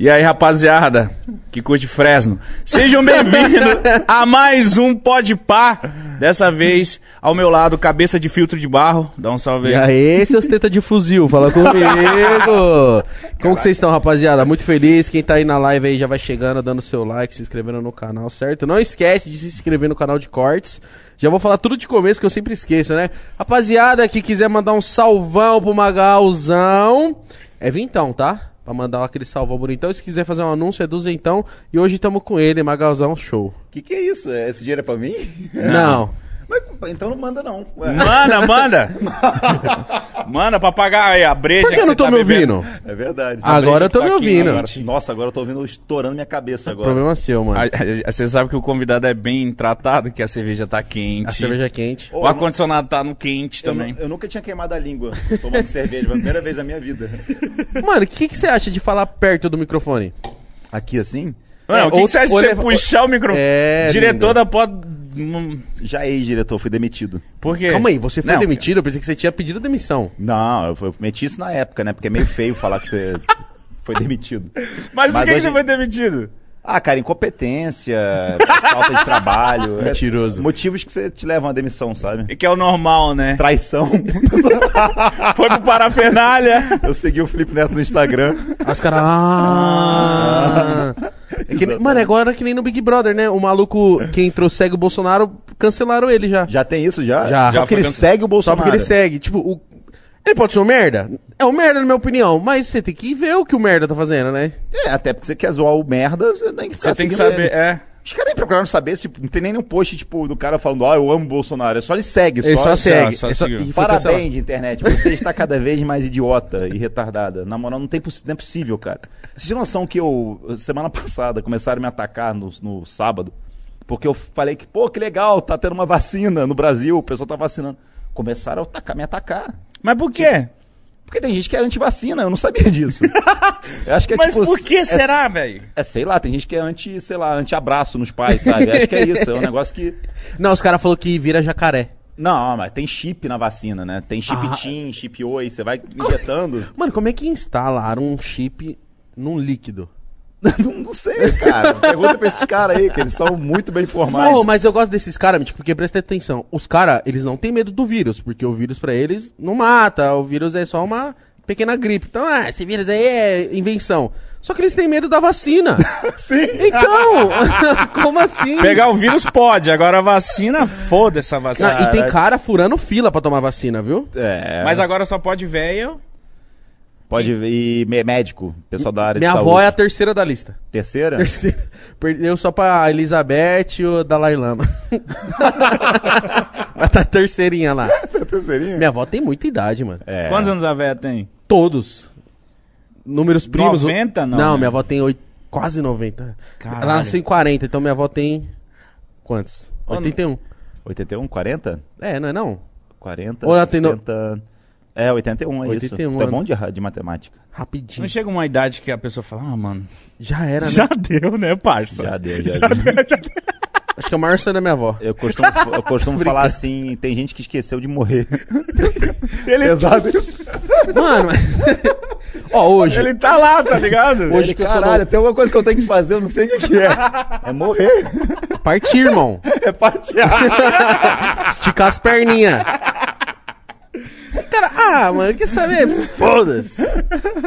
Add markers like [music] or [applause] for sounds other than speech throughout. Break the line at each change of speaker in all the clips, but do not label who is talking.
E aí, rapaziada, que curte Fresno. Sejam bem-vindos
[laughs]
a mais um Pode Pá. Dessa vez, ao meu lado, cabeça de filtro de barro. Dá um salve
E
aí.
aí, seus teta de fuzil, fala comigo! Como que vocês estão, rapaziada? Muito feliz. Quem tá aí na live aí já vai chegando, dando seu like, se inscrevendo no canal, certo? Não esquece de se inscrever no canal de cortes. Já vou falar tudo de começo que eu sempre esqueço, né? Rapaziada, que quiser mandar um salvão pro Magalzão, é vintão, tá? Pra mandar aquele salvão bonitão. E se quiser fazer um anúncio, é duzentão. E hoje tamo com ele, Magalzão, show.
Que que é isso? É, Esse dinheiro é pra mim?
Não.
Mas então não manda não. Ué.
Manda,
[laughs]
manda. manda pra pagar aí a breja
Por que eu não
você
tô
tá
me
bebendo.
ouvindo?
É verdade.
Agora eu tô me
Tá aqui,
ouvindo.
Agora- nossa, agora eu tô ouvindo estourando minha cabeça
é
agora.
Problema seu, mano.
A- a- a- Você sabe que o convidado é bem tratado, que a cerveja tá quente.
A cerveja é quente.
O ar-condicionado tá no quente
Eu,
também.
nu- eu nunca tinha queimado a língua tomando [laughs] cerveja, pela primeira vez na minha vida.
Mano, o que, que você acha de falar perto do microfone?
Aqui assim?
Mano, o que,
É, ou-
que você acha de
ou
você
leva-
puxar o microfone?
É,
Diretor
lindo.
da pod... Hum,
Já é ex-diretor, fui demitido.
Por quê?
Calma aí, você foi
Não,
demitido? Eu pensei que você tinha pedido demissão.
Não, eu, fui- eu meti isso na época, né? Porque é meio feio falar que você foi demitido.
Mas por
Mas
que, que
hoje-
você foi demitido?
Ah, cara, incompetência, falta de trabalho. é-
Mentiroso.
motivos que você te levam à demissão, sabe?
Que é o normal, né?
Traição. [laughs]
Foi pro parafernália.
eu segui o Felipe Neto no Instagram.
Aí os caras. "Ah". É que nem- mano, agora é que nem no Big Brother, né? O maluco que entrou segue o Bolsonaro, cancelaram ele já.
Já tem isso já?
Já.
Só
Já
porque
foi
ele
cancelado.
segue o
Só
Bolsonaro.
porque ele segue. Tipo, o- ele pode ser um merda? É um merda, na minha opinião. Mas você tem que ver o que o merda tá fazendo, né?
É, até porque você quer zoar o merda, você tem que
[laughs] Você
ficar
tem que
seguindo
saber,
ele.
é.
Os caras nem procuraram saber se não tem nem nenhum post, tipo, do cara falando, ó, eu amo o Bolsonaro. É só ele segue,
Ele só, segue.
só
ele assim, só-
seguiu.
e foi
Parabéns,
cancelado.
internet. Você está cada vez mais idiota e retardada. Na moral, não, tem possi- não é possível, cara. Vocês têm noção que eu, semana passada, começaram a me atacar no, no sábado, porque eu falei que, pô, que legal, tá tendo uma vacina no Brasil, o pessoal tá vacinando. Começaram a atacar, me atacar.
Mas por quê?
Porque tem gente que é antivacina, eu não sabia [laughs] disso. eu acho que é,
Mas
tipo,
por que
é-
será, velho?
É, sei lá, tem gente que é anti, sei lá, anti-abraço nos pais, sabe? Acho que é isso, é um negócio que...
Não, os caras falaram que vira jacaré.
Não, mas tem chip na vacina, né? Tem chip
Ah.
TIM, chip Oi, você vai injetando.
Mano, como é que instalaram um chip num líquido?
[laughs] não, não sei, cara. Pergunta pra esses caras aí, que eles são muito bem
Mas...
informados.
mas eu gosto desses caras, tipo, porque presta atenção. Os caras, eles não têm medo do vírus, porque o vírus pra eles não mata. O vírus é só uma pequena gripe. Então, ah, esse vírus aí é invenção. Só que eles têm medo da vacina. [laughs] Sim. Então, [laughs] como assim?
Pegar o vírus pode, agora a vacina, foda essa vacina.
Não, e tem cara furando fila pra tomar vacina, viu?
É,
Mas agora só pode velho.
pode ir mé- médico, pessoal da área
Minha
de saúde.
avó é a terceira da lista.
Terceira?
Terceira. Perdeu só pra Elizabeth e o Dalai Lama. [laughs] Mas tá terceirinha lá.
[laughs] Terceirinha?
Minha avó tem muita idade, mano.
É.
Quantos anos a velha tem?
Todos. Números primos.
90 não,
Não,
né?
minha avó tem oito, quase 90.
Caralho.
Ela nasceu em 40, então minha avó tem. Quantos?
Ô,
81.
81, 40?
É, não é não?
40,
Ou ela tem no-
60... É, 81 é
81
isso. Tu é
anos.
bom de, ra- de matemática.
Rapidinho.
Não chega uma idade que a pessoa fala, ah, mano,
Já era, né?
já deu, né, parça?
Já deu, Tá. já deu.
Acho que é o maior sonho da minha avó.
Eu costumo, eu costumo falar assim, tem gente que esqueceu de [laughs] morrer.
Ele,
Pesado isso.
Mano, mas... [laughs] Ó, hoje.
ele tá lá, tá ligado?
Hoje
Ele,
que eu sou
caralho,
novo.
tem alguma coisa que eu tenho que fazer, eu não sei o que, que é. É morrer,
Partir, irmão.
[laughs] é patear. [laughs]
Esticar as perninhas. Cara, ah, mano, quer saber? Foda-se.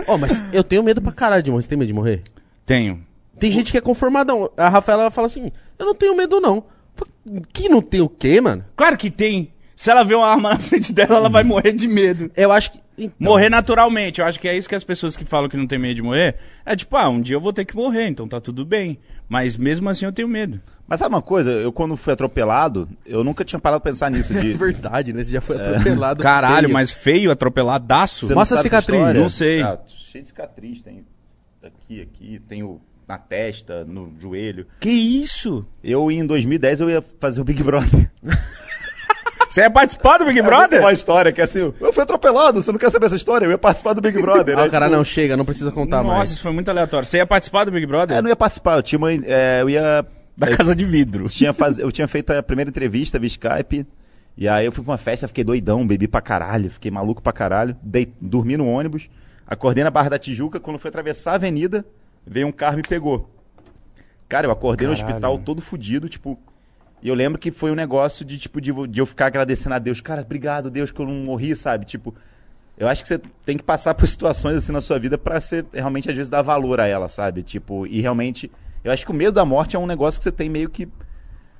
Ó, mas eu tenho medo pra caralho de morrer. Você tem medo de morrer?
Tenho.
Tem gente que é conformadão. A Rafaela fala assim: Eu não tenho medo, não. Eu falo, Que não tem o quê, mano?
Claro que tem. Se ela vê uma arma na frente dela, ela vai morrer de medo.
Eu acho que. então,
Morrer naturalmente. Eu acho que é isso que as pessoas que falam que não tem medo de morrer. É tipo, ah, um dia eu vou ter que morrer, então tá tudo bem. Mas mesmo assim eu tenho medo.
Mas sabe uma coisa? Eu quando fui atropelado, eu nunca tinha parado pra pensar nisso [laughs]
É
de...
verdade, né? Você já foi atropelado.
É. Caralho,
feio.
mas feio, atropeladaço.
Você não
Mostra a
sabe essa
cicatriz.
história?
Não sei.
Ah, cheio de cicatriz, tem aqui, aqui, tem o- na testa, no joelho.
Que isso?
Eu em 2010 eu ia fazer o Big Brother.
Você é participar do Big Brother?
Uma história que é assim, eu fui atropelado, você não quer saber essa história? Eu ia participar do Big Brother. [laughs]
Ah,
né?
o cara
Tipo,
não chega, não precisa contar
Nossa,
mais.
isso foi muito aleatório. Você ia participar do Big Brother?
É, eu não ia participar, eu tinha uma... é, eu ia...
Da
eu
Casa de Vidro.
[laughs] tinha faz... eu tinha feito a primeira entrevista via Skype. E aí eu fui pra uma festa, fiquei doidão, bebi pra caralho, fiquei maluco pra caralho. Dei... Dormi no ônibus, acordei na Barra da Tijuca. Quando fui atravessar a avenida, Veio um carro e me pegou. Cara, eu acordei no
Caralho.
hospital todo fudido, tipo. E eu lembro que foi um negócio de, tipo, de, vo- de eu ficar agradecendo a Deus. Cara, obrigado, Deus, que eu não morri, sabe? Tipo, eu acho que você tem que passar por situações assim na sua vida pra você realmente, às vezes, dar valor a ela, sabe? Tipo, e realmente. Eu acho que o medo da morte é um negócio que você tem meio que,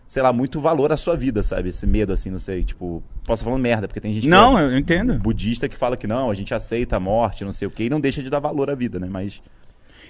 sei lá, muito valor à sua vida, sabe? Esse medo, assim, não sei, tipo. Posso estar falando merda, porque tem gente que
Não,
é
eu entendo.
budista que fala que não, a gente aceita a morte, não sei o quê, e não deixa de dar valor à vida, né? Mas.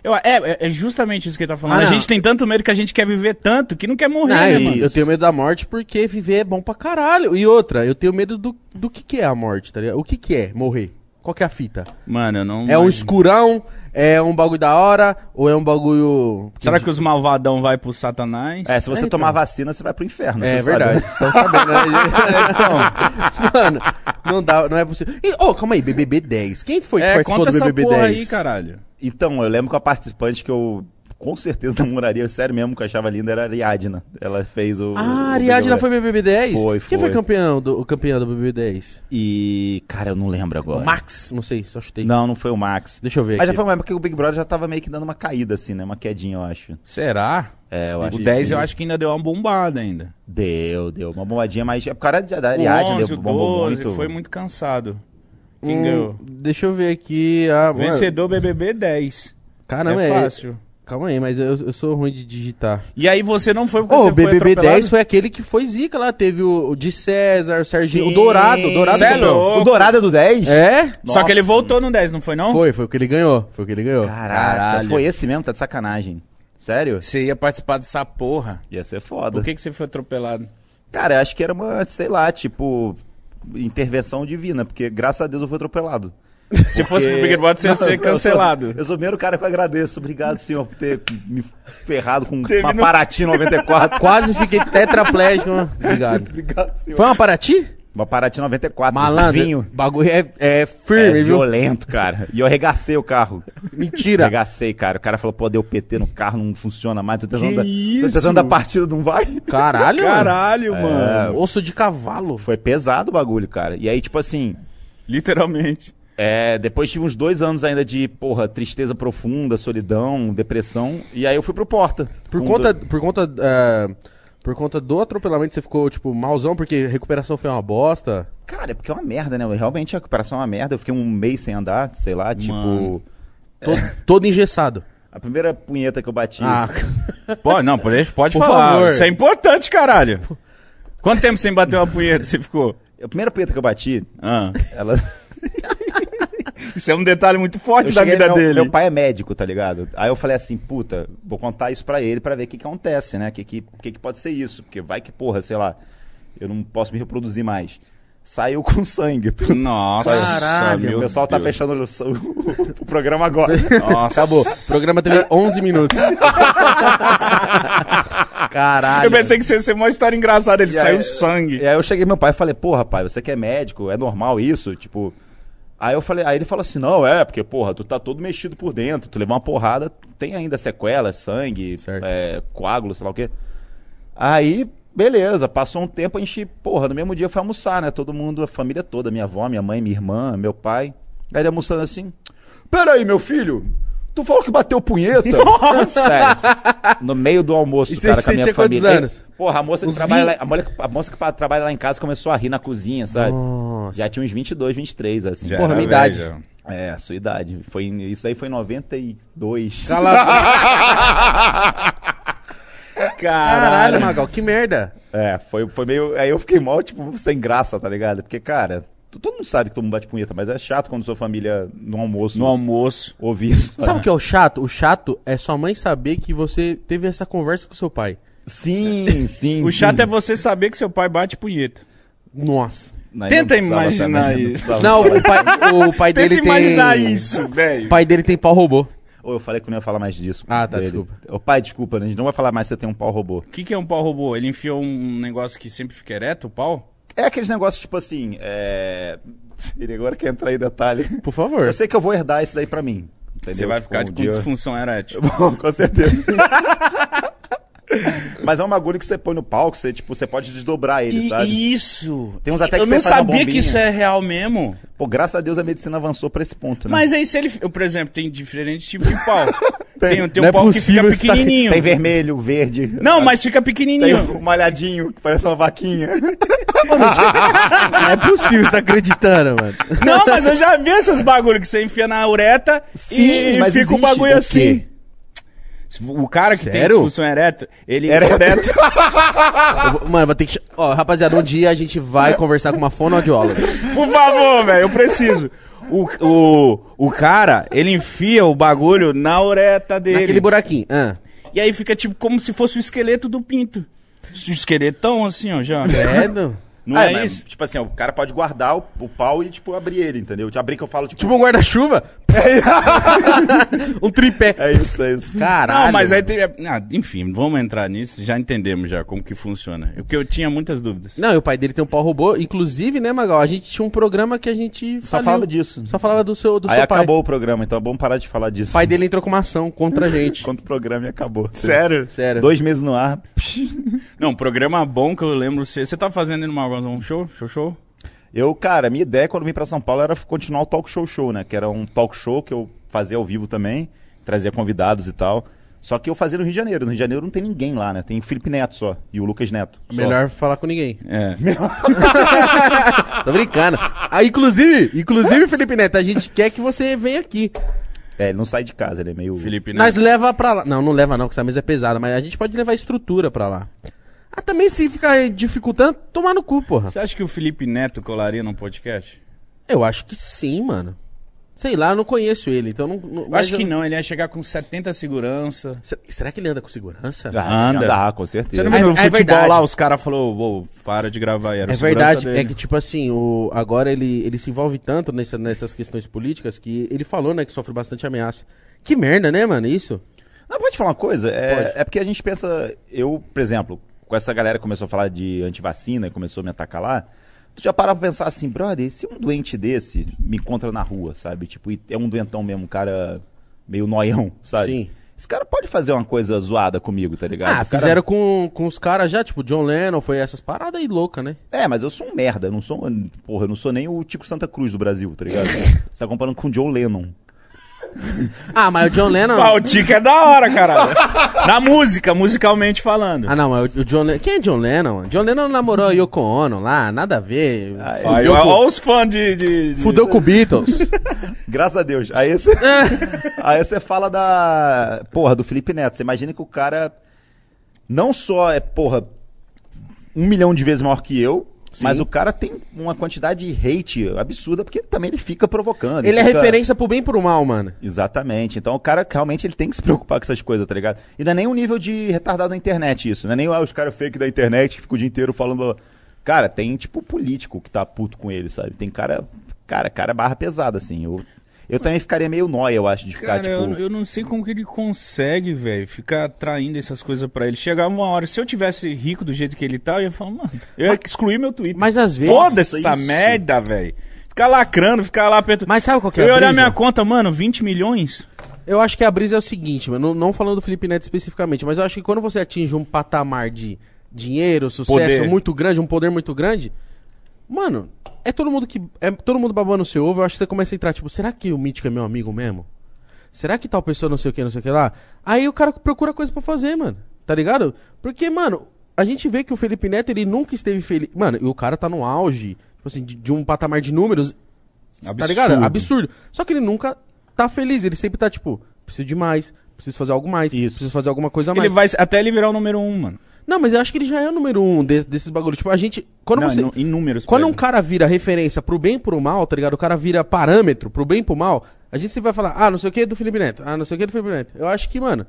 Eu- é, é justamente isso que ele tá falando.
Ah,
a
não.
gente tem tanto medo que a gente quer viver tanto que não quer morrer,
Não,
né,
eu-
mano?
É, eu tenho medo da morte porque viver é bom pra caralho. E outra, eu tenho medo do, do que, que é a morte, tá ligado? O que, que é morrer? Qual que é a fita?
Mano, eu não.
É um escurão? É um bagulho da hora? Ou é um bagulho.
Será que os malvadão vai pro satanás?
É, se você
É, então.
tomar vacina, você vai pro inferno.
É
você sabe,
verdade,
né?
estão sabendo, né?
[laughs]
então, mano, não dá, não é possível. E, oh, calma aí, BBB 10. Quem foi que
É,
participou
conta
do
essa
BBB
porra
10?
aí, caralho.
[laughs] Então, eu lembro que a participante que eu com certeza [laughs] namoraria, sério mesmo, que eu achava linda, era a Ariadna. Ela fez o. o-
Ah,
o
a Ariadna
Big Brother.
foi BBB 10?
Foi,
Quem foi
foi.
campeão do, o campeão do BBB 10?
E. Cara, eu não lembro agora.
Max? Não sei, só chutei.
Não, não foi o Max.
Deixa eu ver
Mas já
aqui.
foi uma época que o Big Brother já tava meio que dando uma caída, assim, né? Uma quedinha, eu acho.
Será?
É,
O
eu acho. que
10
sim.
eu acho que ainda deu uma bombada ainda.
Deu, deu. Uma bombadinha, mas. é Por causa da da
O
Ariadna,
11, o
deu bombou
12,
muito.
foi muito cansado. Quem
Hum,
ganhou?
Deixa eu ver aqui. Ah, mano,
Vencedor BBB 10.
Caramba,
é
é
fácil.
Calma aí, mas eu, eu sou ruim de digitar.
E aí você não foi porque
Ô,
você
o BBB
foi
10
atropelado?
foi aquele que foi zica lá. Teve o, o de César, o Serginho,
Sim.
o Dourado. O Dourado
Cê é
campeão.
louco.
O Dourado é do 10?
É?
Só que ele
Nossa.
voltou no 10, não foi não?
Foi, foi o que ele ganhou. Foi o que ele ganhou.
Caraca,
Caralho.
foi esse mesmo? Tá de sacanagem. Sério?
Você ia participar dessa porra.
Ia ser foda.
Por que, que você foi atropelado?
Cara, eu acho que era uma, sei lá, tipo, intervenção divina, porque graças a Deus eu fui atropelado.
[laughs] Se fosse pro
Porque-
Big Brother, você ia
Não,
ser
eu sou- Eu
cancelado.
sou, o primeiro cara que eu agradeço. Obrigado, senhor, por ter me ferrado com
Teve
uma
no- [laughs]
Paraty 94.
Quase fiquei tetraplégico. Obrigado.
Obrigado, senhor.
Foi uma Paraty?
Uma Paraty 94.
Malandro.
um Vinho.
Bagulho é, é
É,
firme, viu?
violento, cara. E eu arregacei o carro.
Mentira.
Arregacei, cara. O cara falou, pô, deu PT no carro, não funciona mais. Tô tentando,
Que
da, tô
isso?
tentando da partida, não vai.
Caralho, mano. É,
Caralho, mano.
Osso de cavalo.
Foi É pesado o bagulho, cara. E aí, tipo assim,
Literalmente.
É, depois tive uns dois anos ainda de, porra, tristeza profunda, solidão, depressão. E aí eu fui pro Porta.
Por
Com
conta,
do-
por conta, é, por conta do atropelamento, você ficou, tipo, malzão, porque recuperação foi uma bosta.
Cara, é porque é uma merda, né? Realmente a recuperação é uma merda. Eu fiquei um mês sem andar, sei lá, tipo...
Mano.
Todo,
É.
todo engessado.
A primeira punheta que eu bati...
Ah,
Pode, não, pode, pode
Por
falar.
favor.
Isso é importante, caralho. Quanto tempo sem bater uma punheta você ficou?
A primeira punheta que eu bati,
Ah, [laughs]
ela...
isso é um detalhe muito forte
eu
da
cheguei-
vida
meu,
dele.
Meu pai é médico, tá ligado? Aí eu falei assim, puta, vou contar isso pra ele pra ver o que, que acontece, né? O que, que, o que, que pode ser isso? Porque vai que, porra, sei lá, eu não posso me reproduzir mais. Saiu [laughs] com sangue.
Nossa,
Caralho,
meu
o pessoal tá
Deus.
fechando o, o- o
[laughs]
programa agora.
Nossa.
acabou. O programa teve 11
[laughs]
minutos. Caralho.
Eu pensei que isso ia ser uma história engraçada. Ele
E
saiu
aí-
sangue.
E aí eu cheguei meu pai e falei, porra, pai, você que é médico, é normal isso? Tipo. Aí eu falei, aí ele falou assim, não, é, porque, porra, tu tá todo mexido por dentro, tu levou uma porrada, tem ainda sequela, sangue,
Certo.
é, coágulo, sei lá o quê. Aí, beleza, passou um tempo, a gente, porra, no mesmo dia foi almoçar, né? Todo mundo, a família toda, minha avó, minha mãe, minha irmã, meu pai. Aí ele almoçando assim, peraí, meu filho, tu falou que
[laughs]
bateu punheta? Sério, no meio do almoço,
E você-
cara, com
você
a minha
tinha quantos
família.
anos?
Porra, a moça, que
Uns
trabalha lá,
20?
É, a, mulher, a moça que pa- trabalha lá em casa começou a rir na cozinha, sabe?
Nossa.
Já tinha uns 22, 23, assim.
Já
Porra,
era
minha
velho,
idade.
já.
É, a sua idade. Foi, em- isso aí foi em 92.
Cala a
Caralho,
Caralho, Magal, que merda.
É, foi, foi meio. Aí eu fiquei mal, tipo, sem graça, tá ligado? Porque, cara, t- todo mundo sabe que todo mundo bate punheta, mas é chato quando sua família no almoço
No almoço.
ouve isso.
Sabe o que é o chato? O chato é sua mãe saber que você teve essa conversa com seu pai.
[laughs]
Sim, sim.
O chato
sim.
é você saber que seu pai bate punheta.
Nossa.
Não,
Tenta
não precisava
imaginar
também,
isso.
precisava
Não,
falar
o pai, o pai
Tenta
dele tem...
imaginar isso,
O
velho.
pai dele tem pau robô.
Ou eu falei que não ia falar mais disso.
Ah, tá, desculpa.
Ô, pai, desculpa, né? a gente não vai falar mais se você tem um pau robô.
O que, que é um pau robô? Ele enfiou um negócio que sempre fica ereto, o pau?
É aqueles negócios, tipo assim, é... Ele agora quer entrar em detalhe.
Por favor.
Eu sei que eu vou herdar isso daí pra mim. entendeu?
Você vai
Tipo,
ficar
um
com
dia-
disfunção erétil.
Bom, com certeza. [laughs] Mas é um bagulho que você põe no palco, você, tipo, você pode desdobrar ele, sabe?
E isso!
Tem uns até que
Eu
você
não
faz uma
sabia que
bombinha.
isso é real mesmo.
Pô, graças a Deus a medicina avançou pra esse ponto, né? [laughs]
Mas aí se ele... Eu, por exemplo, tem diferentes tipos de pau. Tem, tem um
Não é
pau que fica
possível que está-
pequenininho.
tá Tem vermelho, verde.
Não, mas fica
Tem
pequenininho.
um malhadinho que parece uma vaquinha.
Não é possível, você tá acreditando, mano.
Não, mas eu já vi essas bagulho que você enfia na ureta
Sim,
e
mas
fica o
existe.
bagulho
O
assim. O cara que tem
Sério?
disfunção ereta, ele
Ereta.
Eu vou- mano, vou ter que. ch- Ó, rapaziada, um dia a gente vai conversar com uma fonoaudióloga.
[laughs] Por favor, velho, eu preciso. O, o, o cara, ele enfia o bagulho na ureta dele.
Naquele buraquinho. Ah.
E aí fica tipo como se fosse o esqueleto do pinto. O esqueletão assim, ó, já.
É, não.
[laughs]
Não
Ah,
é
mas,
isso?
Tipo assim, ó, o cara pode guardar o, o pau e, tipo, abrir ele, entendeu? Te abrir que eu falo, tipo.
Tipo um guarda-chuva? [laughs] um tripé.
É isso, é isso.
Caralho.
Não, mas aí tem. ah, enfim, vamos entrar nisso, já entendemos já como que funciona. É Porque eu tinha muitas dúvidas.
Não, e o pai dele tem um pau robô. Inclusive, né, Magal? A gente tinha um programa que a gente.
Só
faliu.
falava disso.
Só falava do seu, do
Aí
seu pai.
acabou o programa, então é bom parar de falar disso.
O
[laughs]
pai dele entrou com uma ação contra a gente.
Enquanto o programa e acabou.
Sério?
[laughs] Sério.
Dois meses no ar.
Não, um programa bom que eu lembro. Você você tá fazendo no Magonza um show? Show, show?
Eu, cara, minha ideia quando eu vim pra São Paulo era continuar o talk show show, né? Que era um talk show que eu fazia ao vivo também, trazia convidados e tal. Só que eu fazia no Rio de Janeiro. No Rio de Janeiro não tem ninguém lá, né? Tem o Felipe Neto só e o Lucas Neto. só.
Melhor falar com ninguém.
É.
Tô brincando. Ah, inclusive, inclusive, Felipe Neto, a gente quer que você venha aqui.
É, ele não sai de casa, ele é meio.
Felipe, né?
Nós leva pra lá. Não, não leva não, porque essa mesa é pesada, mas a gente pode levar estrutura pra lá. Ah, também se ficar dificultando, tomar no cu, porra.
Você acha que o Felipe Neto colaria num podcast?
Eu acho que sim, mano. Sei lá, eu não conheço ele, então não. não
Eu
mas
acho que não, ele ia chegar com 70 segurança.
Se- Será que ele anda com segurança?
Ah,
Anda.
anda, com certeza.
Você não
É-
viu no
é
futebol
verdade.
lá, os caras falaram, "Ô, para de gravar aí. Era
É
o segurança
verdade,
dele.
é que tipo assim, o, agora ele, ele se envolve tanto nessa- nessas questões políticas que ele falou, né, que sofre bastante ameaça. Que merda, né, mano, isso?
Não, pode falar uma coisa? É,
Pode.
é porque a gente pensa, eu, por exemplo, com essa galera que começou a falar de antivacina e começou a me atacar lá, tu já para pra pensar assim, brother, se um doente desse me encontra na rua, sabe? Tipo, e é um doentão mesmo, um cara meio noião, sabe?
Sim.
Esse cara pode fazer uma coisa zoada comigo, tá ligado?
ah,
O cara-
fizeram com, com os caras já, tipo, John Lennon, foi essas paradas aí louca, né?
É, mas eu sou um merda, eu não sou, um- porra, eu não sou nem o Tico Santa Cruz do Brasil,
[laughs]
tá ligado? Você tá comparando com o John Lennon.
Ah, mas o
[laughs]
John Lennon...
Ah, o Tico é da hora,
[laughs]
caralho. Na música, musicalmente falando.
Ah, não, mas o o John Lennon... Quem é John Lennon? mano? John Lennon namorou a Yoko Ono lá, nada a ver.
Aí,
Fudeu
ó,
com-
ó os fãs de. de- de-
Fudeu com o Beatles. [laughs]
Graças a Deus. Aí você, aí você fala da. Porra, do Felipe Neto. Você imagina que o cara não só é, porra, um milhão de vezes maior que eu, mas o cara tem uma quantidade de hate absurda, porque também ele fica provocando.
ele é
fica-
referência pro bem e pro mal, mano.
Exatamente. Então o cara realmente ele tem que se preocupar com essas coisas, tá ligado? E não é nem um nível de retardado na internet isso. Não é nem ah, os caras fake da internet que ficam o dia inteiro falando. Cara, tem tipo político que tá puto com ele, sabe? Tem cara. Cara, cara barra pesada, assim. Eu, eu também ficaria meio nóia, eu acho, de ficar,
Cara,
tipo.
eu, eu não sei como que ele consegue, velho, ficar atraindo essas coisas pra ele. Chegava uma hora, se eu tivesse rico do jeito que ele tá, eu ia falar, mano, eu ia excluir meu Twitter.
Mas às vezes-
Foda-se essa
Isso.
merda, velho. Ficar lacrando, ficar lá perto.
Mas sabe qual que é
Eu ia
a
olhar
brisa?
minha conta, mano, 20 milhões.
Eu acho que a brisa é o seguinte, mano, não, não falando do Felipe Neto especificamente, mas eu acho que quando você atinge um patamar de dinheiro, sucesso
Poder.
muito grande, um poder muito grande, mano, é todo mundo que é todo mundo babando o seu ovo, eu acho que você começa a entrar tipo, será que o Mítico é meu amigo mesmo? Será que tal pessoa não sei o que, não sei o que lá? Aí o cara procura coisa pra fazer, mano. Tá ligado? Porque, mano, a gente vê que o Felipe Neto, ele nunca esteve feliz. Mano, e o cara tá no auge, tipo assim, de, de um patamar de números. Tá
Absurdo.
ligado? Absurdo. Só que ele nunca tá feliz. Ele sempre tá tipo, preciso de mais, preciso fazer algo mais,
Isso.
preciso fazer alguma coisa a mais.
Ele vai até ele virar o número um, mano.
Não, mas eu acho que ele já é o número um de- desses bagulhos. Tipo, a gente. Quando
Não,
você.
no- em números,
Quando
pra
um
ele.
cara vira referência pro bem e pro mal, tá ligado? O cara vira parâmetro pro bem e pro mal, a gente sempre vai falar, ah, não sei o que do Felipe Neto, ah, não sei o que do Felipe Neto. Eu acho que, mano,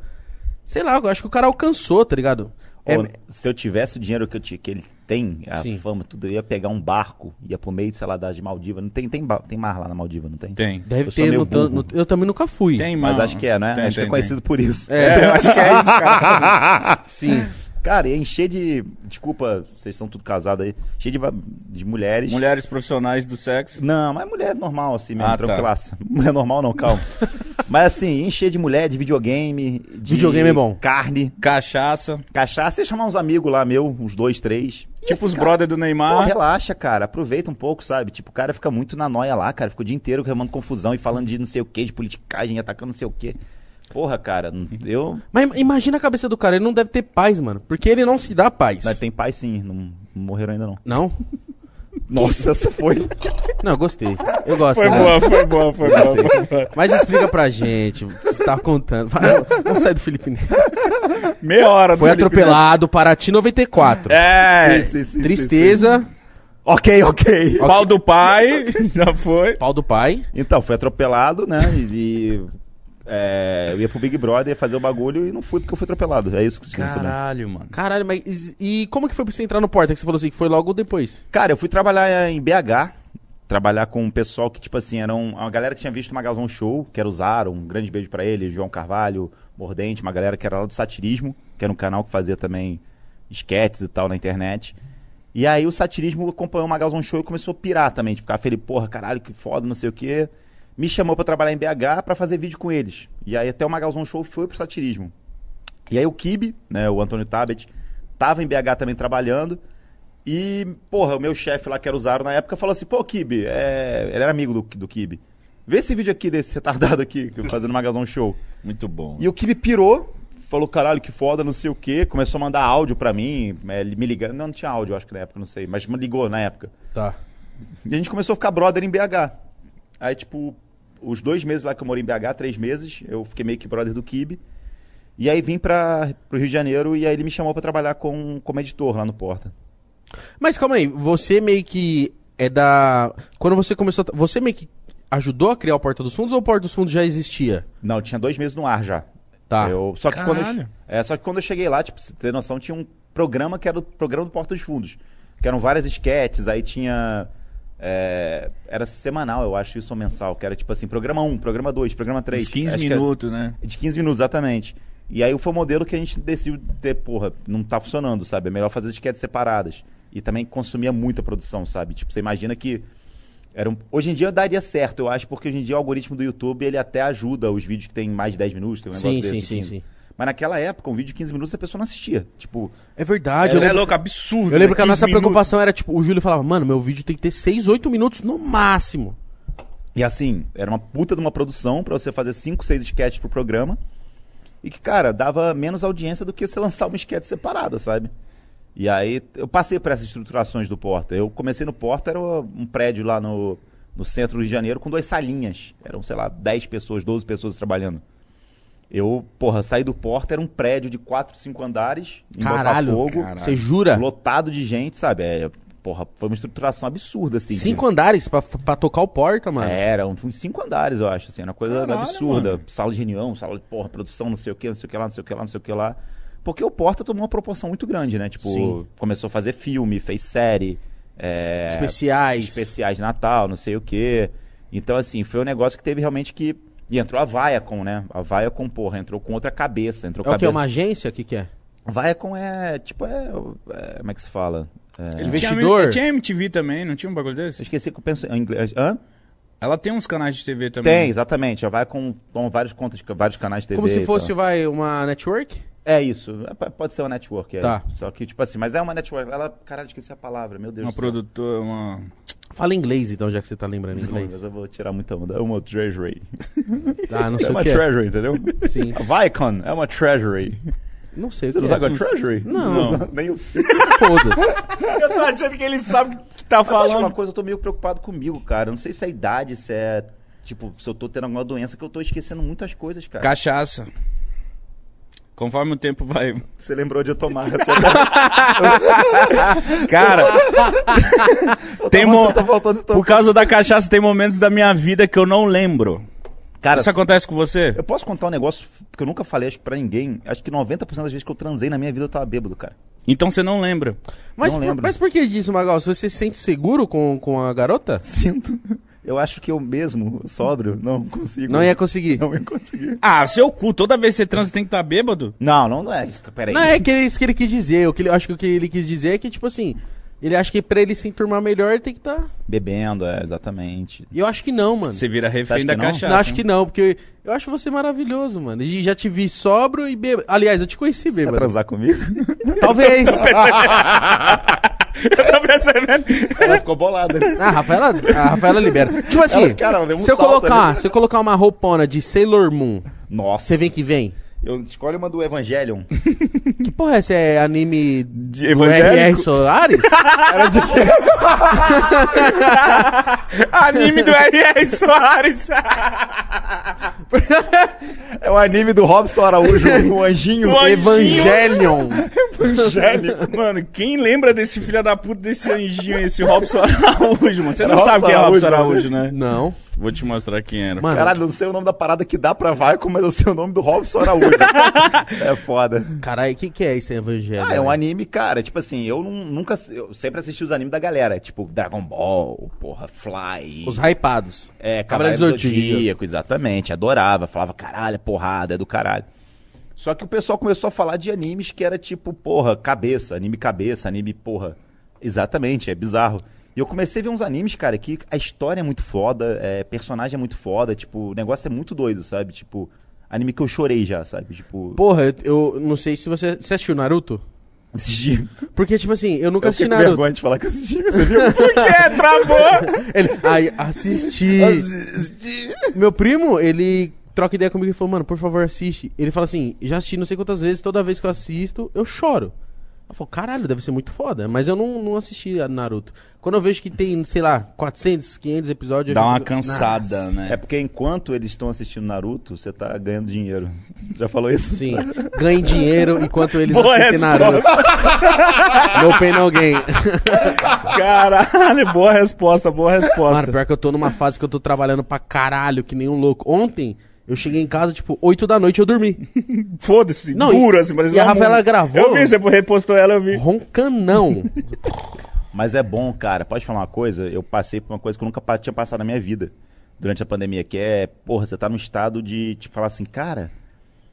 sei lá, eu acho que o cara alcançou, tá ligado? É,
Ou, se eu tivesse o dinheiro que, eu ti- que ele tem, a
Sim.
fama, tudo, eu ia pegar um barco, ia pro meio, sei lá, das Maldivas. Não tem, tem, ba- tem mar lá na Maldiva, não tem?
Tem.
deve
eu sou
ter,
meio
no tan-
burro.
no- eu também nunca fui.
Tem,
Mas
mano.
acho que é, né?
Tem,
acho que
tem,
é conhecido por isso.
[laughs]
tem. É, eu acho que é isso, cara.
Sim.
Cara, ia encher de. Desculpa, vocês estão tudo casados aí. Cheio de, va- de mulheres.
Mulheres profissionais do sexo.
Não, mas mulher normal, assim, mesmo,
Ah, tá.
tranquilaça. [laughs] Mulher normal não, calma. mas assim, encher de mulher, de videogame. De
Videogame é bom.
Carne,
Cachaça.
cachaça. Ia chamar uns amigos lá, meu, uns dois, três. Ia
Tipo os
ficar-
brother do Neymar.
Pô, relaxa, cara. Aproveita um pouco, sabe? Tipo, o cara fica muito na noia lá, cara. Fica o dia inteiro remando confusão e falando de não sei o que, de politicagem, atacando não sei o que. Porra, cara, n- eu.
Uhum.
Mas im- imagina a cabeça do cara, ele não deve ter paz, mano. Porque ele não se dá paz.
Mas tem pai sim, não morreram ainda não.
Não?
Nossa, essa foi.
Não, eu gostei. Eu gosto.
Foi
né?
boa, foi boa, foi boa. Foi boa.
Mas explica pra gente, você tá contando. Vai, vamos sair do Felipe Neto.
Meia hora do
Foi
Felipe
atropelado, Paraty 94.
Neto. É.
Tristeza,
Ok, ok.
Pau do
[laughs]
pai, já foi.
pau do pai.
Então, fui atropelado, né? E. e, é, eu ia pro Big Brother, ia fazer o bagulho e não fui porque eu fui atropelado. É isso que você tinha que saber.
Caralho, mano.
Caralho, mas is- e como que foi pra você entrar no Porta? Que você falou assim, que foi logo depois.
Cara, eu fui trabalhar eh, em BH, trabalhar com um pessoal que, tipo assim, era um- uma galera que tinha visto o Magalzão Show, que era o Zaro, um grande beijo pra ele, João Carvalho, Mordente, uma galera que era lá do Satirismo, que era um canal que fazia também esquetes e tal na internet. E aí o Satirismo acompanhou o Magalzão Show e começou a pirar também, de ficar feliz, porra, caralho, que foda, não sei o quê. Me chamou pra trabalhar em BH pra fazer vídeo com eles. E aí até o Magalzão Show foi pro Satirismo. E aí o Kibe, né, o Antônio Tabet, tava em BH também trabalhando. E, porra, o meu chefe lá, que era o Zaro na época, falou assim: pô, Kibe, é... ele era amigo do, do Kibe. Vê esse vídeo aqui desse retardado aqui, que eu fazendo Magazão Show.
Muito bom.
E o Kibe pirou, falou: caralho, que foda, não sei o quê. Começou a mandar áudio pra mim, é, ele me ligando. Não, não tinha áudio, acho que na época, não sei, mas me ligou na época.
Tá.
E a gente começou a ficar brother em BH. Aí, tipo, os dois meses lá que eu morei em BH, três meses, eu fiquei meio que brother do Kibe. E aí vim para pro Rio de Janeiro e aí ele me chamou pra trabalhar com, como editor lá no Porta.
Mas calma aí, você meio que é da... Quando você começou... a tra- Você meio que ajudou a criar o Porta dos Fundos ou o Porta dos Fundos já existia?
Não, eu tinha dois meses no ar já.
Tá.
Eu- só, que quando eu,
Caralho.
é, só que quando eu cheguei lá, tipo, pra você ter noção, tinha um programa que era o programa do Porta dos Fundos. Que eram várias esquetes, aí tinha. é, era semanal, eu acho, isso ou mensal, que era tipo assim, programa 1, programa 2, programa 3.
Uns 15
acho que é era-
minutos, né?
de 15 minutos, exatamente. E aí foi o modelo que a gente decidiu ter, porra, não tá funcionando, sabe? É melhor fazer esquetes separadas. E também consumia muita produção, sabe? Tipo, você imagina que. Era um... Hoje em dia daria certo, eu acho, porque hoje em dia o algoritmo do YouTube ele até ajuda os vídeos que tem mais de 10 minutos, tem um negócio
sim,
desse,
sim,
de
sim,
15.
sim.
Mas naquela época, um vídeo de 15 minutos a pessoa não assistia. Tipo,
É verdade, eu
Você é
lembro,
louco, absurdo.
eu lembro que a
né?
nossa
15 minutos.
preocupação era tipo, o Júlio falava, mano, meu vídeo tem que ter 6, 8 minutos no máximo.
E assim, era uma puta de uma produção pra você fazer 5, 6 sketches pro programa. E que, cara, dava menos audiência do que você lançar uma esquete separada, sabe? E aí eu passei por essas estruturações do Porta. Eu comecei no Porta, era um prédio lá no, no centro do Rio de Janeiro com duas salinhas. Eram, sei lá, 10 pessoas, 12 pessoas trabalhando. Eu, porra, saí do Porta, era um prédio de 4, 5 andares em
Caralho,
Botafogo,
cara.
você jura?
lotado de gente, sabe? É, porra, foi uma estruturação absurda, assim. de-
Cinco andares pra, pra tocar o porta, mano.
é, eram uns cinco andares, eu acho, assim, era uma coisa
Caralho,
absurda. Sala de reunião, sala de porra, produção, não sei o que, não sei o que lá, não sei o que lá, não sei o que lá. Porque o Porta tomou uma proporção muito grande, né? Tipo,
Sim.
começou a fazer filme, fez série, é,
Especiais.
especiais de Natal, não sei o que. Então, assim, foi um negócio que teve realmente que. E entrou a Viacom, né? A Viacom, porra, entrou com outra cabeça.
É o
Entrou
que?
cabeça...
É uma agência? O que, que é?
Viacom é, tipo, é, é- Como é que se fala? É...
Ele
Investidor.
Tinha, tinha MTV também, não tinha um bagulho
Eu
desse?
esqueci que eu penso em inglês. Hã?
Ela tem uns canais de TV também.
Tem, exatamente. A Viacom toma vários contas, vários canais de TV.
Como
e
se
tal.
fosse, vai, uma network?
É isso, É, p- pode ser uma network. É.
Tá.
Só que, tipo assim, mas é uma network. Ela, caralho, esqueci a palavra, meu Deus.
Uma
do céu.
produtora, uma...
Fala inglês, então, já que você tá lembrando
Não,
inglês.
mas eu vou tirar muita onda. É uma treasury.
Ah, não
É
sei o
uma
que é.
treasury, entendeu?
Sim.
A Vicon é uma treasury.
Não sei o que
Você não sabe
é.
agora treasury?
Não.
usa- [laughs] Nem eu sei. [laughs]
Foda-se.
Eu tô achando que ele sabe o que tá
Mas eu acho que uma
falando.
coisa, eu tô meio preocupado comigo, cara. Eu Não sei se é a idade, se é... Tipo, se eu tô tendo alguma doença, que eu tô esquecendo muitas coisas, cara.
Cachaça. Conforme o tempo vai...
Você tá lembrou de eu tomar. Eu [laughs]
Cara,
tô-
Tem
Nossa,
mo-
tá faltando de tomar.
por causa da cachaça, tem momentos da minha vida que eu não lembro.
Cara,
Isso acontece com você?
eu posso contar um negócio que eu nunca falei, acho que pra ninguém. Acho que 90% das vezes que eu transei na minha vida, eu tava bêbado, cara.
Então você não lembra.
Mas,
Não
por,
lembro.
mas por que disso, Magal? Você se sente seguro com, com a garota?
Sinto. Eu acho que eu mesmo, sóbrio, não consigo.
Não ia conseguir.
Não ia conseguir.
Ah, seu cu, toda vez que você transa tem que estar tá bêbado?
Não, não, é isso. Peraí.
Não, é que ele- isso que ele quis dizer. O que ele, acho que o que ele quis dizer é que, tipo assim, ele acha que pra ele se enturmar melhor tem que tá...
Bebendo, é, exatamente.
E eu acho que não, mano.
Você vira refém
que
da
não?
cachaça.
Não, acho que não, porque eu acho você maravilhoso, mano. E já te vi sóbrio e bêbado.
tá
Aliás, eu te conheci [laughs] Ah,
Você quer
bêbado.
[laughs] transar comigo?
Talvez.
[laughs] Eu também recebendo.
Ela
[laughs]
ficou bolada.
Ah, a Rafaela, a Rafaela libera. Tipo assim,
Ela, cara, ela deu um
se, eu
salto
colocar,
ali.
se eu colocar uma roupona de Sailor Moon,
Nossa.
você vem que vem?
Eu escolho uma do Evangelion.
Que porra é essa? É anime do
evangélico?
R.R.
[laughs]
Soares?
Era de quê?
Anime do R.R. Soares.
É o anime do
[laughs]
Robson Araújo, o anjinho.
O anjinho.
Evangelion.
Evangelion.
Mano, quem lembra desse filho da puta, desse anjinho, esse Robson Araújo, mano? Você não
Era
sabe
Robson
quem é Robson
Araújo,
Araújo, né?
Não.
Vou te mostrar quem era.
Mano,
Caralho, não sei o nome da parada que dá pra Vaicon, mas eu sei o nome do
[laughs]
Robson Araújo. é foda.
caralho, o que, que é isso aí, Evangelion?
Ah, é um anime, cara. Tipo assim, eu nun- nunca. Eu sempre assisti os animes da galera. Tipo, Dragon Ball, porra, Fly.
Os hypados.
É,
Cavaleiro
Cavaleiro
do
do
Zodíaco.
Zodíaco, exatamente. Adorava, falava, caralho, é porrada, é do caralho. Só que o pessoal começou a falar de animes que era tipo, porra, cabeça, anime cabeça, anime porra. Exatamente, é bizarro. E eu comecei a ver uns animes, cara, que a história é muito foda, é, personagem é muito foda, tipo, o negócio é muito doido, sabe? Tipo, anime que eu chorei já, sabe? Tipo,
Porra, eu, eu não sei se você... Você assistiu Naruto?
assisti.
[laughs] Porque, tipo assim, eu nunca
Eu
assisti
fiquei com
Naruto.
vergonha de falar que eu assisti, você
[laughs]
viu?
Por que? é, Travou!
Ele, ai, assisti.
Assisti.
Meu primo, ele troca ideia comigo e falou, mano, por favor, assiste. Ele fala assim, já assisti não sei quantas vezes, toda vez que eu assisto, eu choro. Eu falo, caralho, deve ser muito foda. Mas eu não, não assisti a Naruto. Quando eu vejo que tem, sei lá, 400, 500 episódios... eu
Dá
já
uma
fico,
cansada,
"Nossa."
É
né?
porque enquanto eles estão assistindo Naruto, você tá ganhando dinheiro. Já falou isso?
Sim, ganhem dinheiro enquanto eles
Boa
assistem
resposta.
Naruto.
[laughs]
No pain, no gain.
[laughs] Caralho, boa resposta, boa
Mano,
resposta.
pior que eu tô numa fase que eu tô trabalhando pra caralho, que nem um louco. Ontem, eu cheguei em casa, tipo, 8 da noite eu dormi.
Foda-se,
Não,
duro
e-
assim, parece
e a
uma
Rafaela
múmia.
gravou?
Eu vi, você repostou ela, eu vi.
Roncanão.
Mas é bom, cara. Pode falar uma coisa? Eu passei por uma coisa que eu nunca pa- tinha passado na minha vida durante a pandemia, que é, porra, você tá num estado de, tipo, falar assim, cara,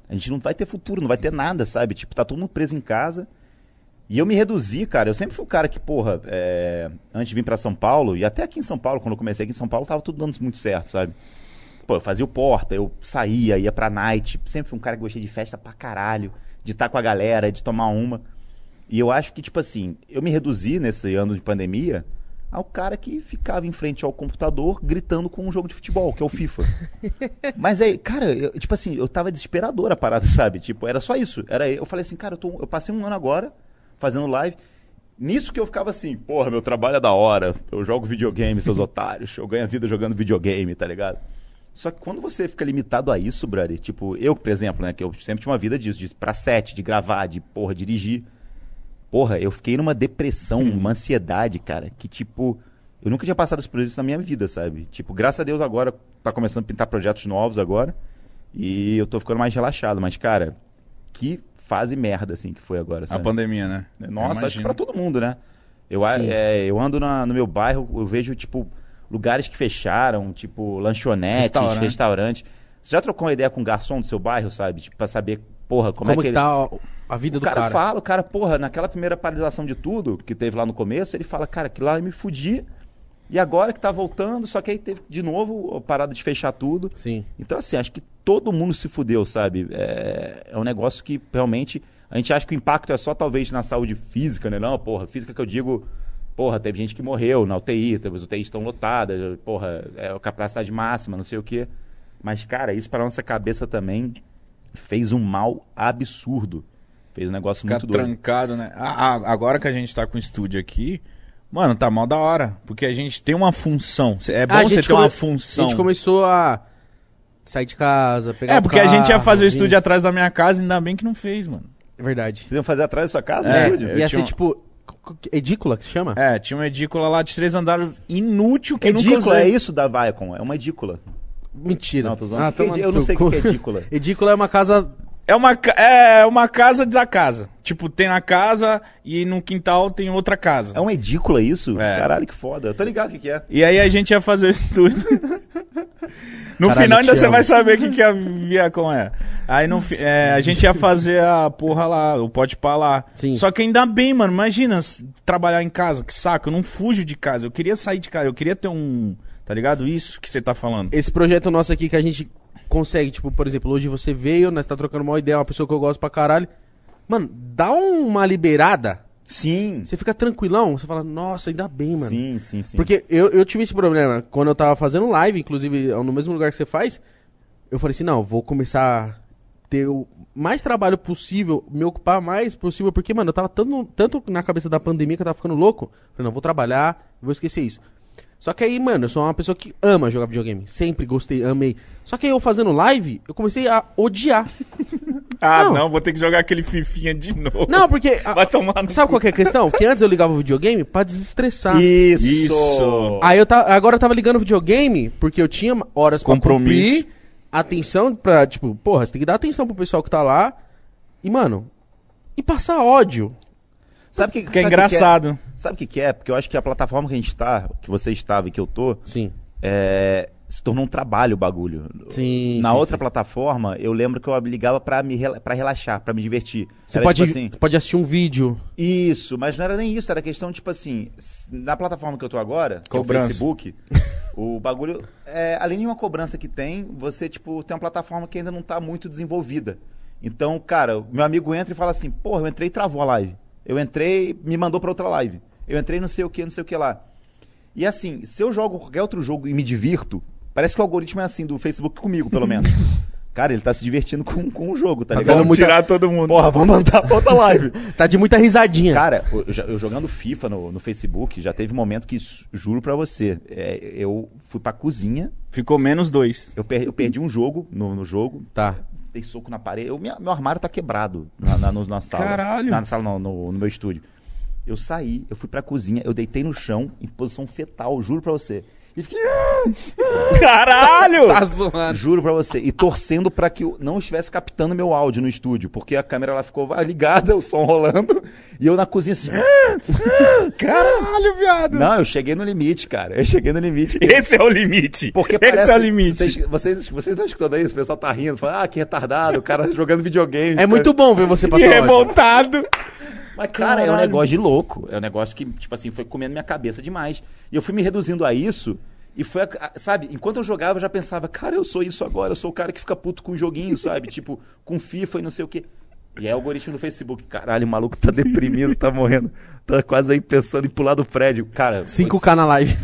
a gente não vai ter futuro, não vai ter nada, sabe? Tipo, tá todo mundo preso em casa. E eu me reduzi, cara. Eu sempre fui o cara que, porra, é, antes de vir pra São Paulo, e até aqui em São Paulo, quando eu comecei aqui em São Paulo, tava tudo dando muito certo, sabe? Pô, eu fazia o porta, eu saía, ia pra night. Sempre fui um cara que gostei de festa pra caralho, de estar com a galera, de tomar uma. E eu acho que, tipo assim, eu me reduzi nesse ano de pandemia ao cara que ficava em frente ao computador gritando com um jogo de futebol, que é o FIFA. Mas aí, cara, eu- tipo assim, eu tava desesperador a parada, [laughs] sabe? Tipo, era só isso. Era, eu falei assim, cara, eu, tô- eu passei um ano agora fazendo live. Nisso que eu ficava assim, porra, meu trabalho é da hora, eu jogo videogame, seus [laughs] otários, eu ganho a vida jogando videogame, tá ligado? Só que quando você fica limitado a isso, brother, tipo, eu, por exemplo, né, que eu sempre tinha uma vida disso, de pra sete, de gravar, de, porra, dirigir. Porra, eu fiquei numa depressão, uma ansiedade, cara, que tipo, eu nunca tinha passado por isso na minha vida, sabe? Tipo, graças a Deus agora tá começando a pintar projetos novos agora e eu tô ficando mais relaxado, mas cara, que fase merda assim que foi agora,
A
sabe?
pandemia, né?
Nossa, acho que
Imagino.
pra todo mundo, né? Eu, a-
Sim.
é, eu ando na- no meu bairro, eu vejo, tipo, lugares que fecharam, tipo, lanchonetes,
Restaurante.
restaurantes. Você já trocou uma ideia com um garçom do seu bairro, sabe? Tipo, pra saber, porra,
Como,
como, é que,
que,
ele...
tá a vida
O
do
cara,
cara?
fala, o cara, porra, naquela primeira paralisação de tudo que teve lá no começo, ele fala, cara, que lá eu me fudi e agora que tá voltando, só que aí teve de novo a parada de fechar tudo.
Sim.
Então, assim, acho que todo mundo se fudeu, sabe? É, é um negócio que realmente. A gente acha que o impacto é só talvez na saúde física, né? Não, porra, física que eu digo. Porra, teve gente que morreu na UTI, teve- as UTIs estão lotadas, porra, é a capacidade máxima, não sei o quê. Mas, cara, isso pra nossa cabeça também fez um mal absurdo. Fez um negócio
Ficar
muito doido.
trancado, né? Ah, ah, agora que a gente tá com o estúdio aqui, mano, tá mal da hora. Porque a gente tem uma função. Cê- É bom
Ah, a
você
gente
ter uma
come-
função.
A gente começou a sair de casa, pegar
É,
o
porque a gente ia
carro,
fazer o
vir.
estúdio atrás da minha casa, ainda bem que não fez, mano.
É Verdade.
Vocês iam fazer atrás da sua casa?
É,
estúdio?
eu tinha
Ia ser
um-
tipo... c- c- Edícula que se chama?
É, tinha uma edícula lá de três andares inútil que nunca
edícula,
usei.
é isso da Viacom, é uma edícula.
Mentira.
Não, tô zoando.
Ah,
Que que é
toma
edi-
no
eu não
seu
sei o
cu.
que que é edícula.
[laughs] Edícula é uma casa...
É uma, ca- é uma casa da casa. Tipo, tem a casa e no quintal tem outra casa.
É uma edícula isso?
É.
Caralho, que foda. Eu tô ligado o que, que é.
E aí a gente ia fazer o
[laughs]
estúdio. No
Caralho,
final
te
ainda você
amo.
vai saber o que, que a Viacom é. Aí no, fi- é, a gente ia fazer a porra lá, o pode pá lá.
Sim.
Só que ainda bem, mano, imagina s- trabalhar em casa, que saco, eu não fujo de casa, eu queria sair de casa, eu queria ter um. Tá ligado? Isso que você tá falando.
Esse projeto nosso aqui que a gente consegue, tipo, por exemplo, hoje você veio, nós tá trocando uma ideia, uma pessoa que eu gosto pra caralho. Mano, dá uma liberada.
Sim.
Você fica tranquilão, você fala, nossa, ainda bem, mano.
Sim, sim, sim.
Porque eu, eu tive esse problema quando eu tava fazendo live, inclusive é no mesmo lugar que você faz. Eu falei assim: não, vou começar a ter o mais trabalho possível, me ocupar mais possível, porque, mano, eu tava tanto, tanto na cabeça da pandemia que eu tava ficando louco. Eu falei: não, vou trabalhar, vou esquecer isso. Só que aí, mano, eu sou uma pessoa que ama jogar videogame. Sempre gostei, amei. Só que aí eu fazendo live, eu comecei a odiar.
Ah, não.
Não.
vou ter que jogar aquele fifinha de novo.
Não, porque. a-
[laughs] Vai tomar no...
sabe qual que é a questão? Que antes eu ligava o videogame pra desestressar.
Isso.
Tá. Isso.
Aí eu ta- agora eu tava ligando o videogame, porque eu tinha horas pra
Compromisso.
cumprir, atenção pra, tipo, porra, você tem que dar atenção pro pessoal que tá lá. E, mano, e passar ódio.
Sabe o que,
Que é
sabe o
engraçado.
Que é? Sabe o que, que é? Porque eu acho que a plataforma que a gente tá, que você estava e que eu tô,
Sim.
é, se tornou um trabalho o bagulho.
Sim.
Na
sim,
outra
sim.
plataforma, eu lembro que eu ligava pra, me rela- pra relaxar, pra me divertir.
Você
Era
pode,
tipo assim,
você pode assistir um vídeo.
Isso, mas não era nem isso, era questão, tipo assim, s- na plataforma que eu tô agora, que é o
Cobrança.
Facebook, o bagulho, é, além de uma cobrança que tem, você, tipo, tem uma plataforma que ainda não tá muito desenvolvida. Então, cara, meu amigo entra e fala assim, porra, eu entrei e travou a live. Eu entrei, me mandou pra outra live. Eu entrei não sei o que, não sei o que lá. E assim, se eu jogo qualquer outro jogo e me divirto, parece que o algoritmo é assim, do Facebook comigo, pelo menos. Cara, ele tá se divertindo com, com o jogo, tá
Tá
ligado?
dando
Vamos
muita-
tirar todo mundo.
Porra, vamos mandar pra outra live.
Tá de muita risadinha.
Cara, eu, já- eu jogando FIFA no, no Facebook, já teve momento que, s- juro pra você, é, eu fui pra cozinha,
Ficou menos dois.
eu, per- eu perdi um jogo no, no jogo,
Tá.
dei soco na parede, eu- minha- meu armário tá quebrado na, na, no- na sala.
Caralho.
Na sala, não, no, no meu estúdio. Eu saí, eu fui pra cozinha, eu deitei no chão, em posição fetal, juro pra você. E fiquei, "Ah!"
Caralho!
Tá zoando.
juro pra você, e torcendo pra que eu não estivesse captando meu áudio no estúdio, porque a câmera ela ficou ligada, [laughs] o som rolando, e eu na cozinha assim...
Caralho, viado!
Não, eu cheguei no limite, cara. Eu cheguei no limite.
Esse é o limite.
Porque
Esse
parece,
é o limite.
Vocês, vocês, vocês estão escutando isso? O pessoal tá rindo, fala, ah, que retardado, o cara [laughs] jogando videogame.
É muito é bom ver você
E
[laughs] passar ódio.
revoltado.
Mas, cara, é um
Caralho.
negócio de louco. É um negócio que, tipo assim, foi comendo minha cabeça demais. E eu fui me reduzindo a isso. E foi, a- a- sabe, enquanto eu jogava, eu já pensava, cara, eu sou isso agora, eu sou o cara que fica puto com o joguinho, sabe? tipo, com FIFA e não sei o quê. E é o algoritmo do Facebook. Caralho, o maluco tá deprimido, tá morrendo. Tá quase aí pensando em pular do prédio. Cara,
5K na [laughs] live.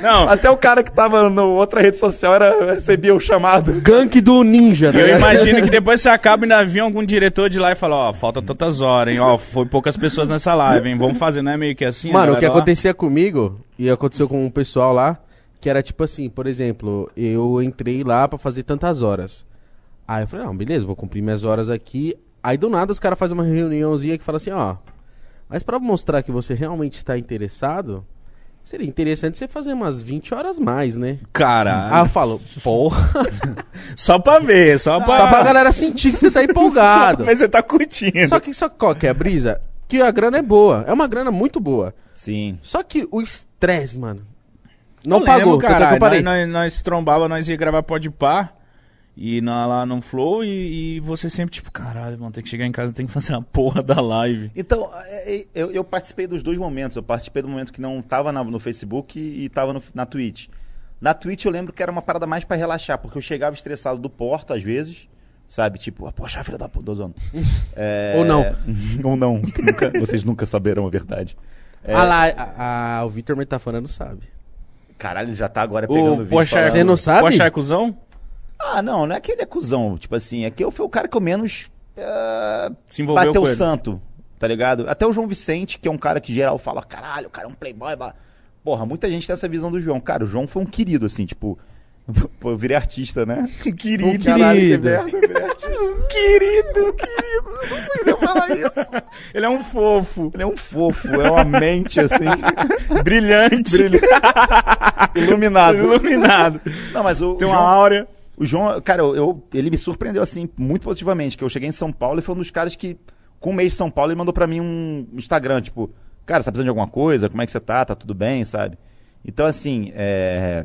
Não,
Até o cara que tava na outra rede social era, recebia o chamado.
Gank do ninja, tá
eu
ligado?
imagino que depois você acaba e ainda vinha algum diretor de lá e fala, ó, falta tantas horas, hein? Ó, foi poucas pessoas nessa live, hein? Vamos fazer, não é meio que assim?
Mano, o que
aconteceu?
acontecia comigo, e aconteceu com o pessoal lá, que era tipo assim, por exemplo, eu entrei lá pra fazer tantas horas. Aí eu falei, não, beleza, vou cumprir minhas horas aqui. Aí do nada os caras fazem uma reuniãozinha que fala assim, ó. Mas pra mostrar que você realmente tá interessado, seria interessante você fazer umas 20 horas mais, né? Aí eu
Caralho. [laughs]
falo, porra.
Só pra ver, só pra...
Só pra galera sentir que você
[laughs]
tá
Só
empolgado.
pra ver se você tá curtindo.
Só que só que qual que é a brisa? Que a grana é boa. É uma grana muito boa.
Sim.
Só que o estresse, mano. Não
Eu
pagou,
lembro,
tanto é que eu parei.
Nós, nós, nós trombava, nós ia gravar pode par e na- lá no Flow e, e você sempre tipo, caralho, vão ter que chegar em casa, tem que fazer uma porra da live.
Então, é, é, eu, eu participei dos dois momentos. Eu participei do momento que não tava na- no Facebook e, e tava no- na Twitch. Na Twitch eu lembro que era uma parada mais pra relaxar, porque eu chegava estressado do porta às vezes, sabe? Tipo, ah, poxa, filha da puta, zona. É,
Ou não.
[laughs] Ou não. Nunca- vocês nunca saberão a verdade. É,
Ah lá, a- a- o Vitor Metafana não sabe.
Caralho, já tá agora pegando
O
vídeo
Pochar...
falando.
Você não sabe?
Pochar é cuzão?
Ah, não, não é que ele é cuzão. Tipo assim, é que eu fui o cara que eu menos ah,
Se envolveu
bateu
com
o
ele.
santo, tá ligado? Até o João Vicente, que é um cara que geral fala, caralho, o cara é um playboy. blá." Porra, muita gente tem essa visão do João. Cara, o João foi um querido, assim, tipo... [laughs] Pô, eu virei artista, né?
[laughs] Querido.
que
querido.
merda, eu virei artista.
Querido.
Ele fala isso.
Ele é um fofo.
Ele é um fofo, é uma mente, assim,
[laughs] Brilhante.
iluminada.
Iluminado.
Não, mas o
Tem
o
uma
João-
áurea.
O João, cara, eu, eu- ele me surpreendeu assim muito positivamente, que eu cheguei em São Paulo e foi um dos caras que com um mês de São Paulo ele mandou pra mim um Instagram, tipo, cara, você tá precisando de alguma coisa? Como é que você tá? Tá tudo bem, sabe? Então assim, é,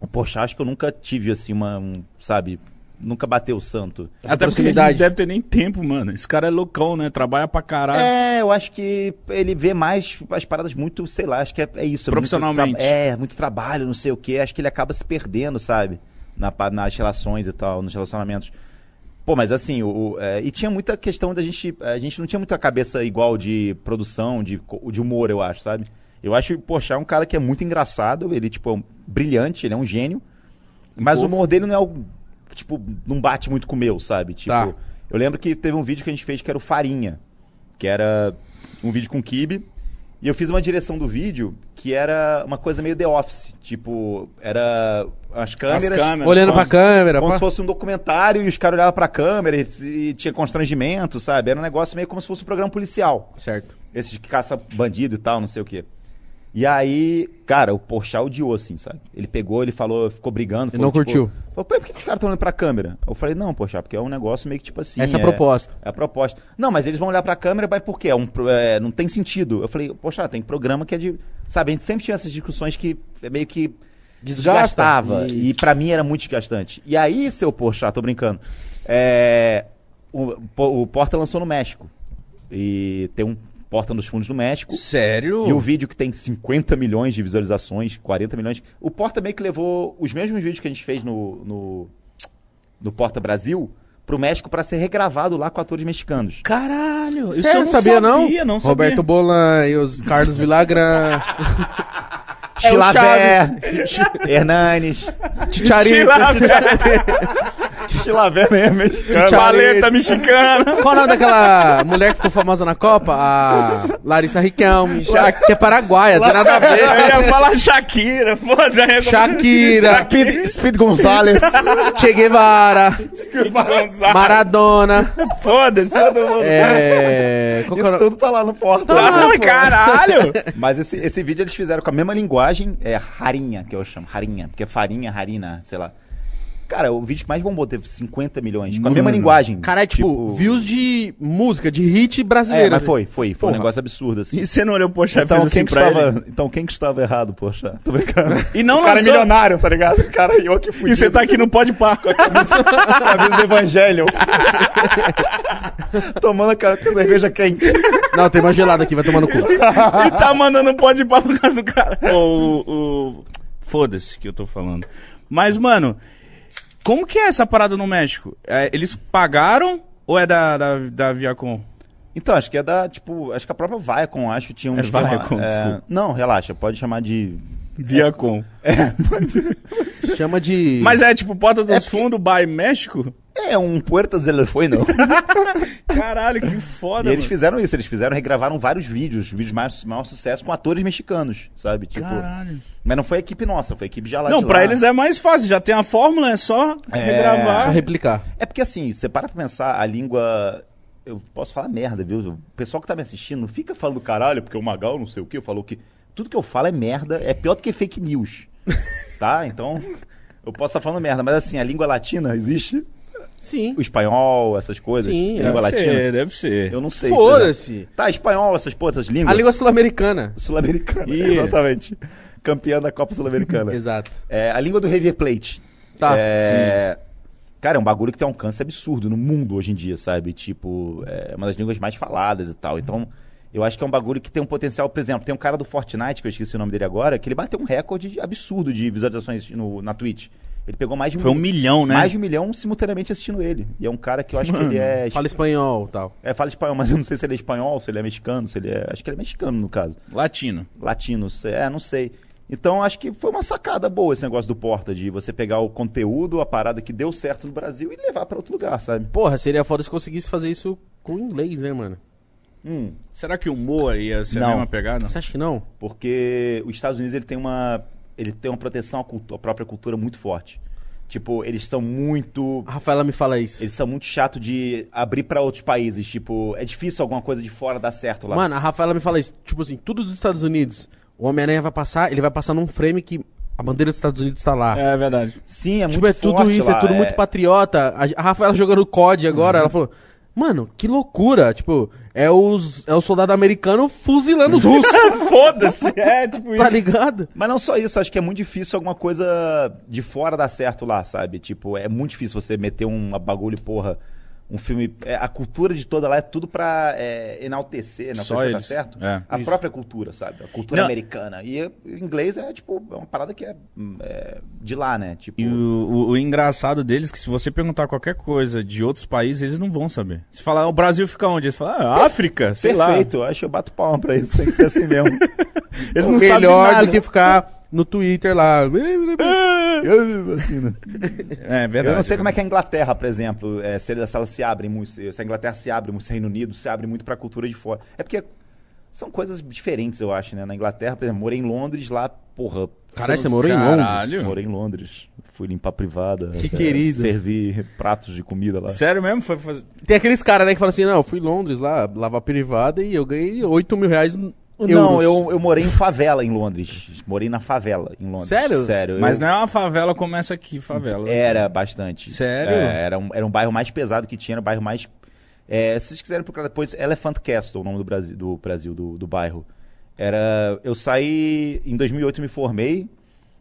o Poxa, acho que eu nunca tive assim uma, um, sabe, nunca bateu o santo.
Essa
Até porque ele não
proximidade.
deve ter nem tempo, mano. Esse cara é loucão, né? Trabalha pra caralho.
É, eu acho que ele vê mais as paradas muito, sei lá, acho que é, é isso. é muito
Profissionalmente.
tra- é, muito trabalho, não sei o quê. Acho que ele acaba se perdendo, sabe? Na, pa- nas relações e tal, nos relacionamentos. Pô, mas assim, o, o, é, e tinha muita questão da gente. A gente não tinha muita cabeça igual de produção, de, co- de humor, eu acho, sabe? Eu acho, poxa, é um cara que é muito engraçado, ele, tipo, é um, brilhante, ele é um gênio. Mas
Fofo.
o humor dele não é o. Tipo, não bate muito com o meu, sabe? Tipo,
Tá.
eu lembro que teve um vídeo que a gente fez que era o Farinha. Que era um vídeo com Kibe. E eu fiz uma direção do vídeo que era uma coisa meio The Office. Tipo, era as câmeras.
câmeras.
Olhando pra
Nossa.
câmera,
Como
pá.
se fosse um documentário e os caras olhavam pra câmera e, e tinha constrangimento, sabe? Era um negócio meio como se fosse um programa policial.
Certo.
Esses que caça bandido e tal, não sei o quê. E aí, cara, o Porchat odiou, assim, sabe? Ele pegou, ele falou, ficou brigando.
Ele não
falou, tipo,
curtiu.
Falou, "Pô, por que, que os caras estão olhando pra câmera? Eu falei, não, Porchat, porque é um negócio meio que tipo assim...
Essa é
é-
a proposta.
É a proposta. Não, mas eles vão olhar pra câmera, mas por quê? É um, pro- é, não tem sentido. Eu falei, poxa, tem programa que é de... Sabe, a gente sempre tinha essas discussões que é meio que desgastava.
Isso.
E pra mim era muito desgastante. E aí, seu Porchat, tô brincando, é, o, o Porta lançou no México. E tem um Porta nos Fundos no México.
Sério?
E o vídeo que tem 50 milhões de visualizações, 40 milhões. O Porta meio que levou os mesmos vídeos que a gente fez no, no, no Porta Brasil pro México pra ser regravado lá com atores mexicanos.
Caralho,
Você não sabia, não?
sabia, não sabia.
Roberto Bolan e os Carlos Villagrán. É o
Chilavé, [laughs] Hernanes,
Ticharito. [laughs]
Chilavé mesmo, mexicano.
Paleta mexicana.
Qual o nome daquela mulher que ficou famosa na Copa? A Larissa Riquelme. Que é paraguaia, tem nada a
Eu
ver.
ia falar Shakira, pô, já ia
Shakira,
Speed,
[laughs]
Speed Gonzalez.
Che Guevara,
[laughs] Gonzaga.
Maradona.
Foda-se, todo mundo.
[laughs] É... qual que é o
Isso
nome?
tudo tá lá no Porta.
Ah, caralho!
Mas esse, esse vídeo eles fizeram com a mesma linguagem, é rarinha, que eu chamo, rarinha, porque é farinha, harina, sei lá. Cara, o vídeo que mais bombou teve 50 milhões, com a
Mano.
mesma linguagem.
Cara, é tipo, views de música, de hit assim. brasileira.
É,
né?
mas foi, foi, foi um
Porra.
negócio absurdo, assim.
E você não olhou, poxa,
Então,
fez assim
quem que
pra ele.
estava, então quem que estava errado, poxa? Tô brincando.
[laughs] E não
o cara
lançou-
é milionário, tá ligado? O cara, eu que fui.
E
[laughs]
você tá aqui no Pode Par.
na vida do evangelho. [laughs] Tomando aquela cerveja quente.
Não, tem uma gelada aqui, vai tomar no cu.
e tá mandando um pode pá por causa do cara. Ou o. Foda-se que eu tô falando. Mas, mano, como que é essa parada no México? É, eles pagaram ou é da, da, da Viacom?
Então, acho que é da, tipo, acho que a própria Viacom, acho, tinha um...
É Viacom,
é,
desculpa.
Não, relaxa, pode chamar de...
Viacom.
Chama de...
Mas é tipo Porta dos
É porque-
Fundos by México?
É um Puertas
[laughs]
del Fueno.
Caralho, que
E
foda,
eles
mano.
fizeram isso, eles fizeram, regravaram vários vídeos, vídeos mais maior sucesso com atores mexicanos, sabe? Tipo,
Caralho.
mas não foi a equipe nossa, foi a equipe já lá
Não,
de
pra
lá.
eles é mais fácil, já tem a fórmula, é só
Só
regravar.
replicar.
É porque assim, você para pra pensar, a língua. Eu posso falar merda, viu? O pessoal que tá me assistindo não fica falando caralho, porque o Magal não sei o que, falou que. Tudo que eu falo é merda, é pior do que fake
[laughs]
news. tá? Então, eu posso estar falando merda, mas assim, a língua latina existe?
Sim.
O espanhol, essas coisas?
Sim,
a
Deve
língua latina?
ser, deve ser.
Eu não sei. por exemplo.
Foda-se.
Tá, espanhol, essas porra, essas línguas.
A língua sul-americana.
Sul-Americana,
Isso.
exatamente. Campeã da Copa Sul-Americana.
Exato.
É, a língua do River Plate.
Tá.
É, Cara, é um bagulho que tem um alcance absurdo no mundo hoje em dia, sabe? Tipo, é uma das línguas mais faladas e tal. Então, eu acho que é um bagulho que tem um potencial. Por exemplo, tem um cara do Fortnite, que eu esqueci o nome dele agora, que ele bateu um recorde absurdo de visualizações no- na Twitch. Ele pegou mais de
Foi um milhão, né?
Mais de um milhão simultaneamente assistindo ele. E é um cara que eu acho que ele é.
Fala espanhol e tal.
É, fala espanhol, mas eu não sei se ele é espanhol, se ele é mexicano, se ele é. Acho que ele é mexicano, no caso
Latino.
latinos, é, não sei. Então acho que foi uma sacada boa esse negócio do Porta, de você pegar o conteúdo, a parada que deu certo no Brasil e levar pra outro lugar, sabe?
Porra, seria foda se conseguisse fazer isso com inglês, né, mano?
Hum,
Será que o Moa ia ser a
Não.
mesma pegada?
Você acha que não?
porque os Estados Unidos ele tem uma ele tem uma proteção à, cultu- à própria cultura muito forte. Tipo, eles são muito
A Rafaela me fala isso.
eles são muito chato de abrir pra outros países, tipo, é difícil alguma coisa de fora dar certo lá.
Mano, a Rafaela me fala isso. Tipo assim, tudo dos Estados Unidos. O Homem-Aranha vai passar, ele vai passar num frame que a bandeira dos Estados Unidos tá
Ah.
lá.
É verdade. [laughs]
Sim, é
tipo, é
muito
tudo
forte
isso,
lá,
é tudo muito patriota. A- A Rafaela jogando COD agora, ela falou... Mano, que loucura. Tipo, é, os, é o soldado americano fuzilando
[laughs]
os russos,
Foda-se, é tipo
tá
isso.
ligado?
Mas não só isso, acho que é muito difícil alguma coisa de fora dar certo lá, sabe? Tipo, é muito difícil você meter um bagulho, porra. Um filme. é, a cultura de toda lá é tudo pra é, enaltecer, não
Só
sei se tá
eles.
certo.
É.
A própria cultura, sabe? A cultura
Não.
americana. E é, o inglês é, tipo, é uma parada que é, hum, é, de lá, né? Tipo.
E o, o- o engraçado deles é que se você perguntar qualquer coisa de outros países, eles não vão saber. Se falar, "Ah, o Brasil fica onde? Eles falam, ah, África, sei
Perfeito, eu acho que eu bato palma pra isso, tem que ser assim
[laughs]
mesmo.
lá. Eles não sabem de
Melhor
nada.
do que ficar no Twitter lá.
eu, assim, né?
É verdade.
Eu não sei como é que a Inglaterra, por exemplo, é, se eles- se ela se abre muito, se se a Inglaterra se abre muito, se o Reino Unido se abre muito pra cultura de fora. É porque são coisas diferentes, eu acho, né? Na Inglaterra, por exemplo, morei em Londres, lá, porra.
Caralho,
sei
você
lá,
morou em Londres?
Caralho.
Morei em Londres. Fui limpar privada.
Que querido.
Servi pratos de comida lá.
Sério mesmo? Foi fazer...
Tem aqueles caras, né, que falam assim, não, eu fui em Londres lá, lavar privada e eu ganhei 8 mil reais em
é
Não,
um
euros."
eu, eu morei em favela em Londres. Morei na favela em Londres.
Sério?
Sério.
Mas
eu-
não é uma favela como essa aqui, favela.
Era bastante.
Sério?
É, era, um, era um bairro mais pesado que tinha, era um bairro mais. É, se vocês quiserem procurar depois, Elephant Castle, o nome do Brasil, do, Brasil, do, do bairro. Era, eu saí, em 2008 me formei,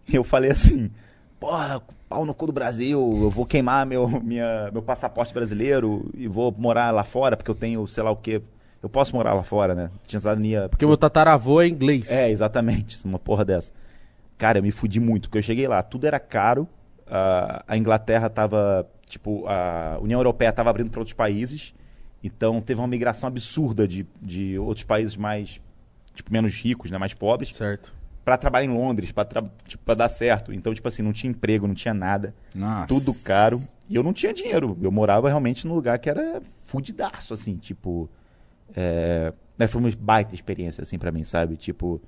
e eu falei assim: porra, pau no cu do Brasil, eu vou queimar meu, minha, meu passaporte brasileiro e vou morar lá fora, porque eu tenho sei lá o quê. Eu posso morar lá fora, né? Tinha cidadania.
Porque o meu tataravô é inglês.
É, exatamente, [laughs] uma porra dessa. Cara, eu me fudi muito, porque eu cheguei lá, tudo era caro, a- a Inglaterra tava, tipo, a União Europeia tava abrindo para outros países, então teve uma migração absurda de, de outros países mais, tipo, menos ricos, né, mais pobres,
Certo.
para trabalhar em Londres, para tipo, pra dar certo. Então, tipo assim, não tinha emprego, não tinha nada,
Nossa.
tudo caro, e eu não tinha dinheiro, eu morava realmente num lugar que era fudidaço, assim, tipo... É, né, foi uma baita experiência, assim, pra mim, sabe? Tipo,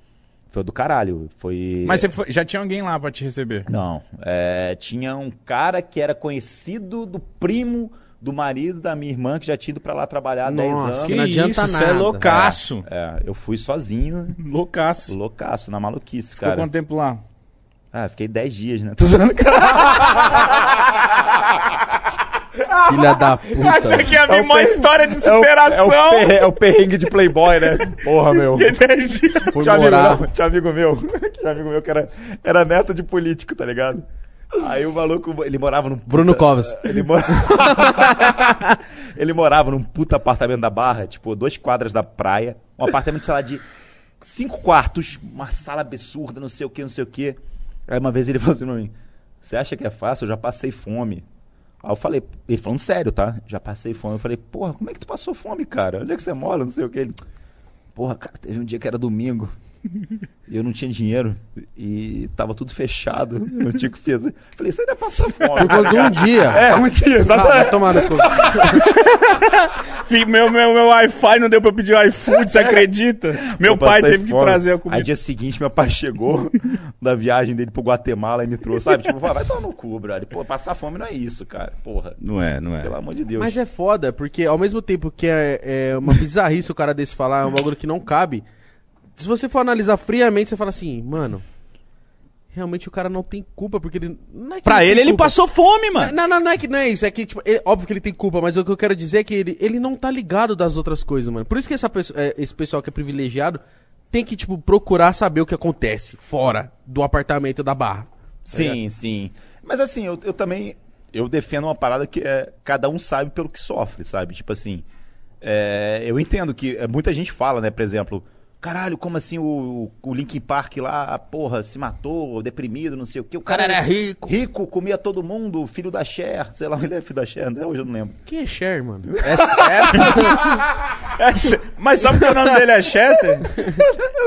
foi do caralho. Foi.
Mas você foi- já tinha alguém lá pra te receber?
Não. é, tinha um cara que era conhecido do primo do marido da minha irmã, que já tinha ido pra lá trabalhar há 10
Nossa,
anos.
que não adianta
isso, Você é
nada.
loucaço.
É, eu fui sozinho,
Loucaço.
loucaço, na maluquice,
Ficou
cara.
quanto tempo lá?
Ah, fiquei 10 dias, né? Tô zoando, cara.
Filha
[laughs]
da puta.
ia
vir uma
história de
É o, perre- é o perrengue de Playboy, né? Porra,
[laughs]
meu.
Fui
Tinha amigo,
morar.
meu, tinha amigo meu, [laughs] tinha amigo meu que era, era neto de político, tá ligado? Aí o maluco, ele morava num.
Bruno
puta- [laughs]
Covas.
Ele, mora... ele morava num puta apartamento da Barra, tipo, dois quadras da praia. Um apartamento, sei lá, de cinco quartos, uma sala absurda, não sei o que, não sei o que. Aí uma vez ele [laughs] falou assim pra mim: Você acha que é fácil? Eu já passei fome. Aí eu falei, ele falando sério, tá? Já passei fome. Eu falei, porra, como é que tu passou fome, cara? Onde é que você mora? Não sei o que. Ele, porra, cara, teve um dia que era domingo. E eu não tinha dinheiro. E tava tudo fechado. Eu não tinha o que fazer. Eu Falei, isso ainda passa fome.
Por
tá
conta de um
ligado?
dia.
É, um dia,
Ah, vai
exatamente.
tomar no cu.
Meu, meu, meu Wi-Fi não deu pra eu pedir iFood, você acredita? Meu
Eu
pai
passei
teve que
fome.
trazer a
Aí
comida.
dia seguinte, meu pai chegou [laughs] da viagem dele pro Guatemala e me trouxe, sabe? Tipo, vai, vai tomar no cu, brother. Pô, passar fome não é isso, cara. Porra,
Não é, não é.
pelo amor de Deus.
Mas é foda, porque ao mesmo tempo que é, é uma bizarrice o cara desse falar, é um bagulho que não cabe. Se você for analisar friamente, você fala assim, mano, realmente o cara não tem culpa, porque ele. Não é que
Pra
tem
ele, ele
culpa.
passou fome, mano.
Não, não, não é que não é isso. É que, tipo, é- óbvio que ele tem culpa, mas o que eu quero dizer é que ele, ele não tá ligado das outras coisas, mano. Por isso que essa pessoa- é, esse pessoal que é privilegiado tem que, tipo, procurar saber o que acontece fora do apartamento da barra.
Sim, sim. Mas assim, eu, eu também. Eu defendo uma parada que é. Cada um sabe pelo que sofre, sabe? Tipo assim. é, eu entendo que é, muita gente fala, né? Por exemplo, caralho, como assim o, o Linkin Park lá, porra, se matou, deprimido, não sei o quê. O cara, era rico. Rico, comia todo mundo, filho da Cher, sei lá, [laughs] ele era filho da Cher, até hoje eu não lembro.
Quem é Cher, mano?
É [laughs] sério? É sé- Mas sabe que o nome dele é Chester?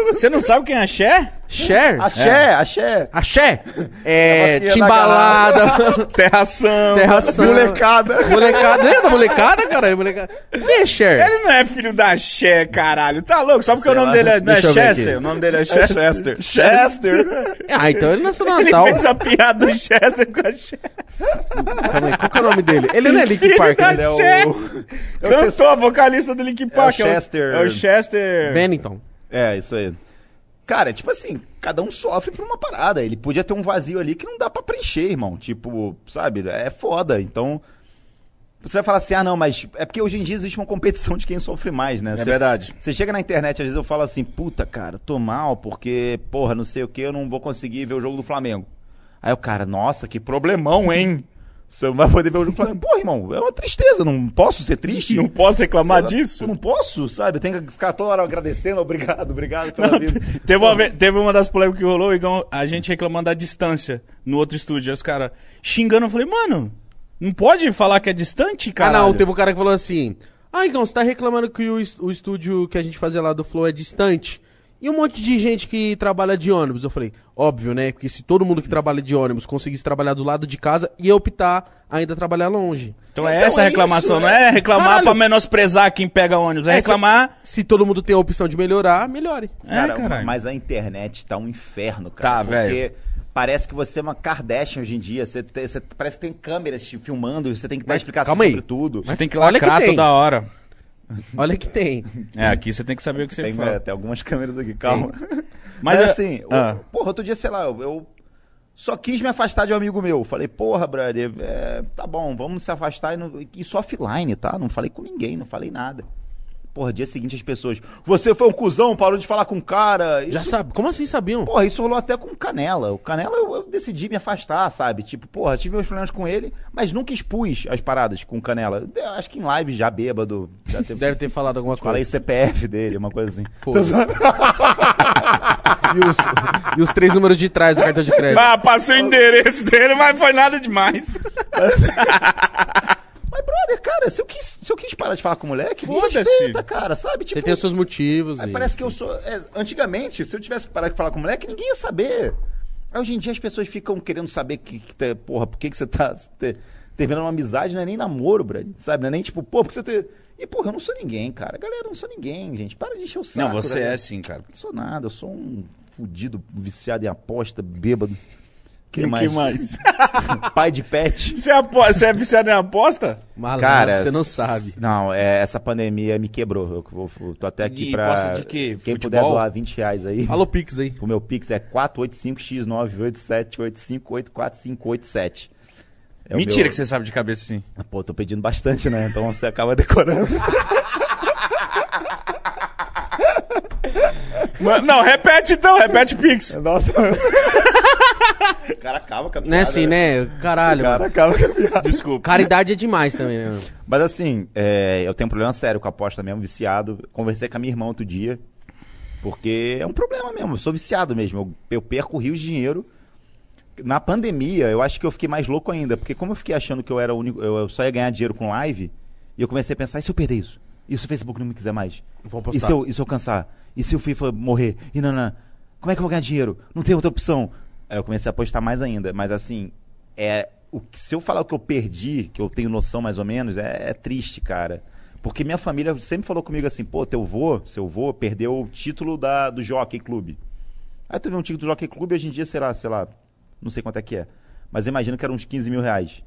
Você não sabe quem é Cher?
Cher?
A Cher, a Cher.
A Cher? É,
É você na
timbalada,
Terração.
[laughs] terra santa.
Molecada.
Molecada, lembra da molecada, caralho? Molecada. Quem é Cher?
Ele não é filho da Cher, caralho. Tá louco? Só porque
Sei
o nome
lá.
dele é, não é
Deixa eu ver aqui.
Chester? O nome dele é Chester.
Chester. Chester.
Ah, então ele nasceu no
Ele
Natal.
fez a piada do Chester com a Cher.
Calma aí, qual que é o nome dele? Ele não é Linkin
Filho
Park,
da
ele é
o-
Cher.
Eu sei-
Cantou, a vocalista do Linkin Park.
Chester.
É o Chester.
Bennington.
É, isso aí. Cara, tipo assim, cada um sofre por uma parada. Ele podia ter um vazio ali que não dá pra preencher, irmão. Tipo, sabe? É foda. Então. Você vai falar assim, ah, não, mas. É porque hoje em dia existe uma competição de quem sofre mais, né?
É
Você-
verdade.
Você chega na internet, às vezes eu falo assim, puta, cara, tô mal porque, porra, não sei o que, eu não vou conseguir ver o jogo do Flamengo. Aí o cara, nossa, que problemão, hein? Você vai poder ver o jogo e falar, pô, irmão, é uma tristeza, não posso ser triste?
Não posso reclamar
Sei lá,
disso?
eu Não posso, sabe? Eu tenho que ficar toda hora agradecendo, [laughs] obrigado, obrigado pela vida.
Teve
Tá
uma, ve- teve uma das polêmicas que rolou, o Igão, a gente reclamando da distância no outro estúdio. Aí os caras xingando, eu falei, mano, não pode falar que é distante,
Ah,
cara.
não, teve um cara que falou assim: Ah, Igão, você tá reclamando que o, es- o estúdio que a gente fazia lá do Flow é distante? E um monte de gente que trabalha de ônibus. Eu falei, óbvio, né? Porque se todo mundo que trabalha de ônibus conseguisse trabalhar do lado de casa, ia optar ainda trabalhar longe.
Então é
Então
essa a
é
reclamação,
isso,
não é reclamar
Caralho.
pra menosprezar quem pega ônibus, é,
É,
reclamar...
Se todo mundo tem a opção de melhorar, melhore.
é,
Cara,
caralho.
mas a internet tá um inferno, cara.
Tá, velho.
Porque parece que você é uma Kardashian hoje em dia. Você, te- você- parece que tem câmeras te filmando, você tem que dar
Mas
explicação
calma aí.
sobre tudo.
Você tem que
olha que
lacrar
tem.
toda hora.
Olha que tem.
É, aqui você tem que saber o que você
Tem, é,
fala.
tem algumas [laughs] câmeras aqui, calma. [laughs]
Mas
Mas
é-
assim, o-
ah.
porra, outro dia, sei lá, eu, eu só quis me afastar de um amigo meu. Falei, porra, brother, é, tá bom, vamos se afastar e, não, e só offline, tá? Não falei com ninguém, não falei nada. Porra, dia seguinte as pessoas, você foi um cuzão, parou de falar com o cara. Isso,
Já sabe. Como assim sabiam?
Porra, isso rolou até com o Canela. O Canela eu, eu decidi me afastar, sabe? Tipo, porra, tive meus problemas com ele, mas nunca expus as paradas com o Canela. Eu Acho que em live já bêbado.
[laughs]
Já teve...
Deve ter falado alguma coisa.
Falei o CPF dele, uma coisa assim.
Foda-se. [laughs] E os, e os três números de trás do cartão de crédito.
Ah, passei o endereço dele, mas foi nada demais.
Mas, brother, cara, se eu quis, se eu quis parar de falar com o moleque, me
Foda-se.
respeita, cara, sabe?
Você
Tipo,
tem os seus motivos.
aí
e-
parece que eu sou... é, antigamente, se eu tivesse que parar de falar com o moleque, ninguém ia saber. Aí, hoje em dia, as pessoas ficam querendo saber que, que tá- porra, por que, que você tá te- terminando uma amizade, não é nem namoro, brother, sabe? Não é nem tipo, pô, porque você tem... E, porra, eu não sou ninguém, cara. Galera, eu não sou ninguém, gente. Para de encher o saco.
Não, você
galera.
é sim, cara.
Não sou nada, eu sou um fudido, viciado em aposta, bêbado.
O que mais?
Pai de pet.
Você, é apo- você é viciado em aposta?
Malandro,
Cara,
você não sabe.
s- Não, é, essa pandemia me quebrou. Eu vou- vou- tô até aqui
E
pra.
gosta de quê?
Quem
Futebol?
puder doar 20 reais aí.
Alô, Pix aí.
O meu Pix é 485x98785845857. É o
Mentira
meu-
que você sabe de cabeça sim.
Pô, tô pedindo bastante, né? Então você acaba decorando. [laughs]
Ma- Não, repete então, repete Pix. [laughs]
Nossa. o cara acaba com a
Não é assim, né?
O
Caralho,
cara
mano.
acaba com a piada.
Desculpa.
Caridade é demais também, né? mano?
Mas assim, é, eu tenho um problema sério com a aposta mesmo, viciado. Conversei com a minha irmã outro dia, porque é um problema mesmo, eu sou viciado mesmo. Eu, eu perco rios de dinheiro. Na pandemia, eu acho que eu fiquei mais louco ainda, porque como eu fiquei achando que eu era o único, eu eu só ia ganhar dinheiro com live, e eu comecei a pensar, e se eu perder isso? E se o Facebook não me quiser mais?
Vou
E
apostar.
se, eu, e se eu cansar? E se o FIFA morrer? E não, não. Como é que eu vou ganhar dinheiro? Não tem outra opção. Aí eu comecei a apostar mais ainda. Mas assim, é o que- se eu falar o que eu perdi, que eu tenho noção mais ou menos, é, é triste, cara. Porque minha família sempre falou comigo assim, pô, teu vô, seu vô, perdeu o título da, do Jockey Clube. Aí tu vê um título do Jockey Clube hoje em dia, será, sei lá, não sei quanto é que é. Mas eu imagino que era uns 15 mil reais.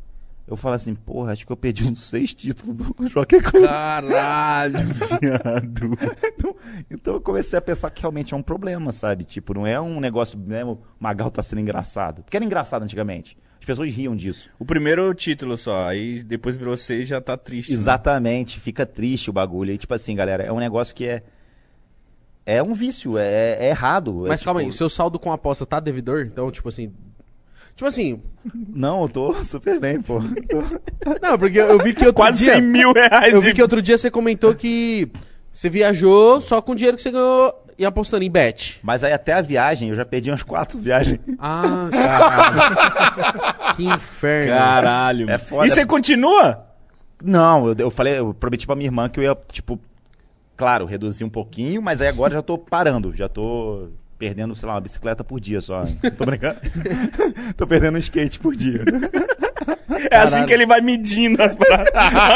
Eu falo assim, porra, acho que eu perdi uns seis títulos do [laughs] Jockey Clube.
Caralho,
[laughs]
viado.
Então, então eu comecei a pensar que realmente é um problema, sabe? Tipo, não é um negócio, né? O Magal tá sendo engraçado. Porque era engraçado antigamente. As pessoas riam disso.
O primeiro título só, aí depois virou seis e já tá triste. né?
Exatamente. Fica triste o bagulho. E tipo assim, galera, é um negócio que é... É um vício, é, é errado. é,
Mas calma
tipo,
aí, seu saldo com aposta tá devedor? Então, tipo assim. Tipo assim.
Não, eu tô [laughs] super
[laughs]
bem, pô. Tô-
Não, porque eu vi que outro
Quase
dia.
100 mil reais
Eu
de
vi que outro dia você comentou que você viajou só com o dinheiro que você ganhou e apostando em bet.
Mas aí até a viagem, eu já perdi umas quatro viagens.
Ah, caralho. que inferno.
Caralho.
É foda.
E você continua?
Não, eu, eu falei, eu prometi pra minha irmã que eu ia, tipo, claro, reduzir um pouquinho, mas aí agora já tô parando, já tô perdendo, sei lá, uma bicicleta por dia só. Tô brincando? [laughs] tô perdendo um skate por dia.
É assim que ele vai medindo as paradas.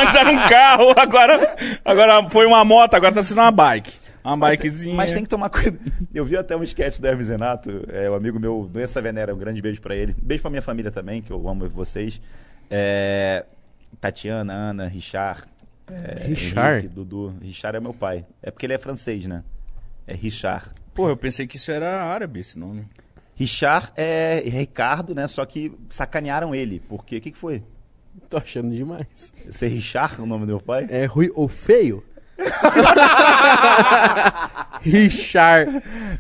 Antes era um carro, agora, agora foi uma moto, agora tá sendo uma bike. Uma bikezinha.
Mas tem que tomar cuidado. Eu vi até um sketch do Hermes Renato, é, um amigo meu, doença venera, um grande beijo pra ele. Beijo pra minha família também, que eu amo vocês. É, Tatiana, Ana, Richard. é,
Richard?
Henrique, Dudu. Richard é meu pai. É porque ele é francês, né? É Richard.
Pô, eu pensei que isso era árabe esse nome.
Richard é Ricardo, né? Só que sacanearam ele. Porque o que, que foi?
Tô achando demais.
Esse é Richard, o nome do meu pai?
É ruim ou feio? [laughs] Richard.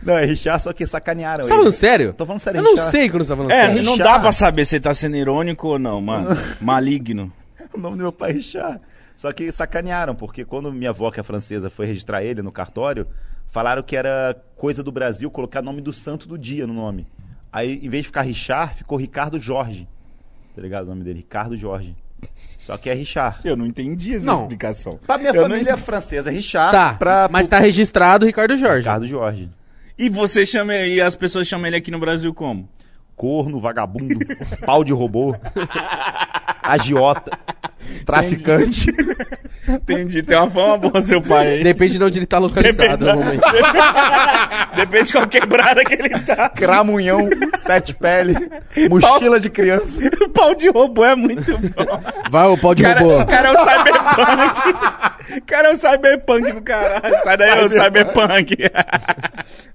Não, é Richard, só que sacanearam
Você tá falando sério?
Tô falando sério,
Eu não
Richard.
sei quando você tá falando
É,
sério.
não
Richard.
dá pra saber se ele tá sendo irônico ou não, mano. Maligno.
O nome do meu pai é Richard. Só que sacanearam, porque quando minha avó, que é francesa, foi registrar ele no cartório, falaram que era coisa do Brasil colocar nome do santo do dia no nome. Aí, em vez de ficar Richard, ficou Ricardo Jorge. Tá ligado o nome dele? Ricardo Jorge. Só que é Richard.
Eu não entendi essa
Não.
explicação.
Pra minha
Eu
família francesa, é Richard.
Tá,
pra,
mas tá registrado Ricardo Jorge.
Ricardo Jorge.
E você chama e as pessoas chamam ele aqui no Brasil como?
Corno, vagabundo, pau de robô, agiota, traficante.
[laughs] Entendi, tem uma fama boa seu pai aí.
Depende de onde ele tá localizado no momento.
Depende de qual quebrada que ele tá.
cramunhão, sete pele, mochila de criança.
O pau de robô é muito bom. [laughs]
Vai, o pau de
Cara,
robô.
o cara é o cyberpunk. O cara é o cyberpunk do caralho. Sai daí, ô cyberpunk.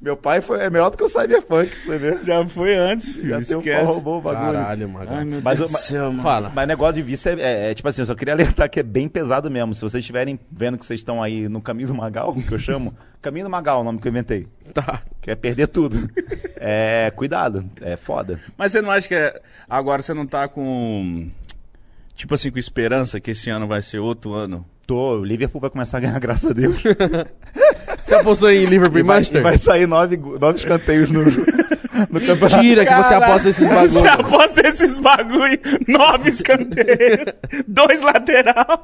Meu pai foi, é melhor do que eu sabia funk, pra você ver.
[laughs] Já foi antes, filho.
Já tem um pau
Esquece.
roubou o bagulho.
Caralho, Magal.
Ai, meu
Mas
Deus
eu-
do céu, mano.
Fala.
Mas negócio de vício é, é- é tipo assim, eu só queria alertar que é bem pesado mesmo. Se vocês estiverem vendo que vocês estão aí no caminho do Magal, que eu chamo, caminho do Magal, é o nome que eu inventei,
Tá.
que é perder tudo. É, cuidado, é foda.
Mas você não acha que é- agora você não tá com. Tipo assim, com esperança que esse ano vai ser outro ano?
Tô, o Liverpool vai começar a ganhar, [laughs] graças a Deus.
Você apostou em Liverpool
E
e
vai,
Manchester?
e vai sair nove, go- nove escanteios no, no campeonato.
Tira que você
Caralho,
aposta esses
Você
bagulhos.
aposta esses bagulho. Nove
[laughs]
escanteios. dois lateral.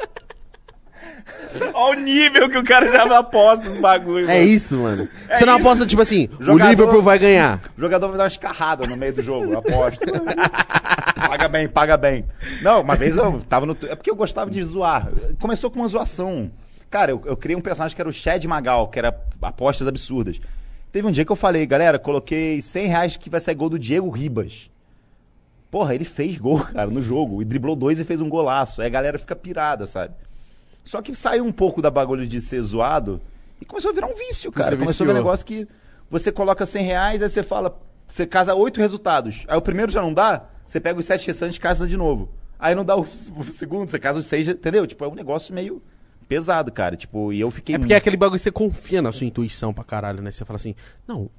Olha o nível que o cara já aposta os bagulhos.
É isso, mano. você não
isso.
aposta, tipo assim, o
Jogador-
Liverpool vai ganhar.
O jogador vai dar uma escarrada no meio do jogo, eu aposto. [laughs] paga bem, paga bem. Não, uma vez eu tava no. tu- É porque eu gostava de zoar. Começou com uma zoação. Cara, eu, eu criei um personagem que era o Chad Magal, que era apostas absurdas. Teve um dia que eu falei, galera, coloquei 100 reais que vai sair gol do Diego Ribas. Porra, ele fez gol, [laughs] cara, no jogo. E driblou dois e fez um golaço. Aí a galera fica pirada, sabe? Só que saiu um pouco da bagulho de ser zoado e começou a virar um vício, cara.
Você
começou a virar um
viciou.
negócio que você coloca 100 reais, aí você fala, você casa oito resultados. Aí o primeiro já não dá, você pega os sete restantes e casa de novo. Aí não dá o, [laughs] o segundo, você casa os seis, entendeu? Tipo, é um negócio meio pesado, cara. Tipo, e eu fiquei.
É porque é aquele bagulho que você confia na sua intuição pra caralho, né? Você fala assim, não,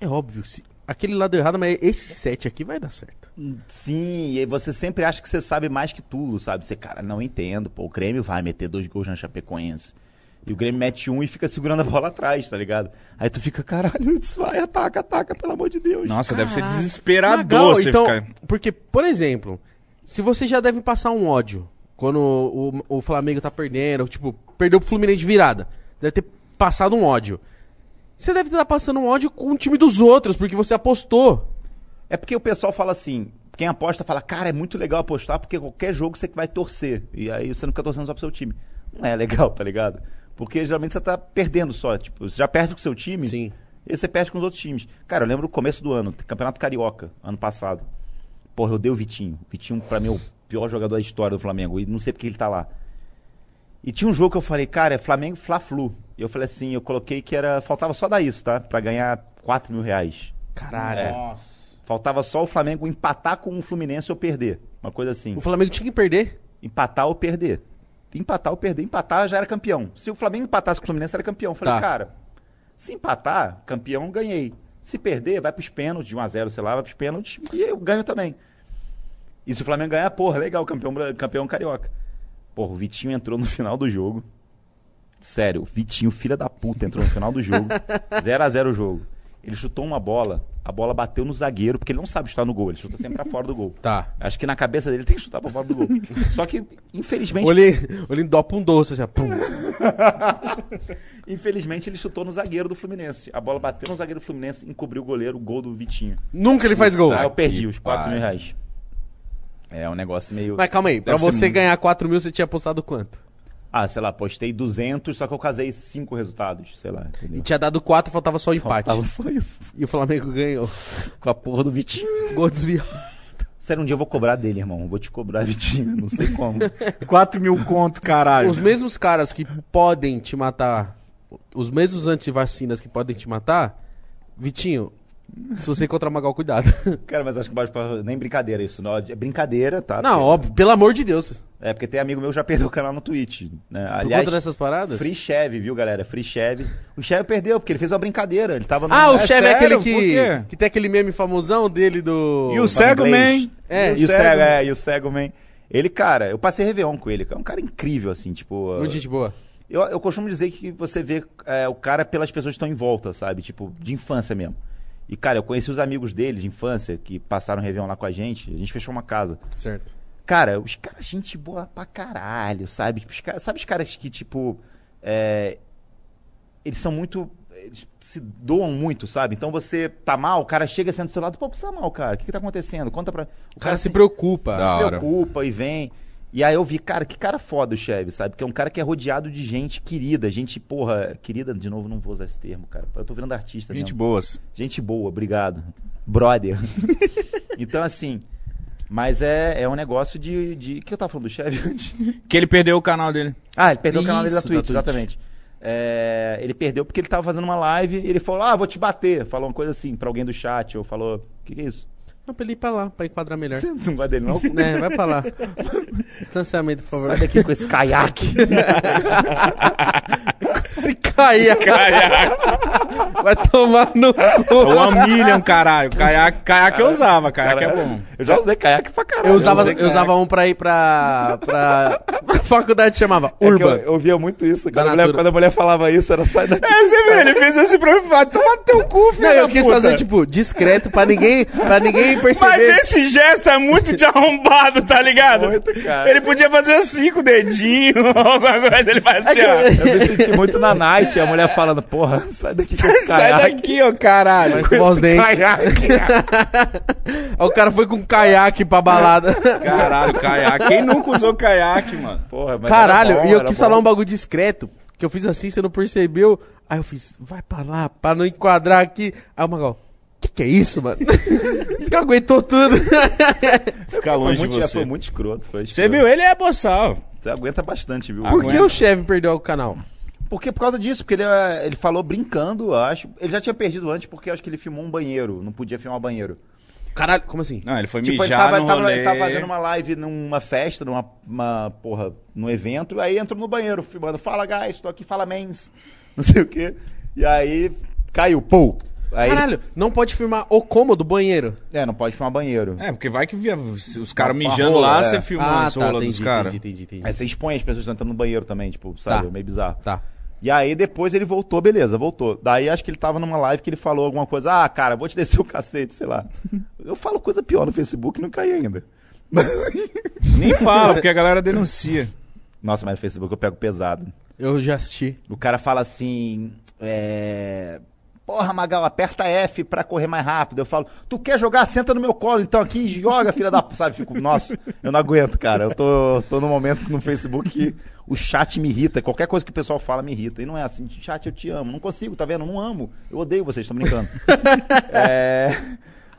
é óbvio, se- aquele lado errado, mas esse set aqui vai dar certo.
Sim, e aí você sempre acha que você sabe mais que tudo, sabe? Você, cara, não entendo, pô, o Grêmio vai meter dois gols na Chapecoense. E o Grêmio mete um e fica segurando a bola atrás, tá ligado? Aí tu fica, caralho, isso vai, ataca, ataca, pelo amor de Deus.
Nossa, deve ser
Caraca.
desesperador
Magal,
você
então,
ficar.
Porque, por exemplo, se você já deve passar um ódio quando o, o Flamengo tá perdendo, ou, tipo, perdeu pro Fluminense de virada, deve ter passado um ódio. Você deve estar passando um ódio com o time dos outros, porque você apostou.
É porque o pessoal fala assim, quem aposta fala, cara, é muito legal apostar porque qualquer jogo você que vai torcer. E aí você não fica torcendo só pro seu time. Não é legal, tá ligado? Porque geralmente você tá perdendo só, tipo, você já perde com o seu time.
Sim.
E você perde com os outros times. Cara, eu lembro o começo do ano, Campeonato Carioca, ano passado. Porra, eu dei o Vitinho. O Vitinho, pra mim, é o pior jogador da história do Flamengo. E não sei porque ele tá lá. E tinha um jogo que eu falei, cara, é Flamengo Fla-Flu. E eu falei assim, eu coloquei que era. Faltava só dar isso, tá? Pra ganhar 4 mil reais.
Caralho.
Nossa.
É. Faltava só o Flamengo empatar com o Fluminense ou perder. Uma coisa assim.
O Flamengo tinha que perder.
Empatar ou perder. Empatar ou perder. Empatar já era campeão. Se o Flamengo empatasse com o Fluminense, era campeão. Eu Falei,
Tá.
cara, se empatar, campeão, ganhei. Se perder, vai pros pênaltis, de 1x0, sei lá, vai pros pênaltis e eu ganho também. E se o Flamengo ganhar, porra, legal, campeão, bra- campeão carioca. Porra, o Vitinho entrou no final do jogo. Sério, o Vitinho, filha da puta, entrou no final do jogo. 0 a 0 o jogo. Ele chutou uma bola, a bola bateu no zagueiro, porque ele não sabe chutar no gol, ele chuta sempre pra fora do gol.
Tá.
Acho que na cabeça dele tem que chutar pra
[laughs]
fora do gol. Só que, infelizmente,
Olhei, olhei dopa um doce, assim, ó, pum.
infelizmente ele chutou no zagueiro do Fluminense. A bola bateu no zagueiro do Fluminense, encobriu o goleiro, o gol do Vitinho.
Nunca ele faz gol.
Aí eu
que
perdi os 4 mil
pai.
reais. É um negócio meio...
Mas calma aí, pra
Deve ser
você
muito.
ganhar 4 mil, você tinha apostado quanto?
Ah, sei lá, postei 200, só que eu casei cinco resultados, sei lá,
E
entendeu?
tinha dado 4, faltava só o empate.
Tava só
[laughs]
isso.
E o Flamengo ganhou.
Com a porra do Vitinho.
Gol desviado.
Sério, um dia eu vou cobrar dele, irmão. Eu Vou te cobrar, [laughs] Vitinho. Não sei como.
4 É. mil conto, caralho.
Os mesmos caras que podem te matar, os mesmos antivacinas que podem te matar, Vitinho, se você encontrar
[laughs]
Magal, cuidado.
Cara, mas acho que baixo pra... Nem brincadeira isso, não. É brincadeira, tá?
Não,
Porque-
óbvio, pelo amor de Deus.
É, porque tem amigo meu que já perdeu o canal no Twitch. Né?
Por
Aliás,
conta dessas paradas?
Free Chevy, viu, galera? Free Chevy. O Chevy perdeu, porque ele fez uma brincadeira. Ele tava no.
Ah, o
É
chefe é
sério?
aquele
Por quê?
que, que tem aquele meme famosão dele do...
E o cego,
inglês.
man?
É,
e o cego, é, e o cego, man. Ele, cara, eu passei Réveillon com ele. É um cara incrível, assim, tipo.
Muito gente boa.
Eu, eu costumo dizer que você vê é, o cara pelas pessoas que estão em volta, sabe? Tipo, de infância mesmo. E, cara, eu conheci os amigos dele de infância que passaram Réveillon lá com a gente. A gente fechou uma casa.
Certo.
Cara, os caras, gente boa pra caralho, sabe? Tipo, Os caras- sabe os caras que, tipo, é, eles são muito. Eles se doam muito, sabe? Então você tá mal, o cara chega sendo do seu lado, pô, por que você tá mal, cara? O que, que tá acontecendo? Conta pra.
O cara se preocupa.
Dá. Da
se
hora.
preocupa e vem. E aí eu vi, cara, que cara foda o Chevy, sabe? Que é um cara que é rodeado de gente querida, gente, porra, querida, de novo, não vou usar esse termo, cara. Eu tô virando artista,
Gente
gente,
boas.
gente boa, obrigado.
[laughs]
Brother. então, assim. Mas é, é um negócio de. de... O que eu tava falando do Chevy [laughs] antes?
Que ele perdeu o canal dele.
Ah, ele perdeu o canal dele da
Isso,
Twitch,
da Twitch.
exatamente. É, ele perdeu porque ele tava fazendo uma live e ele falou, ah, vou te bater. Falou uma coisa assim pra alguém do chat, ou falou, o que, que é isso? [laughs]
Não, pra ele ir pra lá, pra enquadrar melhor.
Você não vai dele, não?
Né, vai pra lá. [laughs] Distanciamento, por favor.
Sai daqui com
[laughs]
esse caiaque.
Se cair, vai tomar no
É
Eu
cu.
amo Million, caralho. Caiaque, caiaque eu usava, caiaque é bom.
Eu já usei caiaque pra caralho.
Eu usava,
usei
eu usava um pra ir pra, pra... pra faculdade, chamava
É que
Urban.
Eu, eu via muito isso,
Da
cara. Eu lembro
Natura.
quando a mulher falava isso, era
[laughs]
sai daqui.
É, você vê, ele fez esse pra mim. Vai tomar teu cu, filho
Não, eu
da
quis
puta.
fazer, tipo, discreto pra ninguém, pra ninguém
Mas
perceber.
esse gesto é muito de arrombado, tá ligado?
Muito, cara.
Ele podia fazer assim com o dedinho, [laughs] alguma coisa, ele
[laughs]
fazia. assim,
É
ó.
que-
Eu me senti muito na night, a mulher falando, porra, [laughs] sai daqui
[laughs]
com esse
Sai
caiaque.
daqui, ô caralho.
Mas com os dentes.
Caiaque.
[laughs] Aí o cara foi com um caiaque pra balada.
Caralho, caiaque. Quem nunca usou caiaque, mano?
Porra, mas
Caralho,
era bom,
e eu
era
quis
bom.
falar um bagulho discreto, que eu fiz assim, você não percebeu. Aí eu fiz, vai pra lá, pra não enquadrar aqui. Aí o Magal, que que é isso, mano? [laughs] que aguentou tudo. [laughs]
Fica
Foi
longe
muito,
de
é,
você.
foi muito escroto. Foi
Você
escroto.
viu? Ele é boçal.
Você aguenta bastante, viu?
Por que o chefe perdeu o canal?
Porque por causa disso, porque ele, é, ele falou brincando, eu acho. Ele já tinha perdido antes porque eu acho que ele filmou um banheiro, não podia filmar um banheiro.
Caralho, como assim?
Não, ele foi
Tipo, ele
mijar
tava,
no
ele tava-
rolê.
ele tava fazendo uma live numa festa, numa uma, porra, num evento, aí entrou no banheiro filmando, fala guys, tô aqui, fala mens, [laughs] não sei o quê. E aí caiu, pô. Aí,
Caralho, não pode filmar o cômodo, banheiro.
É, não pode filmar banheiro.
É, porque vai que via os caras
Uma
mijando
rola,
lá,
é.
você filmou a rola dos caras.
Ah, tá, entendi, entendi.
Aí você expõe as pessoas que estão entrando no banheiro também, tipo, sabe?
Tá.
Meio bizarro.
Tá.
E aí depois ele voltou, beleza, voltou. Daí acho que ele tava numa live que ele falou alguma coisa, ah, cara, vou te descer o cacete, sei
[laughs]
lá. Eu falo coisa pior no Facebook e não caí ainda.
Nem
[laughs]
fala, porque a galera denuncia.
Nossa, mas no Facebook eu pego pesado.
Eu já assisti.
O cara fala assim. É... Porra, Magal, aperta F pra correr mais rápido. Eu falo, tu quer jogar? Senta no meu colo então aqui e joga, filha da. p-", Sabe? Fico, nossa, eu não aguento, cara. Eu tô, tô num momento no Facebook que o chat me irrita. Qualquer coisa que o pessoal fala me irrita. E não é assim, chat, eu te amo. Não consigo, tá vendo? Não amo. Eu odeio vocês, tô brincando. é.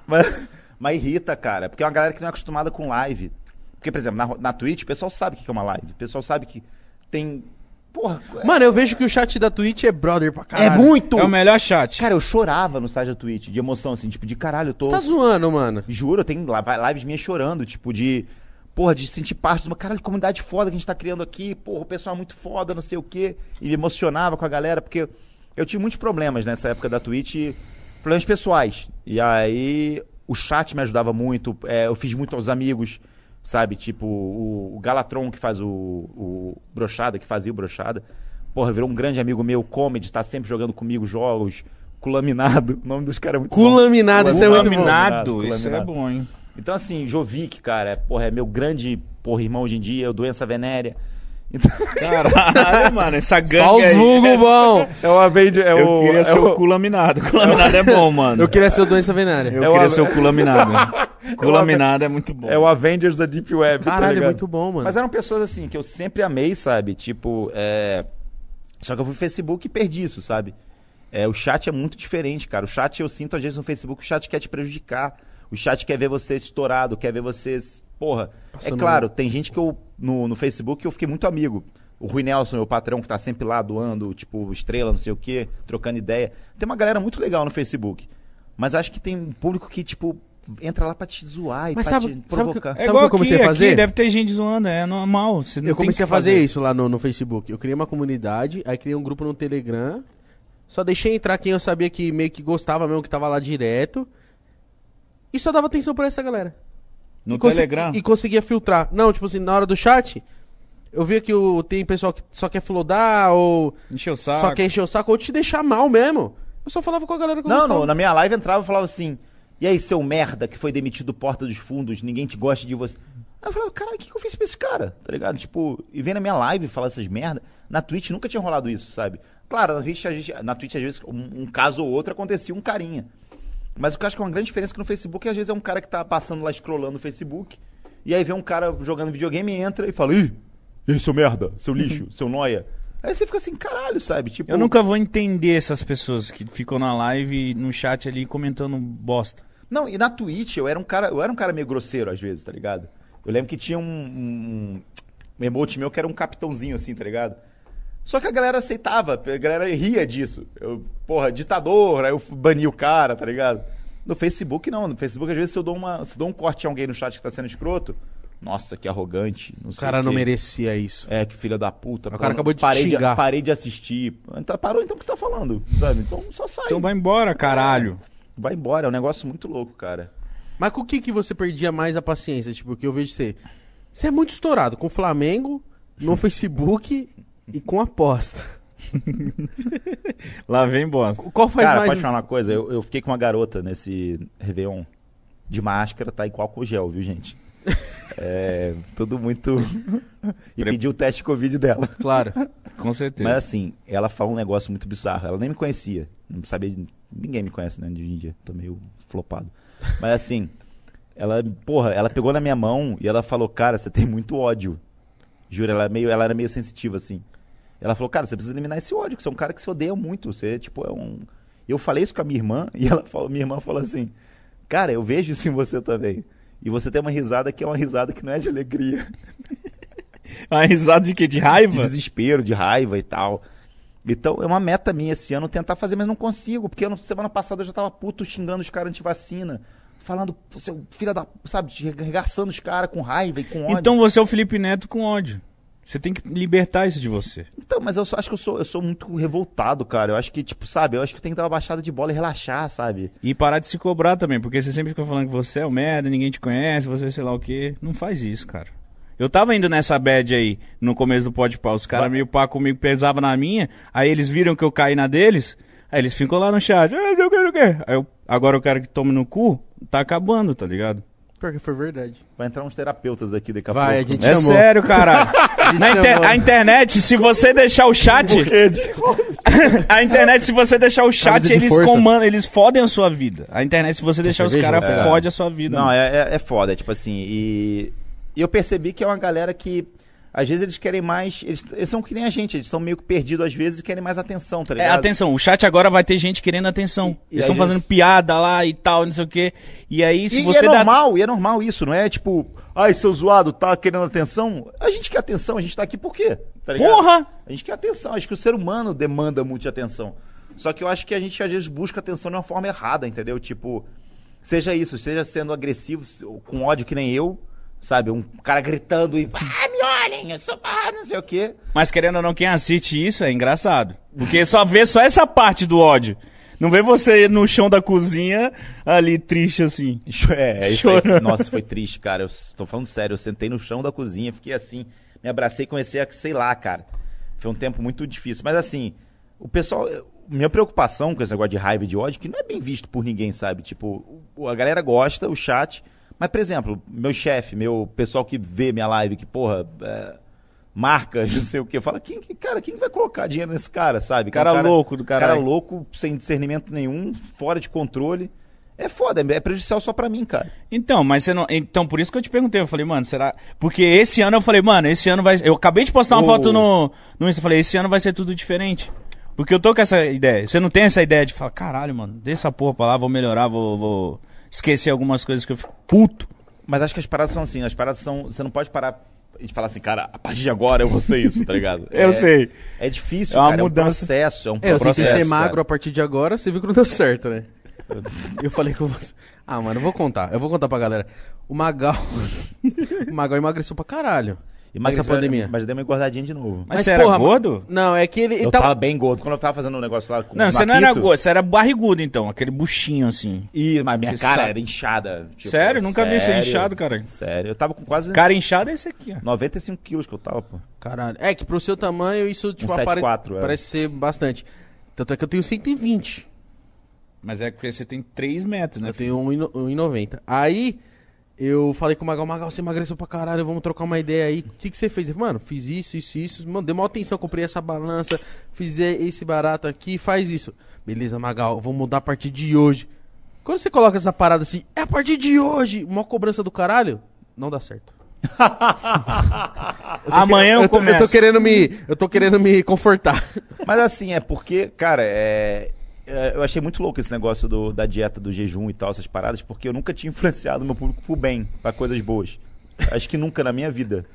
Mas, mas irrita, cara. Porque é uma galera que não é acostumada com live. Porque, por exemplo, na, ro- na Twitch, o pessoal sabe o que que é uma live. O pessoal sabe que tem. Porra,
Mano, eu vejo que o chat da Twitch é brother pra caralho.
é muito!
É o melhor chat.
Cara, eu chorava no site da Twitch, de emoção, assim, tipo, de caralho, eu tô.
Você tá zoando, mano.
Juro, tem li- lives minhas chorando, tipo, de. Porra, de sentir parte de uma caralho, comunidade foda que a gente tá criando aqui, porra, o pessoal é muito foda, não sei o quê. E me emocionava com a galera, porque eu tive muitos problemas nessa época da Twitch, problemas pessoais. E aí o chat me ajudava muito, é, eu fiz muito aos amigos, sabe? Tipo, o, o Galatron que faz o, o Brochada, que fazia o Brochada, porra, virou um grande amigo meu, Comedy, tá sempre jogando comigo jogos, Culaminado, [laughs] o nome dos caras é muito bom.
Culaminado, isso é muito bom.
Laminado, isso é
Laminado.
bom, hein?
Então, assim, Jovic, cara, é, porra, é meu grande porra, irmão hoje em dia, eu doença venérea. Então,
Caralho, mano, essa gangue
Só os
aí. [laughs]
vulgo bom.
[laughs] é o Avenge, é
Eu
o.
queria
é
ser o
o,
cu [laughs] laminado. Cu laminado é bom, mano.
Eu queria ser doença venária.
Eu
É o
queria
Ave-
ser o cu [laughs] laminado. Cu
É o Ave-
laminado é muito bom.
é o Avengers da Deep Web. tá
Caralho, é
ligado?
muito bom, mano.
Mas eram pessoas assim que eu sempre amei, sabe? Tipo, é. Só que eu fui pro Facebook e perdi isso, sabe? É, o chat é muito diferente, cara. O chat eu sinto, às vezes, no Facebook, o chat quer te prejudicar. O chat quer ver você estourado, quer ver você. Porra.
Passando
é claro, tem gente que eu. No, no Facebook que eu fiquei muito amigo. O Rui Nelson, meu patrão, que tá sempre lá doando, tipo, estrela, não sei o quê, trocando ideia. Tem uma galera muito legal no Facebook. Mas acho que tem um público que, tipo, entra lá pra te zoar e
Mas
pra
sabe-
te
sabe
provocar.
É igual
o que eu
aqui,
comecei a
aqui
fazer?
deve
deve ter gente zoando, é normal.
Eu comecei a fazer, isso lá no, no Facebook. Eu criei uma comunidade, aí criei um grupo no Telegram. Só deixei entrar quem eu sabia que meio que gostava mesmo, que tava lá direto. E só dava atenção pra essa galera.
No
e conse-
Telegram?
E conseguia filtrar. Não, tipo assim, na hora do chat, eu via que o, tem pessoal que só quer flodar, ou
Encheu o saco.
só quer encher o saco, ou te deixar mal mesmo. Eu só falava com a galera que eu
Não,
gostava.
não, na minha live entrava e falava assim: E aí, seu merda que foi demitido porta dos fundos, ninguém te gosta de você. Aí eu falava, caralho, o que, que eu fiz pra esse cara? Tá ligado? Tipo, e vem na minha live falar essas merda. Na Twitch nunca tinha rolado isso, sabe? Claro, na Twitch, a gente- na Twitch às vezes um, um caso ou outro acontecia um carinha. Mas o que eu acho que é uma grande diferença é que no Facebook, às vezes é um cara que tá passando lá, scrollando no Facebook, e aí vê um cara jogando videogame, entra e fala, ih, ih, seu merda, seu lixo, seu noia. Aí você fica assim, caralho, sabe? Tipo,
Eu nunca vou entender essas pessoas que ficam na live, e no chat ali, comentando bosta.
Não, e na Twitch eu era um cara, eu era um cara meio grosseiro às vezes, tá ligado? Eu lembro que tinha um, um, um emote meu que era um capitãozinho assim, tá ligado? Só que a galera aceitava, a galera ria disso. Eu, porra, ditador, aí eu bani o cara, tá ligado? No Facebook não, no Facebook às vezes se eu dou uma, se eu dou um corte a alguém no chat que tá sendo escroto, nossa, que arrogante, não
O
sei
cara não
quê.
merecia isso.
É, que filha da puta.
cara
pô, não-
acabou de te
parei
xingar.
parei de assistir. Então, parou então o que você tá falando, sabe? Então só sai.
Então vai embora, caralho.
Vai embora, é um negócio muito louco, cara.
Mas com o que, que você perdia mais a paciência? Tipo, que eu vejo você. Você é muito estourado com o Flamengo, [laughs] no Facebook e com aposta.
Lá vem bosta.
Qual faz
Cara,
mais. um?
pode falar uma coisa? Eu, eu fiquei com uma garota nesse Réveillon de máscara, tá? E com álcool gel,
[laughs]
viu, gente? É, tudo muito. e
Pre-
pedi o teste Covid dela.
Claro.
Com certeza.
Mas assim, ela fala um negócio muito bizarro. Ela nem me conhecia. Não sabia. Ninguém me conhece, né? De hoje em dia. Tô meio flopado. Mas assim, ela, porra, ela pegou na minha mão e ela falou, cara, você tem muito ódio. Juro, ela, é meio, ela era meio sensitiva, assim. Ela falou, cara, você precisa eliminar esse ódio, que você é um cara que se odeia muito. Você, tipo, é um. Eu falei isso com a minha irmã, [laughs] e ela falou, minha irmã falou assim, cara, eu vejo isso em você também. E você tem uma risada que é uma risada que não é de alegria
Uma risada de quê? De
de
raiva?
desespero, de raiva e tal. Então, é uma meta minha esse ano tentar fazer, mas não consigo, porque ano, semana passada eu já tava puto xingando os caras antivacina, falando, "Pô, seu filho da. Sabe, te arregaçando os caras com raiva e com ódio.
Então você é o Felipe Neto com ódio. Você tem que libertar isso de você.
Então, mas eu só acho que eu sou, eu sou muito revoltado, cara. Eu acho que, tipo, sabe, eu acho que tem que dar uma baixada de bola e relaxar, sabe?
E parar de se cobrar também, porque você sempre fica falando que você é o merda, ninguém te conhece, você sei lá o quê. Não faz isso, cara. Eu tava indo nessa bad aí, no começo do pode pau. Os caras
Vai.
meio pá comigo, pesava na minha, aí eles viram que eu caí na deles, aí eles ficam lá no chat. "Ah, não quero, não quero." Aí eu- agora o cara que toma no cu tá acabando, tá ligado?
Pior que foi verdade.
Vai entrar uns terapeutas aqui daqui a
Vai, a
pouco. [laughs]
gente
É
chamou.
sério,
[laughs]
cara.
A gente
Na inter-
chamou.
a internet, se você deixar o chat,
É, de-
A internet, se você deixar o chat,
Camisa de
eles
força.
comandam, eles fodem a sua vida. A internet, se você deixar os
Cerveja?
caras,
É.
fode a sua vida.
Não,
mano.
é, é, é foda, é tipo assim, e, e eu percebi que é uma galera que, às vezes eles querem mais, eles, eles são que nem a gente, eles são meio que perdidos às vezes e querem mais atenção, tá
É,
ligado?
atenção, o chat agora vai ter gente querendo atenção.
E- e
eles
às
estão fazendo
vezes-
piada lá e tal, não sei o quê. E aí, se
E, e
você
é
dá.
normal, e é normal isso, não é tipo, ai, seu zoado tá querendo atenção? A gente quer atenção, a gente tá aqui por quê? Tá ligado?
Porra!
A gente quer atenção, acho que o ser humano demanda muito de atenção. Só que eu acho que a gente às vezes busca atenção de uma forma errada, entendeu? Tipo, seja isso, seja sendo agressivo, se- ou com ódio que nem eu, sabe? Um cara gritando e, ah, me olhem, eu sou, ah, não sei o quê.
Mas querendo ou não, quem assiste isso é engraçado. Porque só vê só essa parte do ódio. Não vê você no chão da cozinha, ali triste assim.
É, isso aí,
Chorando.
nossa, foi triste, cara. Eu s- tô falando sério, eu sentei no chão da cozinha, fiquei assim, me abracei e comecei a, sei lá, cara. Foi um tempo muito difícil. Mas assim, o pessoal. eu- Minha preocupação com esse negócio de raiva e de ódio, que não é bem visto por ninguém, sabe? Tipo, o- a galera gosta, o chat. Mas, por exemplo, meu chefe, meu pessoal que vê minha live, que, porra, é, marca, [laughs] não sei o quê, fala, quem, que- cara, quem vai colocar dinheiro nesse cara, sabe? Que é um
Cara louco do
Cara
caralho.
louco, sem discernimento nenhum, fora de controle. É foda, é prejudicial só pra mim, cara.
Então, mas você não. Então, por isso que eu te perguntei. Eu falei, mano, será. Porque esse ano eu falei, mano, esse ano vai. Eu acabei de postar uma
Oh.
foto no, no Insta. Eu falei, esse ano vai ser tudo diferente. Porque eu tô com essa ideia. Você não tem essa ideia de falar, caralho, mano, dê essa porra pra lá, vou melhorar, vou, vou esquecer algumas coisas que eu fico puto.
Mas acho que as paradas são assim, as paradas são. Você não pode parar e falar assim, cara, a partir de agora eu vou ser isso, tá ligado?
Eu
[laughs] É-
sei.
É difícil,
É uma
cara.
mudança.
É um processo, é um
É, eu sei que
processo.
ser magro
cara.
a partir de agora, você viu que não deu certo, né? Eu falei com você. Ah, mano, eu vou contar. Eu vou contar pra galera. O Magal. [laughs] o Magal emagreceu pra caralho. Essa pandemia.
Mas deu uma engordadinha de novo.
é Mas você era
porra, ma-
gordo?
Não, é que ele. ele
eu
tava-
tava bem gordo. Quando eu tava fazendo o negócio lá com
Não,
o
você não era
Napito-
gordo, você era barrigudo então, aquele buchinho assim.
Ih, mas minha
Que
cara
saco.
era inchada. tipo,
Sério? Nunca vi você
sério.
inchado, cara.
Sério, eu tava com quase
Cara inchado é esse aqui, ó.
95 quilos que eu tava, pô.
Caralho. É que pro seu tamanho isso, tipo,
Um
apare-
74, é.
parece ser bastante. Tanto é que eu tenho 120.
Mas é porque você tem 3 metros, né?
Eu tenho 1,90. 1,90. Aí eu falei com o Magal, Magal, você emagreceu pra caralho, vamos trocar uma ideia aí. O que, que você fez? Ele, mano, fiz isso, isso, isso. Mano, dei maior atenção, comprei essa balança, fiz esse barato aqui, faz isso. Beleza, Magal, vou mudar a partir de hoje. Quando você coloca essa parada assim, é a partir de hoje, uma cobrança do caralho, não dá certo.
Amanhã eu,
eu, tô, eu
começo.
tô querendo me, eu tô querendo me
[laughs]
confortar.
Mas assim, é porque, cara, é... é, eu achei muito louco esse negócio do- da dieta, do jejum e tal, essas paradas, porque eu nunca tinha [laughs] influenciado meu público pro bem, pra coisas boas. Acho que nunca na minha vida.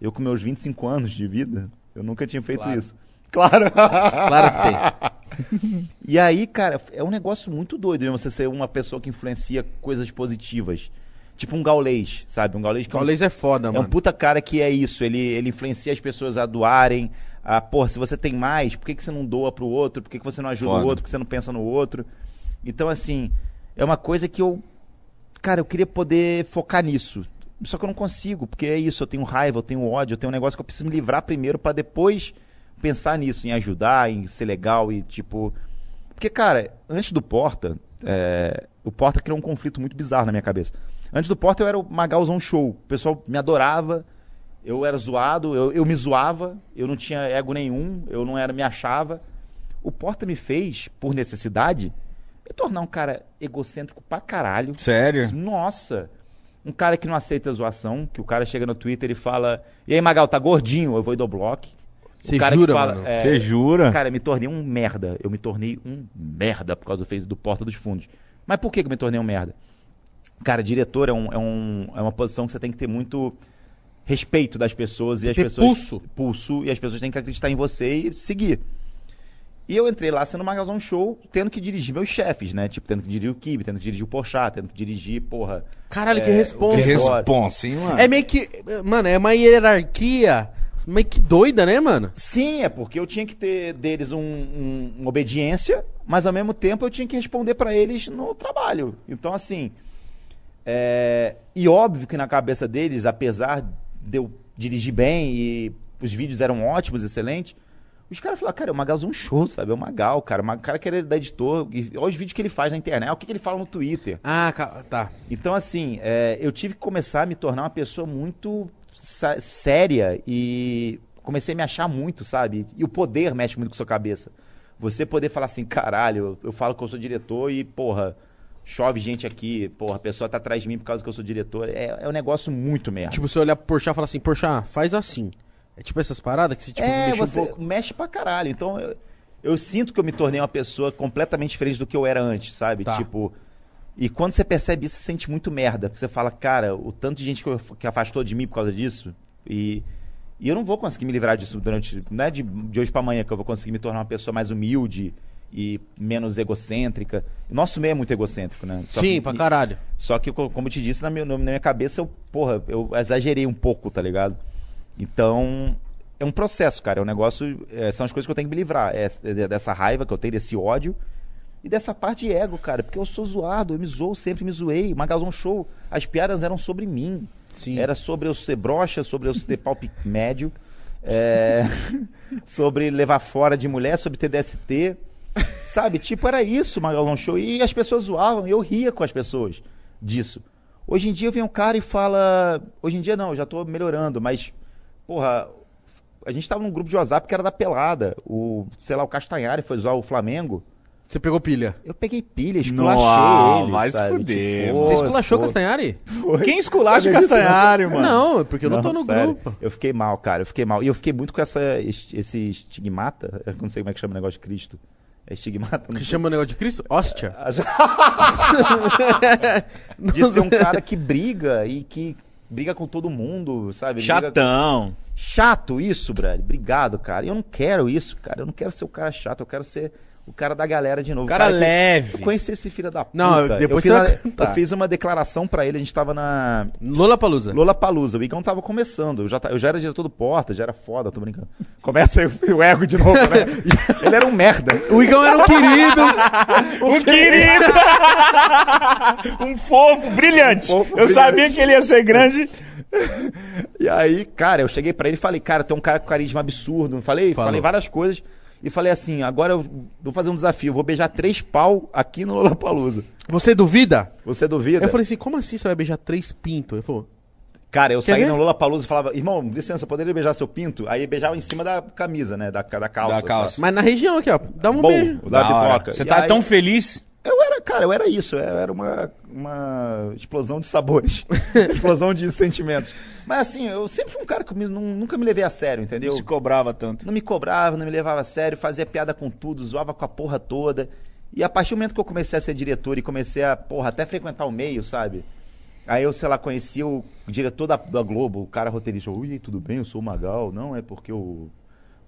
Eu com meus 25 anos de vida, eu nunca tinha feito
Claro.
isso. Claro! [laughs]
Claro que tem.
E aí, cara, é um negócio muito doido mesmo você ser uma pessoa que influencia coisas positivas. Tipo um gaulês, sabe? Um gaulês que é um
Gaulês é foda,
É
mano.
um puta cara que é isso. Ele, ele influencia as pessoas a doarem. A, porra, se você tem mais, por que, que você não doa pro outro? Por que, que você não ajuda
Foda.
o outro? Por que você não pensa no outro? Então, assim, é uma coisa que eu. Cara, eu queria poder focar nisso. Só que eu não consigo, porque é isso. Eu tenho raiva, eu tenho ódio, eu tenho um negócio que eu preciso me livrar primeiro pra depois pensar nisso, em ajudar, em ser legal e tipo. Porque, cara, antes do Porta, é, o Porta criou um conflito muito bizarro na minha cabeça. Antes do Porta, eu era o Magalzão Show. O pessoal me adorava, eu era zoado, eu, eu me zoava, eu não tinha ego nenhum, eu não era, me achava. O Porta me fez, por necessidade, me tornar um cara egocêntrico pra caralho.
Sério?
Nossa! Um cara que não aceita zoação, que o cara chega no Twitter e fala: E aí, Magal, tá gordinho? Eu vou ir do bloco.
Você jura, mano?
é,
Você
Ah.
jura?
Cara, eu me tornei um merda. Eu me tornei um merda por causa do Face do Porta dos Fundos. Mas por que que eu me tornei um merda? Cara, diretor é, um- é um- é uma posição que você tem que ter muito respeito das pessoas e as
ter
pessoas.
pulso.
Pulso, e as pessoas têm que acreditar em você e seguir. E eu entrei lá sendo Magazão Show, tendo que dirigir meus chefes, né? Tipo, tendo que dirigir o Kibe, tendo que dirigir o Porchat, tendo que dirigir, porra.
Caralho, que
é, o
responsa.
Gregório.
responsa, hein, mano?
É meio que. Mano, é uma hierarquia meio que doida, né, mano?
Sim, é porque eu tinha que ter deles um- um- uma obediência, mas ao mesmo tempo eu tinha que responder pra eles no trabalho. Então, assim. é, E óbvio que na cabeça deles, apesar de eu dirigir bem e os vídeos eram ótimos, excelentes, os caras falaram, cara, o Magal é um show, sabe? É o Magal, cara. O cara que ele é da editor, e olha os vídeos que ele faz na internet, o que que ele fala no Twitter.
Ah, ca- tá.
Então, assim, é, eu tive que começar a me tornar uma pessoa muito sa- séria e comecei a me achar muito, sabe? E o poder mexe muito com a sua cabeça. Você poder falar assim, caralho, eu, eu falo que eu sou diretor e, porra, chove gente aqui, porra, a pessoa tá atrás de mim por causa que eu sou diretor. É, é um negócio muito merda.
Tipo, você olhar pro Porchat e falar assim, Porchat, faz assim. É tipo essas paradas que você tipo,
é,
mexe um
você
pouco.
mexe pra caralho. Então, eu, eu sinto que eu me tornei uma pessoa completamente diferente do que eu era antes, sabe?
Tá.
Tipo. E quando você percebe isso, você sente muito merda. Porque você fala, cara, o tanto de gente que, eu- que afastou de mim por causa disso. E, e eu não vou conseguir me livrar disso durante. Não é de, de hoje pra amanhã que eu vou conseguir me tornar uma pessoa mais humilde e menos egocêntrica. Nosso meio é muito egocêntrico, né? Só
Sim,
que-
pra caralho.
só que, co- como eu te disse, na minha, na minha cabeça, eu, porra, eu exagerei um pouco, tá ligado? Então, é um processo, cara. É um negócio. é, são as coisas que eu tenho que me livrar. É, é de- dessa raiva que eu tenho, desse ódio. E dessa parte de ego, cara. Porque eu sou zoado, eu me zoo, sempre me zoei. Magazão Show, as piadas eram sobre mim.
Sim.
Era sobre eu ser broxa, sobre eu ter palpite [laughs] médio, é, [laughs] sobre levar fora de mulher, sobre ter DST. Sabe? Tipo, era isso o Magalhães Show. E as pessoas zoavam, e eu ria com as pessoas disso. Hoje em dia vem um cara e fala. Hoje em dia não, eu já tô melhorando, mas. Porra, a gente tava num grupo de WhatsApp que era da pelada. O, sei lá, o Castanhari foi zoar o Flamengo.
Você pegou pilha.
Eu peguei pilha, esculachei
Não,
ele.
vai se
sabe?
fuder,
Tipo,
mano.
Você
foi,
esculachou
foi.
Castanhari?
Quem esculacha o
né?
Castanhari, mano?
Não, porque eu não, tô no
sério.
grupo.
Eu fiquei mal, cara. Eu fiquei mal. E eu fiquei muito com essa, es- esse estigmata. [laughs] Eu não sei como é que chama o negócio de Cristo. É estigmata? Não
Que
sei.
chama o negócio de [laughs] Cristo?
[laughs]
Hóstia.
De
[laughs]
ser um cara que briga e que briga com todo mundo, sabe? Briga-
Chatão.
Chato isso, Brad. Obrigado, cara. Eu não quero isso, cara. Eu não quero ser o cara chato. Eu quero ser O cara da galera de novo.
Cara
que-
leve.
Eu conheci esse filho da puta.
Não, depois
eu
você vai
fiz, uma,
cantar.
eu fiz uma declaração pra ele, a gente tava na
Lola Palusa.
Lola Palusa. O Igão tava começando. Eu já, ta- eu já era diretor do Porta, já era foda, tô brincando. Começa aí o ego de novo, né? ele era um merda.
O Igão era um
[laughs]
querido.
Um querido! [laughs] um fofo, brilhante.
Um
eu
fofo, brilhante.
sabia que ele ia ser grande.
E aí, cara, eu cheguei pra ele e falei, cara, tem um cara com carisma absurdo. Falei,
Falou.
falei várias coisas. E falei assim, agora eu vou fazer um desafio, eu vou beijar três pau aqui no Lollapalooza.
Você duvida?
Você duvida?
Eu falei assim, como assim você vai beijar três pintos? Ele falou,
cara, eu
Quer
saí
ver?
no Lollapalooza e falava, irmão, licença, eu poderia beijar seu pinto? Aí beijava em cima da camisa, né, da, da calça.
Da calça.
mas na região aqui, ó, dá um
Bom,
beijo.
da
Da hora.
bitoca.
Você
E
tá
aí-
tão feliz.
Eu era, cara, eu era isso. Eu era uma, uma explosão de sabores. explosão de sentimentos. Mas assim, eu sempre fui um cara que me- nun- nunca me levei a sério, entendeu?
Não se cobrava tanto.
Não me cobrava, não me levava a sério, fazia piada com tudo, zoava com a porra toda. E a partir do momento que eu comecei a ser diretor e comecei a, porra, até frequentar o meio, sabe? Aí eu, sei lá, conheci o diretor da, da Globo, o cara roteirista. Ui, tudo bem, eu sou o Magal. Não, é porque eu.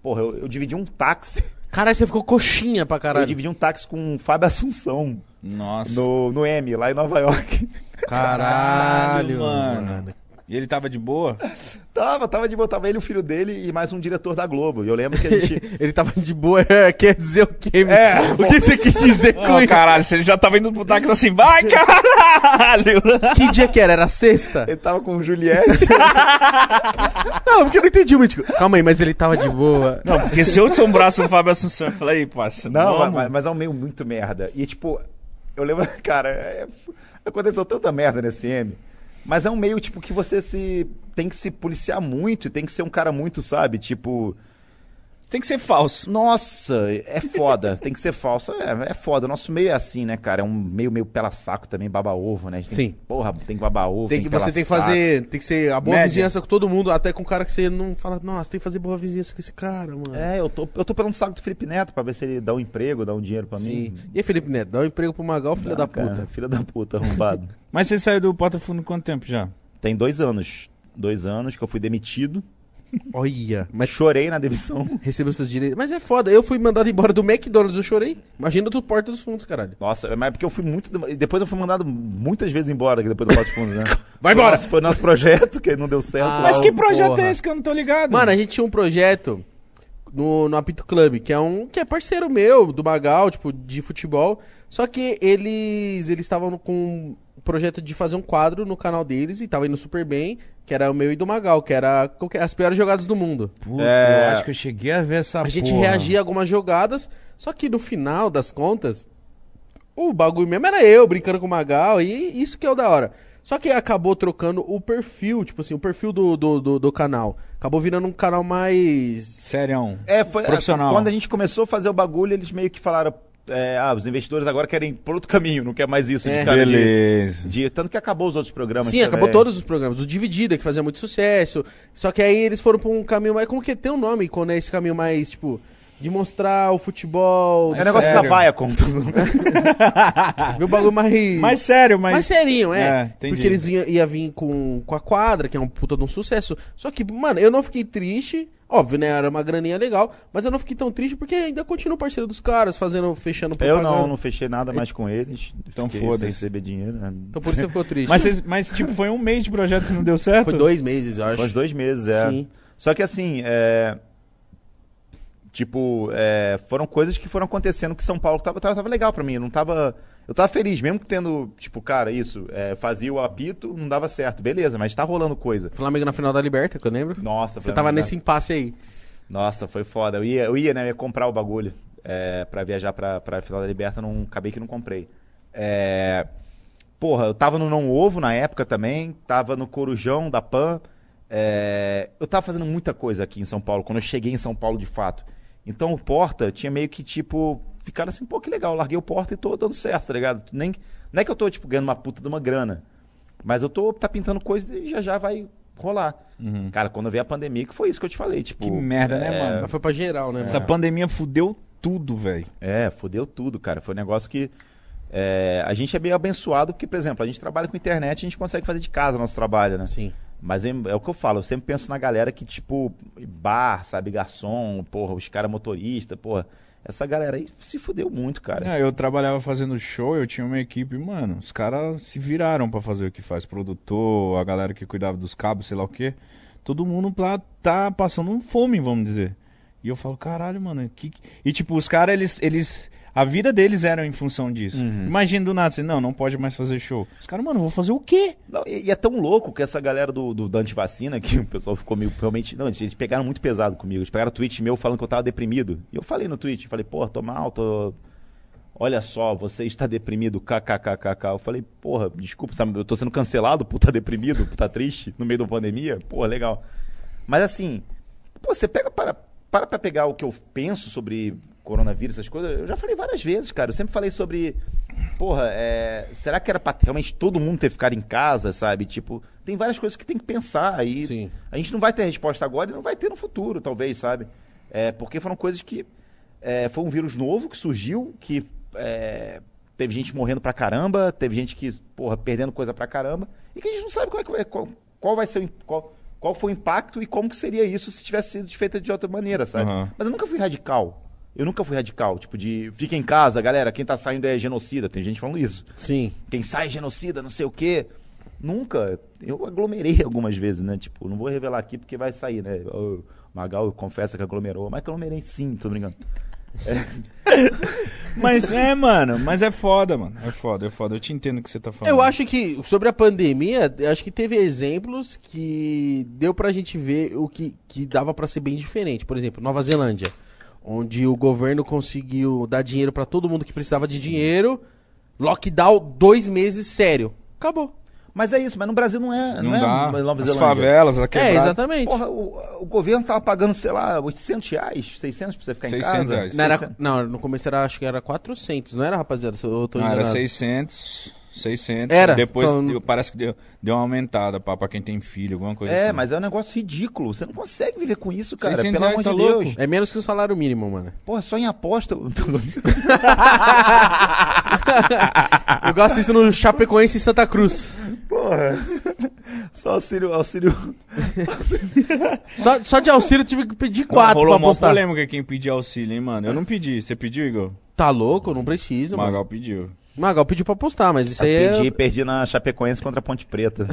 Porra, eu, eu dividi um táxi.
Caralho, você ficou coxinha pra
Eu
caralho.
dividi um táxi com o Fábio Assunção
Nossa.
no, no M, lá em Nova York. [laughs]
Caralho,
Caralho,
mano. E ele tava de boa?
Tava, tava de boa. Tava ele, o filho dele e mais um diretor da Globo. E eu lembro que a [laughs] gente.
[laughs] Ele tava de boa, [laughs] é, quer dizer o quê? meu?
É,
o que você quis dizer com
Ah,
isso?
caralho, se ele já tava indo pro táxi assim,
[laughs]
vai, caralho!
Que dia que era? Era sexta?
ele tava com o Juliette.
Não, porque eu não entendi o mítico. Calma aí, mas ele tava de boa.
Não, porque se eu sombrasse o Fábio Assunção, eu falei, aí, parça,
[laughs] Não,
vamos.
mas, mas é um meio muito merda. E tipo, eu lembro, [laughs] cara, é- aconteceu tanta merda nesse M. Mas é um meio, tipo, que você se. tem que se policiar muito e tem que ser um cara muito, sabe? Tipo.
Tem que ser falso.
Nossa, é [laughs] foda, tem que ser falso. É, é foda. O nosso meio é assim, né, cara? É um meio meio pela saco também, baba ovo, né? A gente tem
Sim.
que- porra, tem que babar ovo.
Tem que, você
pela
tem que
saco.
fazer. Tem que ser a boa
Média.
vizinhança com todo mundo, até com o cara que você não fala, nossa, tem que fazer boa vizinhança com esse cara, mano.
É, eu tô, eu tô pelo saco do Felipe Neto pra ver se ele dá um emprego, dá um dinheiro pra
Sim.
mim.
E aí, Felipe Neto, dá um emprego pro Magal, filho
Não,
da
cara,
puta.
Filha da
[laughs]
puta, arrombado.
Mas você saiu do Portafundo quanto tempo já?
Tem dois anos. Dois anos que eu fui demitido.
Olha,
Mas
mas
chorei na demissão. [laughs]
recebeu seus direitos. Mas é foda, eu fui mandado [laughs] embora do McDonald's, eu chorei. Imagina do Porta dos Fundos, caralho.
Nossa, mas é porque eu fui muito. dem- Depois eu fui mandado muitas vezes embora aqui depois do Bote Fundo, né?
[laughs] Vai embora!
Nossa, foi nosso projeto que não deu certo.
Ah,
lá.
Mas que projeto
porra.
é esse que eu não tô ligado?
Mano, a gente tinha um projeto no, no Apito Club, que é um que é parceiro meu, do Magal, tipo, de futebol. Só que eles eles estavam com um projeto de fazer um quadro no canal deles e tava indo super bem, que era o meu e do Magal, que era qualquer- as piores jogadas do mundo.
Puta,
É.
eu acho que eu cheguei a ver essa
A gente
porra.
reagia a algumas jogadas, só que no final das contas, o bagulho mesmo era eu brincando com o Magal, e isso que é o da hora. Só que acabou trocando o perfil, tipo assim, o perfil do, do, do, do canal. Acabou virando um canal mais.
Sério.
É, foi.
Profissional.
Quando a gente começou a fazer o bagulho, eles meio que falaram. é, ah, os investidores agora querem ir por outro caminho, não quer mais isso
É.
de cara de- [laughs]
Beleza.
de- Tanto que acabou os outros programas.
Sim,
também.
acabou todos os programas. O Dividida, que fazia muito sucesso. Só que aí eles foram pra um caminho mais. Como que tem um nome quando é esse caminho mais, tipo. De mostrar o futebol.
É o negócio
Sério?
da vaia, conta.
Viu o bagulho mais.
Mas sério, mas...
mais serinho,
É,
é.
entendi.
Porque eles vinham, ia vir com, com a quadra, que é um puta de um sucesso. Só que, mano, eu não fiquei triste. Óbvio, né? Era uma graninha legal. Mas eu não fiquei tão triste porque ainda continuo parceiro dos caras, fazendo, fechando
Eu não, não fechei nada mais com eles.
Então
Fiquei
foda-se.
Sem receber dinheiro. né?
Então por isso você ficou triste.
Mas, tá- vocês- mas, tipo, foi um mês de projeto que não deu certo?
Foi dois meses, eu
Foi uns
acho.
dois meses, é.
Sim.
Só que assim, é, Tipo, é, foram coisas que foram acontecendo que São Paulo tava, tava, tava legal pra mim. Eu não tava. Eu tava feliz, mesmo que tendo, tipo, cara, isso, é, fazia o apito, não dava certo. Beleza, mas tá rolando coisa.
Flamengo na final da Liberta, que eu lembro.
Nossa,
Você
pra
tava
mim,
nesse impasse aí.
Nossa, foi foda. Eu ia, eu ia né? Eu ia comprar o bagulho é, pra viajar pra, pra final da Liberta, não, acabei que não comprei. É, porra, eu tava no Não Ovo na época também, tava no Corujão da Pan. é, eu tava fazendo muita coisa aqui em São Paulo, quando eu cheguei em São Paulo de fato. Então o Porta tinha meio que tipo. Ficaram assim, pô, que legal, eu larguei o Porta e tô dando certo, tá ligado? Nem, não é que eu tô, tipo, ganhando uma puta de uma grana. Mas eu tô tá pintando coisa e já já vai rolar. Cara, quando veio a pandemia, que foi isso que eu te falei, tipo...
Uhum. Que merda, né,
é,
mano?
Mas foi pra geral, né?
Essa
mano?
pandemia fudeu tudo, velho.
É, fodeu tudo, cara. Foi um negócio que... é, a gente é meio abençoado, porque, por exemplo, a gente trabalha com internet, a gente consegue fazer de casa nosso trabalho, né?
Sim.
Mas é, é o que eu falo, eu sempre penso na galera que, tipo, bar, sabe, garçom, porra, os caras motoristas, porra. Essa galera aí se fudeu muito, cara.
É, eu trabalhava fazendo show, eu tinha uma equipe, mano, os caras se viraram pra fazer o que faz, produtor, a galera que cuidava dos cabos, sei lá o quê. Todo mundo lá tá passando fome, vamos dizer. E eu falo, caralho, mano, que... que-" E tipo, os caras, eles, eles... A vida deles era em função disso.
Uhum.
Imagina do nada, assim, não, não pode mais fazer show. Os caras, mano, vou fazer o quê?
Não, e, e é tão louco que essa galera do, do, da antivacina, que o pessoal ficou meio realmente. Não, eles pegaram muito pesado comigo. Eles pegaram o tweet meu falando que eu tava deprimido. E eu falei no tweet, falei, pô, tô mal, tô. Olha só, você está deprimido, kkkk. Eu falei, porra, desculpa, sabe, eu tô sendo cancelado por estar deprimido, por estar triste no meio da pandemia. Pô, legal. Mas assim, pô, você pega para, para pra pegar o que eu penso sobre coronavírus, essas coisas. Eu já falei várias vezes, cara. Eu sempre falei sobre. Porra, é, será que era pra realmente todo mundo ter ficado em casa, sabe? Tipo, tem várias coisas que tem que pensar aí.
Sim.
A gente não vai ter resposta agora e não vai ter no futuro, talvez, sabe? É, porque foram coisas que. é, foi um vírus novo que surgiu, que é, teve gente morrendo pra caramba, teve gente que, porra, perdendo coisa pra caramba, e que a gente não sabe como é que vai- qual, qual vai ser o. im- Qual, qual foi o impacto e como que seria isso se tivesse sido feita de outra maneira, sabe?
Aham.
Mas eu nunca fui radical. Eu nunca fui radical. Tipo, de fica em casa, galera, quem tá saindo é genocida. Tem gente falando isso
Sim.
quem sai genocida, não sei o quê. Nunca. Eu aglomerei algumas vezes, né? Tipo, não vou revelar aqui porque vai sair, né? O Magal confessa que aglomerou, mas que aglomerei sim, tô brincando.
[laughs]
Mas é, mano, mas é foda, mano. É foda, é foda. Eu te entendo o que você tá falando.
Eu acho que, sobre a pandemia, eu acho que teve exemplos que deu pra gente ver o que, que dava pra ser bem diferente. Por exemplo, Nova Zelândia, onde o governo conseguiu dar dinheiro pra todo mundo que precisava de dinheiro, lockdown dois meses sério. Acabou.
Mas é isso, mas no Brasil não é. Não,
Não,
é
dá.
Nova
As
Zelândia.
favelas, a
né, É,
quebrada.
exatamente.
Porra, o, o governo tava pagando, sei lá, 800 reais, 600 pra você ficar em
600
casa.
reais.
Não, era,
600.
não, no começo era, acho que era 400, não era, rapaziada? Se Eu tô
Ah, era
enganado.
600, 600.
Era,
Depois
então-
deu- parece que deu, deu uma aumentada pra, pra quem tem filho, alguma coisa
É,
assim.
mas é um negócio ridículo. Você não consegue viver com isso, cara.
600
Pelo
reais,
amor
tá
de
louco?
Deus.
É menos que o salário mínimo, mano.
Porra, só em aposta. [laughs] eu-
Ah,
Eu gasto isso no Chapecoense e Santa Cruz.
Porra. Só auxílio, auxílio
Só, só de auxílio eu tive que pedir
Não,
quatro pra
rolou uma
apostar.
polêmica quem pediu auxílio, hein, mano. Eu não pedi. Você pediu, Igor?
Tá louco? Não precisa, mano.
Magal pediu.
Magal pediu pra postar, mas isso aí é...
Tá Perdi, perdi na Chapecoense contra a Ponte Preta.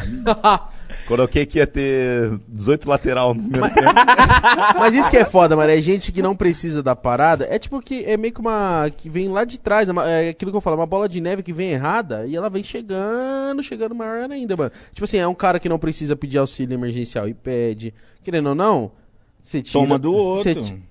Coloquei que ia ter 18 lateral no primeiro tempo.
[laughs] Mas isso que é foda, mano. É gente que não precisa da parada. É tipo que é meio que uma... Que vem lá de trás. é uma- É aquilo que eu falo. Uma bola de neve que vem errada e ela vem chegando, chegando maior ainda, mano. Tipo assim, é um cara que não precisa pedir auxílio emergencial e pede. Querendo ou não, você tira...
Toma do outro.
você ti-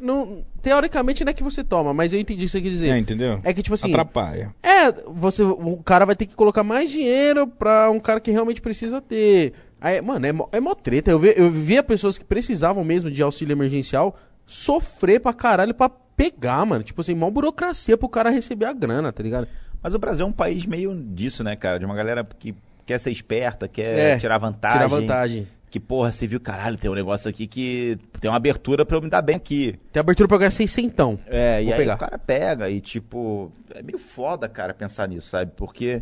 não, teoricamente não é que você toma, mas eu entendi o que você quer dizer.
É, entendeu?
É que tipo assim...
Atrapalha.
É, você, o cara vai ter que colocar mais dinheiro pra um cara que realmente precisa ter. Aí, mano, é, mó- é mó treta. Eu, vi, eu via pessoas que precisavam mesmo de auxílio emergencial sofrer pra caralho pra pegar, mano. Tipo assim, mó burocracia pro cara receber a grana, tá ligado?
Mas o Brasil é um país meio disso, né, cara? De uma galera que quer ser esperta, quer
É,
tirar vantagem.
Tirar vantagem.
Que, porra, você viu, caralho, tem um negócio aqui que tem uma abertura pra eu me dar bem aqui.
Tem abertura pra ganhar 600.
É, e
Vou
aí
pegar.
o cara pega e, tipo, é meio foda, cara, pensar nisso, sabe? Porque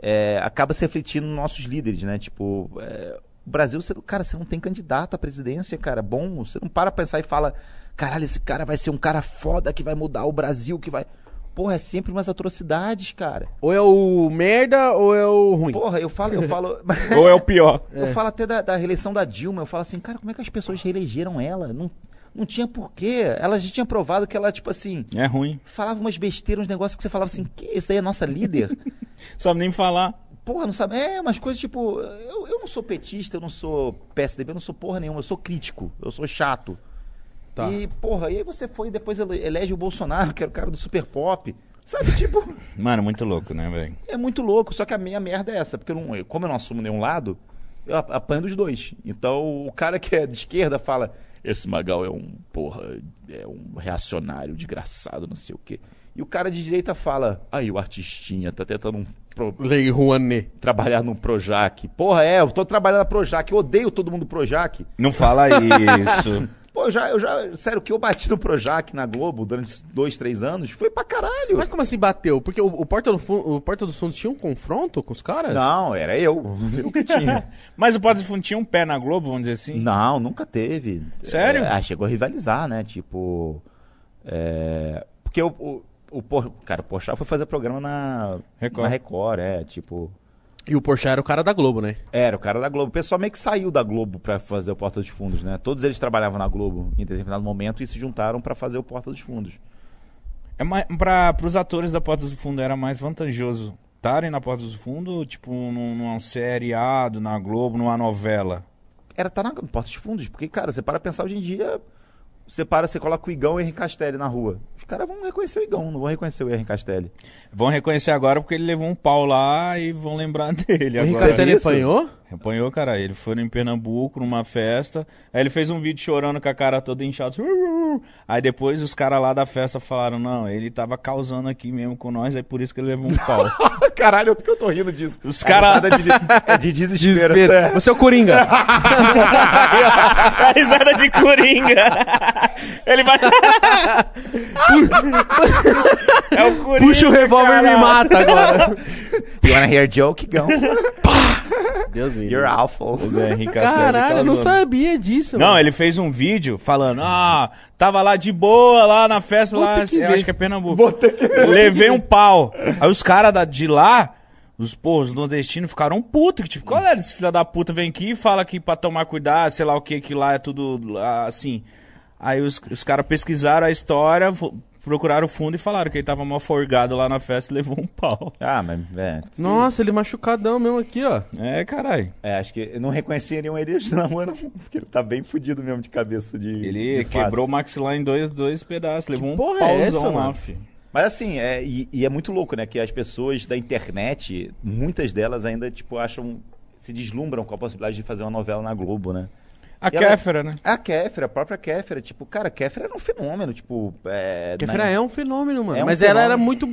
é, acaba se refletindo nos nossos líderes, né? Tipo, é, o Brasil, você, não- cara, você não tem candidato à presidência, cara, bom. Você não para pra pensar e fala, caralho, esse cara vai ser um cara foda que vai mudar o Brasil, que vai... Porra, é sempre umas atrocidades, cara.
Ou é o merda ou é o ruim.
Porra, eu falo, eu
[laughs]
falo...
Ou é o pior.
Eu falo até da, da reeleição da Dilma, eu falo assim, cara, como é que as pessoas reelegeram ela? Não, não tinha porquê. Ela já tinha provado que ela, tipo assim
É ruim.
falava umas besteiras, uns negócios que você falava assim, que isso aí é nossa líder?
Sabe nem falar.
porra, não sabe? É, umas coisas tipo, eu, eu não sou petista, eu não sou PSDB, eu não sou porra nenhuma, eu sou crítico, eu sou chato.
Tá.
E, porra, e aí você foi e depois ele- elege o Bolsonaro, [laughs] que era o cara do super pop. Sabe, tipo,
Mano, muito louco, né, velho?
é muito louco, só que a minha merda é essa, porque eu não, eu- como eu não assumo nenhum lado, eu ap- apanho dos dois. Então o cara que é de esquerda fala, esse Magal é um, porra, é um reacionário, desgraçado, não sei o quê. E o cara de direita fala, aí o artistinha tá tentando um pro-
Lei Rouanet.
trabalhar no Projac. Porra, é, eu tô trabalhando na Projac, eu odeio todo mundo do Projac.
Não fala
[laughs]
isso.
Pô, eu já, eu já, sério, o que eu bati no Projac na Globo durante dois, três anos, foi pra caralho.
Mas como assim bateu? Porque o, o Porta, do Fu- o Porta dos Fundos tinha um confronto com os caras?
Não, era eu. Eu que tinha.
Mas o Padre Fundo tinha um pé na Globo, vamos dizer assim?
Não, nunca teve.
Sério?
É, ah, chegou a rivalizar, né? Tipo. É, porque o, o, o Por- cara, o Porchat foi fazer programa na
Record.
na Record, é, tipo...
E o Porchat era o cara da Globo, né?
Era, o cara da Globo. O pessoal meio que saiu da Globo pra fazer o Porta dos Fundos, né? Todos eles trabalhavam na Globo em determinado momento e se juntaram pra fazer o Porta dos Fundos.
É mais, pra, pros atores da Porta do Fundo era mais vantajoso estarem na Porta do Fundo, tipo, num, numa seriado, na Globo, numa novela.
Era estar na Porta dos Fundos, porque, cara, você para pensar hoje em dia, você para, você coloca o Igão e o Henrique Castelli na rua. Os caras vão reconhecer o Igão, não vão reconhecer o Henrique Castelli.
Vão reconhecer agora porque ele levou um pau lá e vão lembrar [laughs] dele
o Henrique
agora.
Castelli
isso?
apanhou?
Apanhou, cara. Ele foi em Pernambuco numa festa. Aí ele fez um vídeo chorando com a cara toda inchada. assim, "Uh, uh, uh". Aí depois os caras lá da festa falaram: Não, ele tava causando aqui mesmo com nós, é por isso que ele levou um pau.
[laughs] Caralho, por que eu tô rindo disso?
Os cara-
É de, é de [laughs] desespero.
Desespero. Você é o Coringa.
a risada de coringa. ele vai. é o coringa.
Puxa o revólver e me
cara.
mata agora.
You wanna hear a joke, [laughs] Igão?
Deus me
You're
livre.
awful.
Pois é, Henrique Castelli
Caralho, eu não
causou.
sabia disso.
Não,
mano.
ele fez um vídeo falando, ah, tava lá de boa, lá na festa,
Vou
lá,
ter que
eu
ver.
acho que é Pernambuco. Levei um pau. Aí os caras da- de lá, os, pô, os nordestinos ficaram putos, que tipo, qual é esse filho da puta vem aqui e fala que pra tomar cuidado, sei lá o que, que lá é tudo ah, assim. Aí os, os caras pesquisaram a história, fo- procuraram o fundo e falaram que ele tava mal forgado lá na festa e levou um
[laughs]
pau.
Ah, mas... É,
Nossa, ele machucadão mesmo aqui, ó.
É, caralho.
é, acho que eu não reconheceriam ele [laughs] na rua, não. Porque ele tá bem fudido mesmo de cabeça de
Ele
de face.
quebrou o maxilar em dois, dois pedaços, levou um
porra é
pauzão
essa,
lá,
mano?
filho.
Mas assim, é, e, e é muito louco, né? Que as pessoas da internet, muitas delas ainda, tipo, acham. se deslumbram com a possibilidade de fazer uma novela na Globo, né?
A
E ela-
Kéfera, né?
A Kéfera, a própria Kéfera, tipo, cara, Kéfera era um fenômeno, tipo. É,
Kefra
na-
é um fenômeno, mano.
É um
mas ela era muito.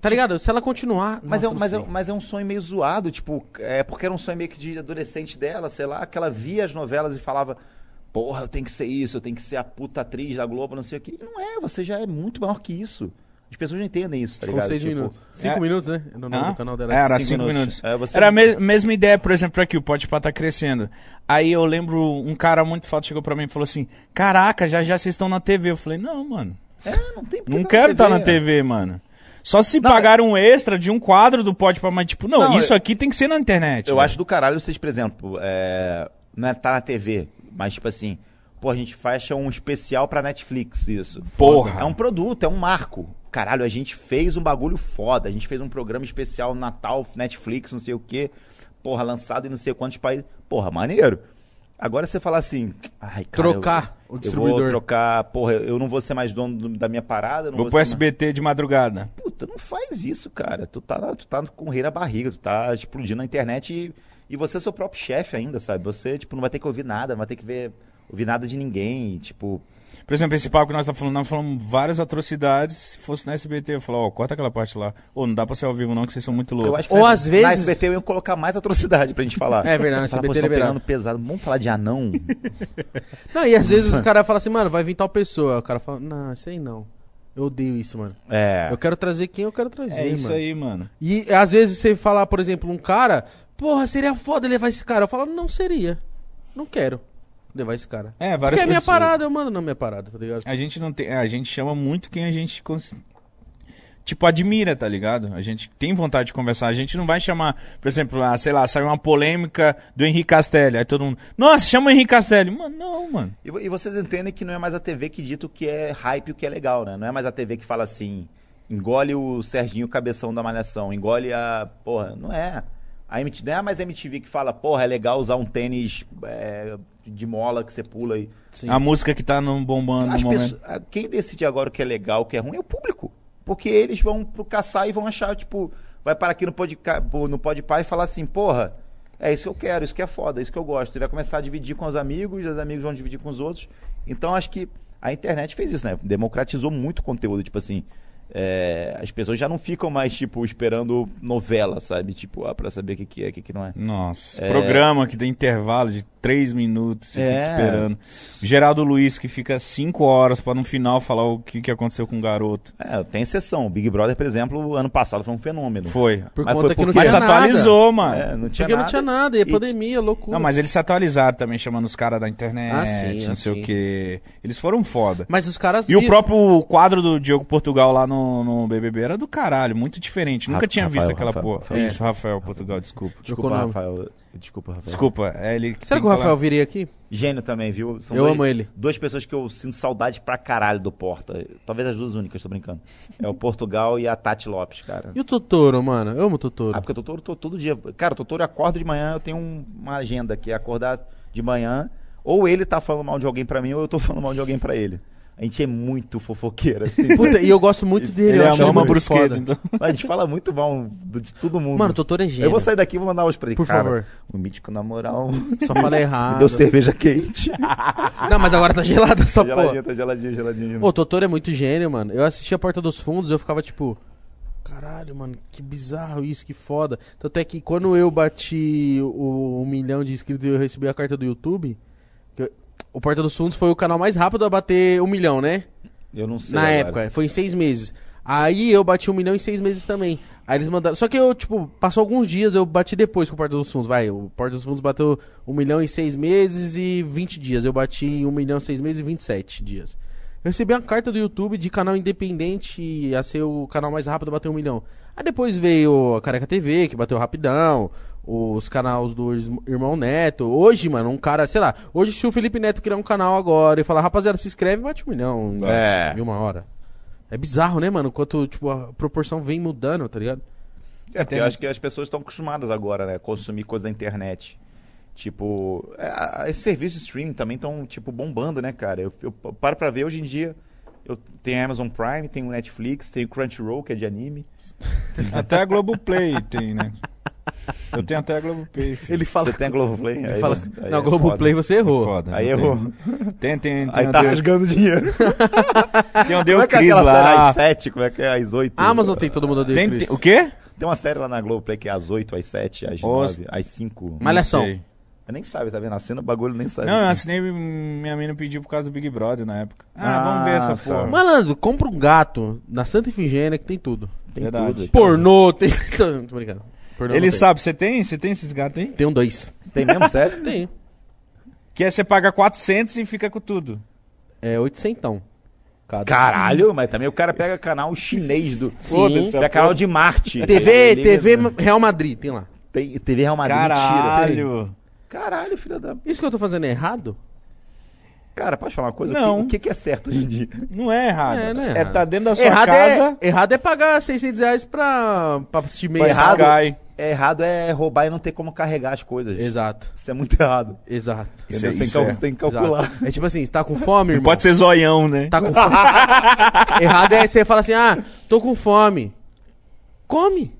Tá ligado? Se ela continuar.
Mas, é,
Nossa,
um-
não
mas, é,
sei.
um- mas é um sonho meio zoado, tipo, é porque era um sonho meio que de adolescente dela, sei lá, que ela via as novelas e falava, porra, eu tenho que ser isso, eu tenho que ser a puta atriz da Globo, não sei o quê. E não é, você já é muito maior que isso. As pessoas não entendem isso, tá
Com
ligado?
seis
Tipo,
minutos. Cinco
É.
minutos, né? No nome
Hã?
do canal dela.
Era
Cinco
cinco,
minutos.
minutos.
É, você-
Era a mes- mesma ideia, por exemplo, aqui, o Pode Pá tá crescendo. Aí eu lembro, um cara muito foda chegou pra mim e falou assim: Caraca, já já vocês estão na TV. Eu falei: Não, mano,
É, não tem por que
não
tá
quero estar na
né?
TV, mano. Só se
Não, é
pagar um extra de um quadro do Pode Pá, mas tipo, não,
Não,
isso
eu-
aqui tem que ser na internet. né?
Eu
velho.
acho do caralho vocês, por exemplo, é, não é tá na TV, mas tipo assim, pô, a gente fecha um especial pra Netflix, isso.
Porra.
É um produto, é um marco. Caralho, a gente fez um bagulho foda, a gente fez um programa especial Natal, Netflix, não sei o quê, porra, lançado em não sei quantos países. Porra, maneiro. Agora você falar assim, ai, cara,
Trocar
eu,
o
Eu vou
distribuidor.
trocar, porra, eu não vou ser mais dono do- da minha parada, eu não
Vou
vou,
pro
ser né? mais-
SBT de madrugada.
Puta, não faz isso, cara. Tu tá, na- tu tá com o rei na barriga, tu tá explodindo na internet e, e você é seu próprio chefe ainda, sabe? Você, tipo, não vai ter que ouvir nada, não vai ter que ver, ouvir nada de ninguém, e, tipo...
Por exemplo, esse papo que nós estamos falando, nós falamos várias atrocidades. Se fosse na SBT, eu falo, ó, corta aquela parte lá. Ô, não dá pra ser ao vivo, não, que vocês são muito loucos.
Eu acho que
Ou
na-
às vezes-
Na SBT eu ia colocar mais atrocidade pra gente falar.
É verdade, na
Fala,
SBT
pô, vocês tão
liberado.
pegando pesado. Vamos falar
[laughs]
de anão?
Não, e às vezes os caras falam assim, mano, vai vir tal pessoa. Aí O cara fala, não, isso aí não. Eu odeio isso, mano.
É.
Eu quero trazer quem eu quero trazer,
É isso
mano.
aí, mano.
E às vezes você falar, por exemplo, um cara, porra, seria foda levar esse cara. Eu falo, não seria. Não quero levar esse cara.
É, várias
Porque é minha
pessoas.
parada, eu mando na minha parada, tá ligado?
É,
A gente não tem. A gente chama muito quem a gente. cons- Tipo, admira, tá ligado? A gente tem vontade de conversar. A gente não vai chamar, por exemplo, ah, sei lá, saiu uma polêmica do Henrique Castelli. Aí todo mundo. Nossa, chama o Henrique Castelli. Mano, não, mano.
E, vo- e vocês entendem que não é mais a TV que dita o que é hype e o que é legal, né? Não é mais a TV que fala assim, engole o Serginho Cabeção da Malhação, engole a. Porra, não é. A MTV, não é mais a MTV que fala, porra, é legal usar um tênis é, de mola que você pula e.
Sim.
A música que tá no bombando
As
no momento.
pessoas- ah, quem decide agora o que é legal, o que é ruim é o público. Porque eles vão pro caçar e vão achar, tipo, vai parar aqui no podca- pô, no Podpah e falar assim, porra, é isso que eu quero, isso que é foda, isso que eu gosto. E vai começar a dividir com os amigos, os amigos vão dividir com os outros. Então acho que a internet fez isso, né? Democratizou muito o conteúdo, tipo assim. é, as pessoas já não ficam mais, tipo, esperando novela, sabe? Tipo, ah, pra saber o que, que é, o que, que não é.
Nossa, programa que tem intervalo de
três minutos, você
É.
fica esperando. Geraldo Luiz, que fica cinco horas pra no final falar o que, que aconteceu com o garoto.
É, tem exceção. O Big Brother, por exemplo, ano passado foi um fenômeno.
Foi.
Por
Mas
conta
foi
que não
porque-
Mas
tinha
se
nada.
atualizou, mano.
É, não tinha
Porque
nada.
não tinha nada, e a
E-
pandemia, loucura.
Não, mas eles se atualizaram também, chamando os caras da internet,
Ah, sim,
não
ah,
sei
sim.
o quê. Eles foram foda.
Mas os caras.
E o
viram.
próprio quadro do Diogo Portugal lá no, no BBB era do caralho, muito diferente. Nunca
Rafa-
tinha visto
Rafael,
aquela
Rafael,
porra.
Rafael.
Isso, Rafael Portugal, desculpa.
Trocou
Desculpa,
nome.
Rafael. Desculpa, Rafael.
Desculpa, é ele.
Será
tem
que o Rafael
falar-
viria aqui?
Gênio também, viu? São
Eu
dois-
amo ele.
Duas pessoas que eu sinto saudade pra caralho do Porta. Talvez as duas únicas, tô brincando. É o Portugal e a Tati Lopes, cara.
E o Totoro, mano? Eu amo o Totoro.
Ah, porque o Totoro tô todo dia. Cara, o Totoro acorda de manhã, eu tenho um- uma agenda que é acordar de manhã, ou ele tá falando mal de alguém pra mim, ou eu tô falando mal de alguém pra ele. A gente é muito fofoqueiro,
[laughs]
assim.
Puta, e eu gosto muito dele.
Ele
eu
é
acho
a mama
muito
brusqueta,
foda.
então.
[laughs] A gente fala muito mal do- de todo mundo.
Mano, o Totoro é gênio.
eu vou sair daqui e vou mandar hoje pra ele.
Por
Cara,
favor.
O mítico, na moral,
Só fala
[laughs] me
errado.
deu cerveja quente.
Não, mas agora tá gelada essa porra.
geladinha, tá geladinha, geladinha.
Pô, o Totoro é muito gênio, mano. Eu assistia a Porta dos Fundos e eu ficava tipo. Caralho, mano, que bizarro isso, que foda. Tanto é que quando eu bati o, um milhão de inscritos e eu recebi a carta do YouTube, que eu- o Porta dos Fundos foi o canal mais rápido a bater um milhão, né?
eu não sei.
Na
agora.
época, é, foi em seis meses. Aí eu bati um milhão em seis meses também. Aí eles mandaram. Só que eu, tipo, passou alguns dias, eu bati depois com o Porta dos Fundos. Vai, o Porta dos Fundos bateu um milhão em seis meses e 20 dias. Eu bati em um milhão, seis meses e 27 dias. Eu recebi uma carta do YouTube de canal independente a ser o canal mais rápido a bater um milhão. Aí depois veio a Careca TV, que bateu rapidão. Os canais do Irmão Neto. Hoje, mano, um cara, sei lá. Hoje, se o Felipe Neto criar um canal agora e falar, rapaziada, se inscreve, bate um milhão.
É.
Em uma hora. É bizarro, né, mano? Quanto, tipo, a proporção vem mudando, tá ligado?
É, porque eu acho que as pessoas estão acostumadas agora, né? Consumir coisa da internet. Tipo, é, a- esses serviços de streaming também estão, tipo, bombando, né, cara? Eu, eu paro pra ver hoje em dia. Eu tenho Amazon Prime, tenho Netflix, tenho Crunchyroll, que é de anime.
Até a
[laughs]
Globoplay tem, né? Eu tenho até a Globoplay. filho.
Ele fala.
Você tem a Globoplay?
Ele
Aí
fala assim,
você- aí
na
é
Globoplay você errou.
Foda,
Aí
não
[laughs]
tem.
errou.
Tem, tem, tem.
Aí
o
tá
Deu-
rasgando dinheiro.
Tem
[laughs]
o
Como
Deu
é que é
Cris
aquela série
lá.
às 7? Como é que é às 8?
A ah. Amazon tem todo mundo odeia
Tem,
Chris.
tem- o quê?
Tem uma série lá na Globoplay que é às 8, às 7, às
Os-
9, às 5.
Mas- Malhação.
Não sei.
Eu nem sabe, tá vendo? A cena, o bagulho nem sabe.
Não, eu assinei, hum, minha mina pediu por causa do Big Brother na época. Ah,
Ah,
vamos ver essa
tá.
porra.
Malandro, compra um gato na Santa Efigênia que tem tudo.
tem
Verdade.
tudo.
Pornô, [laughs] tem. Tô brincando. Pornô
Ele
não tem.
sabe, você tem? Você tem esses gatos aí?
Tem um dois.
Tem mesmo,
[laughs]
sério?
Tem.
Que é você paga 400 e fica com tudo.
É 800. Cada.
Caralho, mas também o cara pega canal chinês do.
Sim.
Pega canal de Marte.
TV,
Ele- é né?
TV Real Madrid, tem lá.
Tem- TV Real Madrid, Ah, mentira.
Caralho.
Caralho, filho da.
Isso que eu tô fazendo é errado?
Cara, pode falar uma coisa?
Não.
O que, o que que é certo hoje em dia?
Não é errado.
É,
É,
não é errado.
tá dentro da sua
errado,
casa.
é, errado é pagar 600 reais pra, pra assistir meia.
Errado.
Sky.
É errado é roubar e não ter como carregar as coisas.
Exato,
Isso é muito errado.
exato.
Isso é-
Entendeu? Você tem,
isso
cal-
é.
você tem que
exato.
calcular.
É tipo assim, tá com fome,
Não
irmão?
[laughs] pode ser zoião, né?
Tá com fome. errado é você fala assim, ah, tô com fome. Come.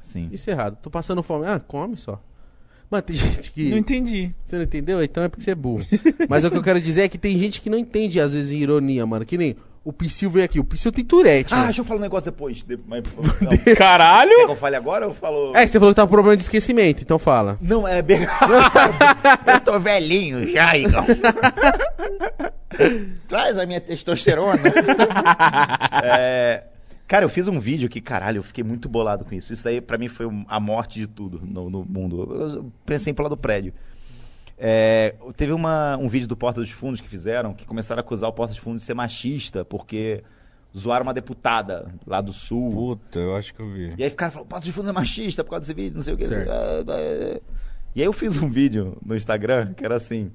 Sim.
Isso é errado. Tô passando fome. Ah, come só. Mano, tem [laughs] gente que...
Não entendi.
Você não entendeu? Então é porque você é burro. Mas o que eu quero dizer é que tem gente que não entende, às vezes, ironia, mano. Que nem o Psyu veio aqui. O Psyu tem Tourette.
Ah,
mano.
deixa eu falar um negócio depois. De... Mas, não. Quer que
Caralho!
eu fale agora ou eu falo.
É, que você falou que tá com problema de esquecimento, então fala.
Não, é bem. [laughs] eu tô velhinho já, Igor. [laughs] Traz a minha [laughs] testosterona. É, Cara, eu fiz um vídeo que, caralho, eu fiquei muito bolado com isso. Isso aí, pra mim, foi um- a morte de tudo no, no mundo. Eu- Eu pensei em lá do prédio. É, teve uma- um vídeo do Porta dos Fundos que fizeram, que começaram a acusar o Porta dos Fundos de ser machista, porque zoaram uma deputada lá do Sul.
Puta, eu acho que eu vi.
E aí ficaram falando, Porta de Fundo é machista por causa desse vídeo, não sei o quê.
Certo.
Ah, ah, ah. E aí eu fiz um vídeo no Instagram que era assim,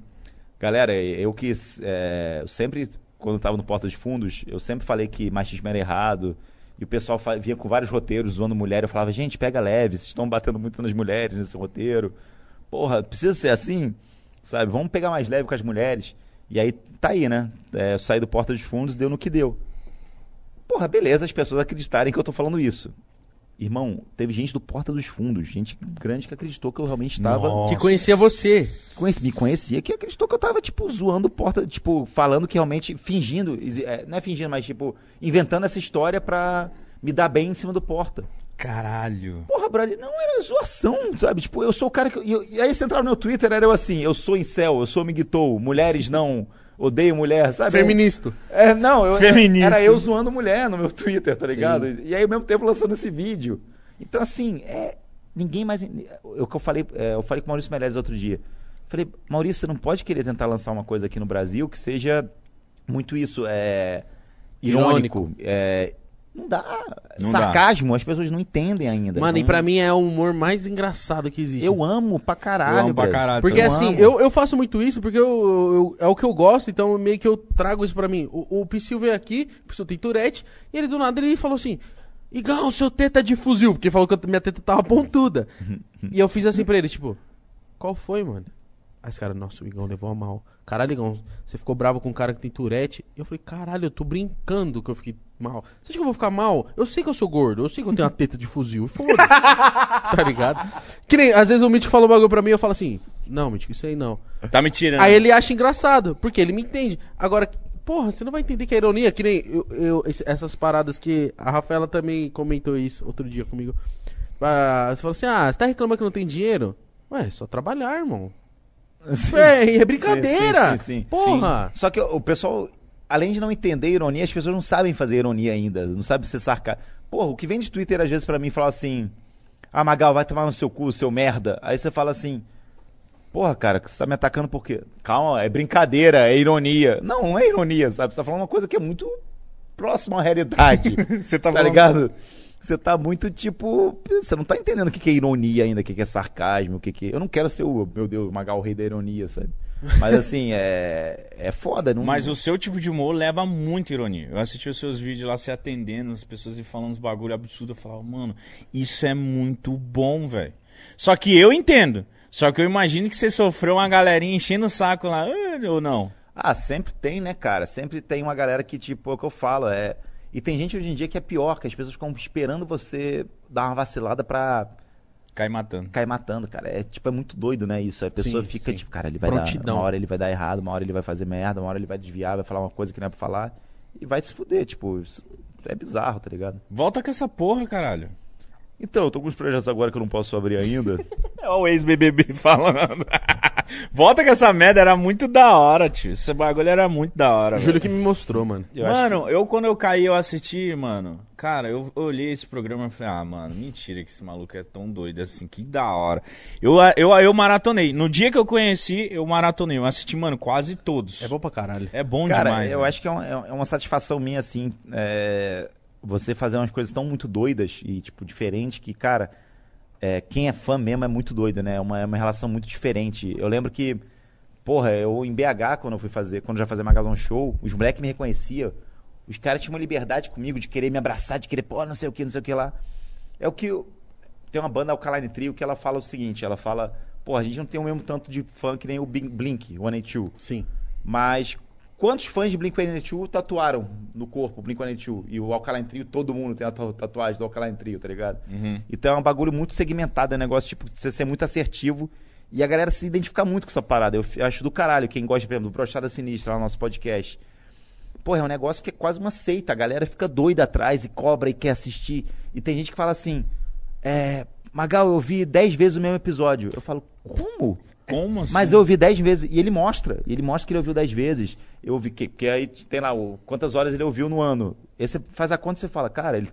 galera, eu quis, é, eu sempre, quando eu tava no Porta de Fundos, eu sempre falei que machismo era errado. E o pessoal fa- vinha com vários roteiros zoando mulher. Eu falava, gente, pega leve, vocês estão batendo muito nas mulheres nesse roteiro. Porra, precisa ser assim, sabe? Vamos pegar mais leve com as mulheres. E aí, tá aí, né? É, eu saí do Porta dos Fundos, deu no que deu. Porra, beleza as pessoas acreditarem que eu tô falando isso. Irmão, teve gente do Porta dos Fundos, gente grande que acreditou que eu realmente estava.
Nossa.
Que conhecia você.
Que conhece- me conhecia, que acreditou que eu tava, tipo, zoando Porta, tipo, falando que realmente, fingindo, exi- é, não é fingindo, mas, tipo, inventando essa história pra me dar bem em cima do Porta.
Caralho.
Porra, brother, não era zoação, sabe? Tipo, eu sou o cara que. E, eu- e aí você entrava no meu Twitter, era eu assim, eu sou incel, eu sou miguitou, mulheres não. Odeio mulher, sabe?
Feministo.
É, não, eu,
Feminista.
era eu zoando mulher no meu Twitter, tá ligado? E aí, ao mesmo tempo, lançando esse vídeo. Então, assim, é, ninguém mais... é O que eu falei, é, eu falei com o Maurício Meirelles outro dia. Falei, Maurício, você não pode querer tentar lançar uma coisa aqui no Brasil que seja muito isso, é... Irônico. é, não dá.
Não dá.
Sarcasmo, as pessoas não entendem ainda.
Mano, e
Então,
pra mim é o humor mais engraçado que existe.
Eu amo pra caralho,
Eu amo pra
brother.
caralho.
Porque
também.
Eu
assim,
amo.
eu, eu faço muito isso porque eu, eu- é o que eu gosto, então meio que eu trago isso pra mim. O, o Psyu veio aqui, o Psyu tem Tourette, e ele do nada ele falou assim: Igão, seu teta de fuzil, porque falou que eu- minha teta tava
[laughs]
pontuda. e eu fiz assim pra ele, tipo, qual foi, mano? Aí esse cara, nossa, o Igão levou a mal. Caralho, Igão, você ficou bravo com um cara que tem Tourette? Eu falei, caralho, eu tô brincando que eu fiquei mal. Você acha que eu vou ficar mal? Eu sei que eu sou gordo, eu sei que eu tenho uma teta de fuzil. Foda-se. [laughs] tá ligado? Que nem, às vezes o Mítico fala um bagulho pra mim e eu falo assim, não, Mítico, isso aí não.
Tá me
É.
[laughs]
tirando.
Aí ele acha engraçado, porque ele me entende. Agora, porra, você não vai entender que é ironia, que nem eu, eu- esse- essas paradas que a Rafaela também comentou isso outro dia comigo. Ah, você falou assim, ah, você tá reclamando que não tem dinheiro? Ué, é só trabalhar, irmão. Véi, é brincadeira.
Sim, sim, sim, sim.
Porra.
Só que o pessoal, além de não entender ironia, as pessoas não sabem fazer ironia ainda, não sabem ser sarcástico. Porra, o que vem de Twitter às vezes pra mim fala assim: Ah, Magal, vai tomar no seu cu, seu merda. Aí você fala assim: Porra, cara, que você tá me atacando por quê? Calma, é brincadeira, é ironia. Não, não é ironia, sabe? Você tá falando uma coisa que é muito próxima
[laughs]
à realidade.
Você
tá
tá falando-
ligado? Você tá muito tipo. Você não tá entendendo o que que é ironia ainda, o que que é sarcasmo, o que que. Eu não quero ser o, meu Deus, o Magal, o rei da ironia, sabe? Mas assim, é. É foda, não.
Mas o seu tipo de humor leva muita ironia. Eu assisti os seus vídeos lá se atendendo, as pessoas e falando uns bagulho absurdo. Eu falava, mano, isso é muito bom, velho. Só que eu entendo. Só que eu imagino que você sofreu uma galerinha enchendo o saco lá, "Ah", ou não.
Ah, sempre tem, né, cara? Sempre tem uma galera que, tipo, é o que eu falo, é. E tem gente hoje em dia que é pior, que as pessoas ficam esperando você dar uma vacilada pra
Cai matando.
cair matando, cara. É tipo, é muito doido, né? Isso. A pessoa
Sim,
fica,
sim.
tipo, cara, ele vai dar.
Prontidão.
Uma hora ele vai dar errado, uma hora ele vai fazer merda, uma hora ele vai desviar, vai falar uma coisa que não é pra falar. E vai se fuder, tipo, isso é bizarro, tá ligado?
Volta com essa porra, caralho.
Então, eu tô com uns projetos agora que eu não posso abrir [laughs] ainda.
É o ex-BBB [laughs] falando. Volta com essa merda, era muito da hora, tio. Esse bagulho era muito da hora,
O
velho.
Júlio que me mostrou, mano.
Eu mano, eu quando eu caí, eu assisti, mano. Cara, eu eu olhei esse programa e falei, ah, mano, mentira que esse maluco é tão doido assim, que da hora. Eu, eu, eu maratonei. No dia que eu conheci, eu maratonei. Eu assisti, mano, quase todos.
É bom pra caralho.
É bom
Cara,
demais.
eu
né?
acho que é, um- é um- é uma satisfação minha, assim, é, você fazer umas coisas tão muito doidas e, tipo, diferente que, cara, é, quem é fã mesmo é muito doido, né? É uma, é uma relação muito diferente. Eu lembro que, porra, eu em BH, quando eu fui fazer, quando eu já fazia Magalhães Show, os moleques me reconheciam, os caras tinham uma liberdade comigo de querer me abraçar, de querer, pô, não sei o que, não sei o que lá. É o que... eu- Tem uma banda Alkaline Trio que ela fala o seguinte, ela fala, porra, a gente não tem o mesmo tanto de fã que nem o Blink- Blink, One and Two.
Sim.
Mas quantos fãs de Blink-182 tatuaram no corpo Blink-182? E o Alkaline Trio, todo mundo tem a tatu- tatuagem do Alkaline Trio, tá ligado? Então é um bagulho muito segmentado, é um negócio tipo de você ser muito assertivo e a galera se identificar muito com essa parada. Eu f- acho do caralho quem gosta, por exemplo, do Brochada Sinistra lá no nosso podcast. Porra, é um negócio que é quase uma seita. A galera fica doida atrás e cobra e quer assistir. E tem gente que fala assim: é, Magal, eu vi 10 vezes o mesmo episódio. Eu falo, como?
Como assim?
Mas eu ouvi 10 vezes. E ele mostra. E ele mostra que ele ouviu 10 vezes. Eu ouvi que. Porque aí tem lá o, quantas horas ele ouviu no ano. Aí você faz a conta e você fala, cara, ele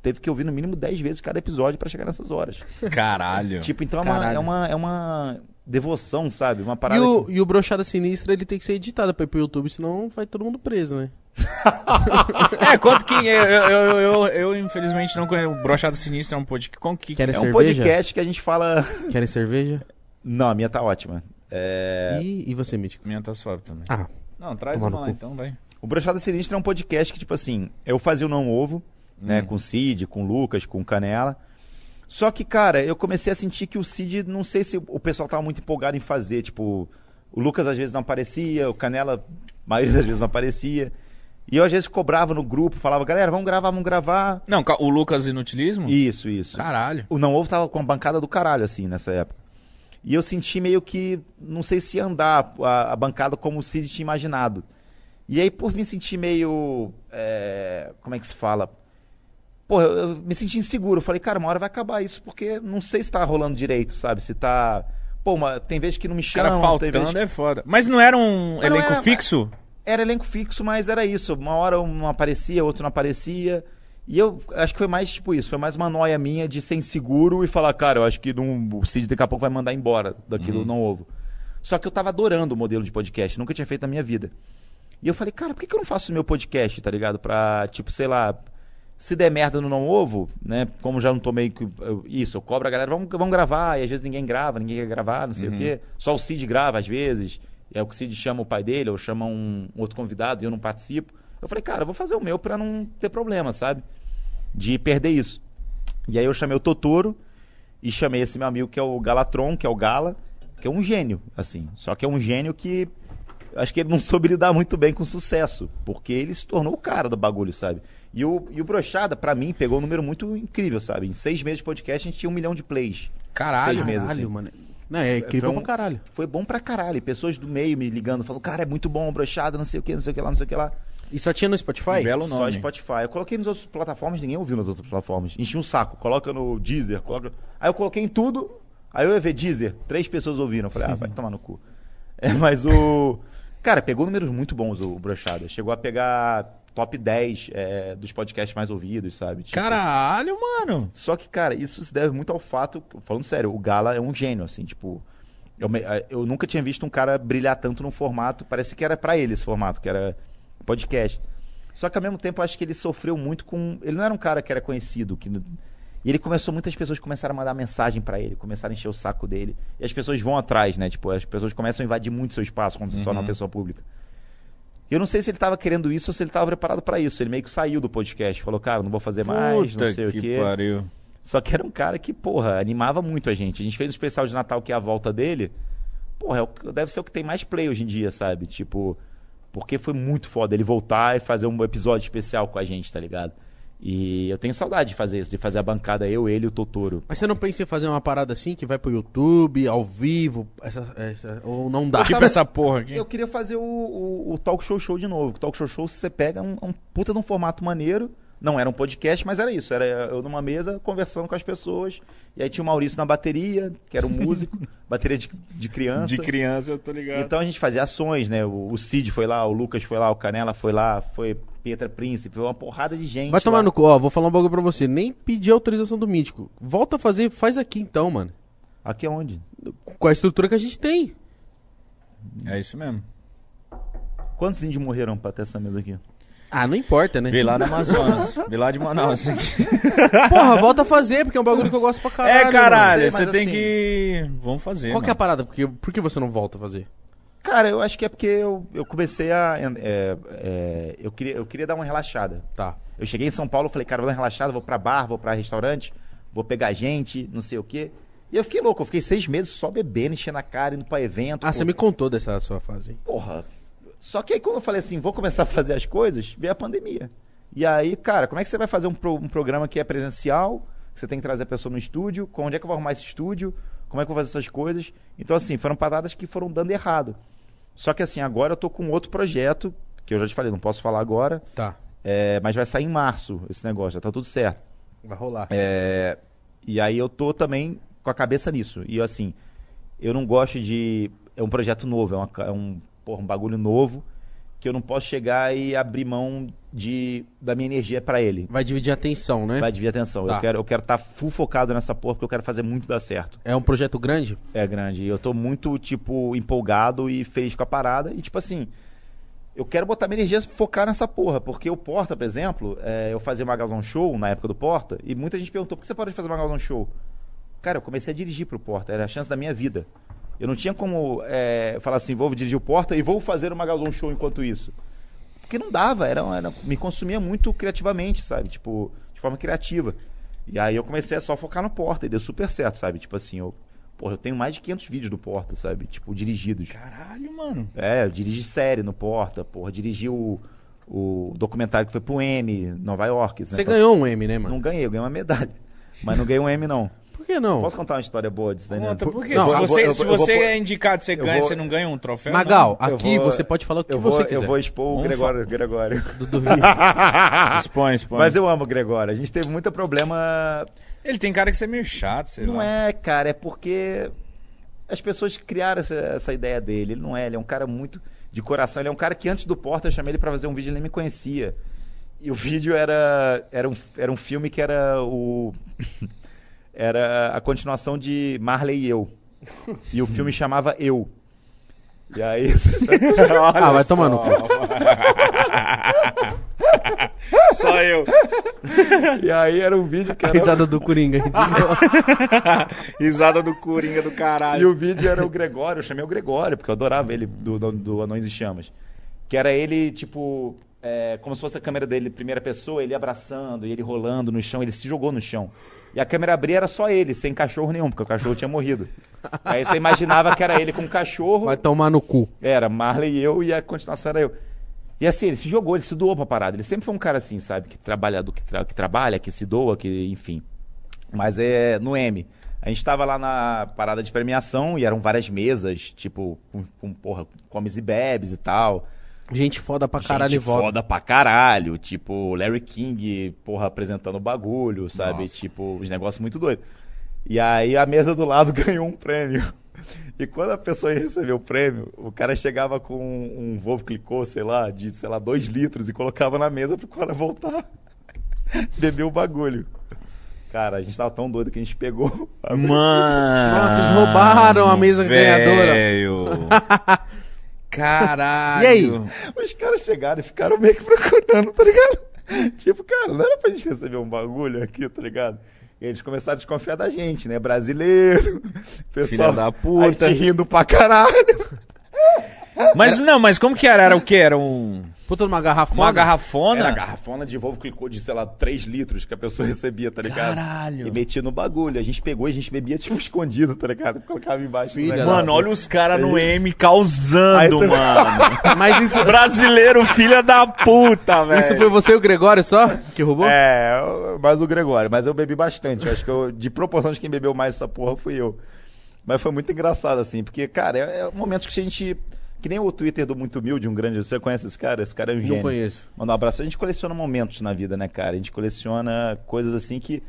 teve que ouvir no mínimo 10 vezes cada episódio pra chegar nessas horas.
Caralho.
[laughs] Tipo, então é uma,
Caralho.
é, uma, é uma devoção, sabe? Uma
E
parada.
o,
que-
e o Brochada Sinistra, ele tem que ser editado pra ir pro YouTube, senão vai todo mundo preso, né?
É, quanto que. Eu, eu, eu, eu- eu, infelizmente não conheço. O Brochado Sinistro é um podcast. Como que.
Querem
É um
cerveja?
podcast que a gente fala. [laughs]
Querem cerveja?
Não, a minha tá ótima. É,
E, e você, Mítico?
Minha tá suave também.
Ah,
Não, traz
Tomar
uma
no
lá
cu.
então, vai.
O Brochada Sinistra é um podcast que, tipo assim, eu fazia o Não Ovo, né? Com o Cid, com o Lucas, com o Canela. Só que, cara, eu comecei a sentir que o Cid, não sei se o pessoal tava muito empolgado em fazer. Tipo, o Lucas às vezes não aparecia, o Canela, a maioria das vezes não aparecia. E eu às vezes cobrava no grupo, falava, galera, vamos gravar, vamos gravar.
Não, ca- o Lucas Inutilismo?
Isso, isso.
Caralho.
O Não Ovo tava com a bancada do caralho, assim, nessa época. E eu senti meio que, não sei se ia andar a, a bancada como o Cid tinha imaginado. E aí, por me sentir meio. é, como é que se fala? Pô, eu, eu me senti inseguro. Eu falei, cara, uma hora vai acabar isso, porque não sei se tá rolando direito, sabe? Se tá. Pô, uma- tem vezes que não me
cara
chamam, tem vezes
faltando
que...
é foda. Mas não era um
Mas não
elenco
era-
fixo?
Era elenco fixo, mas era isso. Uma hora um aparecia, outro não aparecia. E eu acho que foi mais tipo isso, foi mais uma noia minha de ser inseguro e falar, cara, eu acho que não, o Cid daqui a pouco vai mandar embora daquilo não ovo. Só que eu tava adorando o modelo de podcast, nunca tinha feito na minha vida. E eu falei, cara, por que, que eu não faço o meu podcast, tá ligado? Pra, tipo, sei lá, se der merda no não ovo, né? Como já não tomei que- eu- isso, eu cobro a galera, vamos, vamos gravar, e às vezes ninguém grava, ninguém quer gravar, não sei o quê. Só o Cid grava às vezes. É o que o Cid chama o pai dele, ou chama um outro convidado e eu não participo. Eu falei, cara, eu vou fazer o meu pra não ter problema, sabe? De perder isso. E aí eu chamei o Totoro e chamei esse meu amigo que é o Galatron, que é o Gala, que é um gênio, assim. Só que é um gênio que acho que ele não [laughs] soube lidar muito bem com o sucesso, porque ele se tornou o cara do bagulho, sabe? E o, e o Brochada, pra mim, pegou um número muito incrível, sabe? Em seis meses de podcast, a gente tinha um milhão de plays.
Caralho,
Seis meses, assim.
mano. Não, é incrível
Foi um-
pra caralho.
Foi bom pra caralho. Pessoas do meio me ligando, falando, cara, é muito bom, Brochada, não sei o que, não sei o que lá, não sei o que lá.
E só tinha no Spotify?
Belo
Só
nome.
Spotify. Eu coloquei nas outras plataformas, ninguém ouviu nas outras plataformas. Enchi um saco, coloca no Deezer, coloca. Aí eu coloquei em tudo, aí eu ia ver Deezer, três pessoas ouviram. Eu falei, ah, vai tomar no cu. [laughs] É, mas o. Cara, pegou números muito bons o Brochada. Chegou a pegar top 10 é, dos podcasts mais ouvidos, sabe? Tipo,
Caralho, mano.
só que, cara, isso se deve muito ao fato. Falando sério, o Gala é um gênio, assim, tipo. Eu, me- eh, eu nunca tinha visto um cara brilhar tanto num formato. Parece que era pra ele esse formato, que era podcast. Só que ao mesmo tempo, eu acho que ele sofreu muito com. Ele não era um cara que era conhecido. Que... não- E ele começou, muitas pessoas começaram a mandar mensagem pra ele, começaram a encher o saco dele. E as pessoas vão atrás, né? Tipo, as pessoas começam a invadir muito seu espaço quando se torna uma pessoa pública. E Eu não sei se ele tava querendo isso ou se ele tava preparado pra isso. Ele meio que saiu do podcast, falou, cara, não vou fazer mais, não sei o quê.
pariu.
Só que era um cara que, porra, animava muito a gente. A gente fez um especial de Natal que é a volta dele. Porra, é o que- deve ser o que tem mais play hoje em dia, sabe? Tipo, porque foi muito foda ele voltar e fazer um episódio especial com a gente, tá ligado? E eu tenho saudade de fazer isso, de fazer a bancada eu, ele e o Totoro.
Mas você não pensa em fazer uma parada assim que vai pro YouTube, ao vivo, essa, essa- ou não
Tá.
dá?
Tipo
tava-
essa porra aqui.
Tá. Eu queria fazer o, o- o Talk Show Show de novo. O Talk Show Show, você pega um, um puta de um formato maneiro. Não era um podcast, mas era isso. Era eu numa mesa conversando com as pessoas. E aí tinha o Maurício na bateria, que era um [laughs] músico. bateria de, de criança.
De criança, eu tô ligado.
Então a gente fazia ações, né? O, o Cid foi lá, o Lucas foi lá, o Canela foi lá, foi Pietra Príncipe, foi uma porrada de gente.
Vai tomar
lá.
no cu, ó, vou falar um bagulho pra você. Nem pedi autorização do Mítico. Volta a fazer, faz aqui então, mano.
Aqui é onde?
Com a estrutura que a gente tem.
Então-
É isso mesmo.
Quantos índios morreram pra ter essa mesa aqui?
Ah, não importa, né?
Vê lá no
[laughs]
Amazonas. Vê lá de Manaus.
[laughs]
É,
[laughs]
Porra, volta a fazer, porque é um bagulho que eu gosto pra caralho.
é, caralho,
sei,
você
mas
tem
assim-
que. Vamos fazer.
mano. Qual que é a
mano.
parada? Por que, por que você não volta a fazer?
Cara, eu acho que é porque eu, eu comecei a. é, é, eu, queria, eu queria dar uma relaxada.
Tá.
Eu cheguei em São Paulo, falei, cara, vou dar uma relaxada, vou pra bar, vou pra restaurante, vou pegar gente, não sei o quê. E eu fiquei louco, eu fiquei seis meses só bebendo, enchendo a cara, indo pra evento.
Ah, você me contou dessa sua fase. hein?
Porra. Só que aí quando eu falei assim, vou começar a fazer as coisas, veio a pandemia. E aí, cara, como é que você vai fazer um, pro- um programa que é presencial, que você tem que trazer a pessoa no estúdio, com- onde é que eu vou arrumar esse estúdio, como é que eu vou fazer essas coisas? Então, assim, foram paradas que foram dando errado. Só que assim, agora eu tô com outro projeto, que eu já te falei, não posso falar agora,
Tá.
é, mas vai sair em março esse negócio, já tá tudo certo.
Vai rolar.
É, e aí eu tô também com a cabeça nisso. E assim, eu não gosto de. É um projeto novo, é, uma ca- é um, porra, um bagulho novo que eu não posso chegar e abrir mão de, da minha energia pra ele.
Vai dividir a atenção, né?
Vai desviar atenção.
Tá.
Eu quero eu quero estar full focado nessa porra porque eu quero fazer muito dar certo.
É um projeto grande?
É grande. Eu tô muito, tipo, empolgado e feliz com a parada. E, tipo assim, eu quero botar minha energia focar nessa porra. Porque o Porta, por exemplo, é, eu fazia Magalzão Show na época do Porta. E muita gente perguntou, por que você parou de fazer Magalzão Show? Cara, eu comecei a dirigir pro Porta. Era a chance da minha vida. Eu não tinha como é, falar assim, vou dirigir o Porta e vou fazer o Magalzão Show enquanto isso. Porque não dava. Era, era- me consumia muito criativamente, sabe? Tipo, de forma criativa. E aí eu comecei a só focar no Porta. E deu super certo, sabe? Tipo assim, eu... Porra, eu tenho mais de 500 vídeos do Porta, sabe? Tipo, dirigidos.
Caralho, mano.
É, eu dirigi série no Porta, porra, dirigi o, o documentário que foi pro M, Nova York. Tipo, esse
Você
negócio.
ganhou um M, né, mano?
Não ganhei, eu ganhei uma medalha. Mas não ganhei um M, não.
Por que não?
Posso contar uma história boa disso, né? Daniel?
Conta, porque
Não,
se
eu vou-
você,
eu
se
vou- eu
você
vou-
é indicado, você
eu
ganha,
vou-
você não ganha um troféu.
Magal,
Eu
aqui
vou-
você pode falar o que
eu
você
vou,
quiser.
Eu vou expor o
Vamos
Gregório. Gregório.
Do, do vídeo.
[laughs]
Ah,
Expõe, expõe.
Mas eu amo o Gregório. A gente teve muito problema
não. Ele tem cara que você é meio chato, sei
não
lá.
é, cara, é porque as pessoas criaram essa, essa ideia dele. Ele não é, ele é um cara muito de coração. Ele é um cara que antes do Porta eu chamei ele pra fazer um vídeo, ele nem me conhecia. E o vídeo era era um, era um filme que era o [laughs] era a continuação de Marley e eu. E o
[laughs]
filme chamava Eu. E aí [laughs]
ah, vai tomar no cu.
[laughs] Só eu.
E aí era um vídeo que
A
era
risada do Coringa.
Risada do Coringa do
E
caralho.
o vídeo era o Gregório, eu chamei o Gregório, porque eu adorava ele do, do, do Anões e Chamas. Que era ele, tipo, é, como se fosse a câmera dele, primeira pessoa, ele abraçando e ele rolando no chão, ele se jogou no chão. E a câmera abria era só ele, sem cachorro nenhum, porque o cachorro tinha morrido. Aí você imaginava que era ele com o cachorro,
Vai tomar no cu.
era Marley e eu, e a continuação era eu. E assim, ele se jogou, ele se doou pra parada. Ele sempre foi um cara assim, sabe? Que trabalhador, que, tra- que trabalha, que se doa, que, enfim. Mas é no M. A gente tava lá na parada de premiação e eram várias mesas, tipo, com, com porra, comes e bebes e tal.
Gente foda pra caralho e
gente
volta.
foda pra caralho. Tipo, Larry King, porra, apresentando o bagulho, sabe? Tipo, os negócios muito doidos. E aí a mesa do lado [laughs] ganhou um prêmio. E quando a pessoa ia receber o prêmio, o cara chegava com um um Volvo clicou, sei lá, de, sei lá, dois litros e colocava na mesa pro cara voltar. [laughs] Beber o bagulho. Cara, a gente tava tão doido que a gente pegou. [laughs] a-
Mano.
Nossa, vocês roubaram a mesa ganhadora. [laughs]
ganhadora.
Caralho.
E aí?
Os caras chegaram e ficaram meio que procurando, tá ligado? [laughs] Tipo, cara, não era pra gente receber um bagulho aqui, tá ligado? E eles começaram a desconfiar da gente, né? Brasileiro, [laughs] pessoal.
Filha da puta.
A gente rindo pra caralho.
Mas não, mas como que era? Era o que? Era um,
Puta numa garrafona.
uma garrafona?
Era a garrafona de Volvo clicou de, sei lá, 3 litros que a pessoa [laughs] recebia, tá ligado?
Caralho.
E metia no bagulho. A gente pegou e a gente bebia, tipo, [laughs] escondido, tá ligado? Colocava embaixo. do
Filha
negócio.
Mano, olha os caras no
Aí-
É.
M
[laughs] Aí
causando,
tu-
[laughs]
mano.
Mas isso,
Brasileiro, filha da puta,
É.
velho.
isso foi você e o Gregório só que roubou?
É, eu- mas o Gregório, mas eu bebi bastante. Eu acho que eu, de proporção de quem bebeu mais essa porra fui eu. Mas foi muito engraçado, assim, porque, cara, é, é um momento que a gente. Que nem o Twitter do Muito Humilde, um grande. Você conhece esse cara? Esse cara é um gênio.
Não conheço.
Manda um abraço. A gente coleciona momentos na vida, né, cara? A gente coleciona coisas assim que.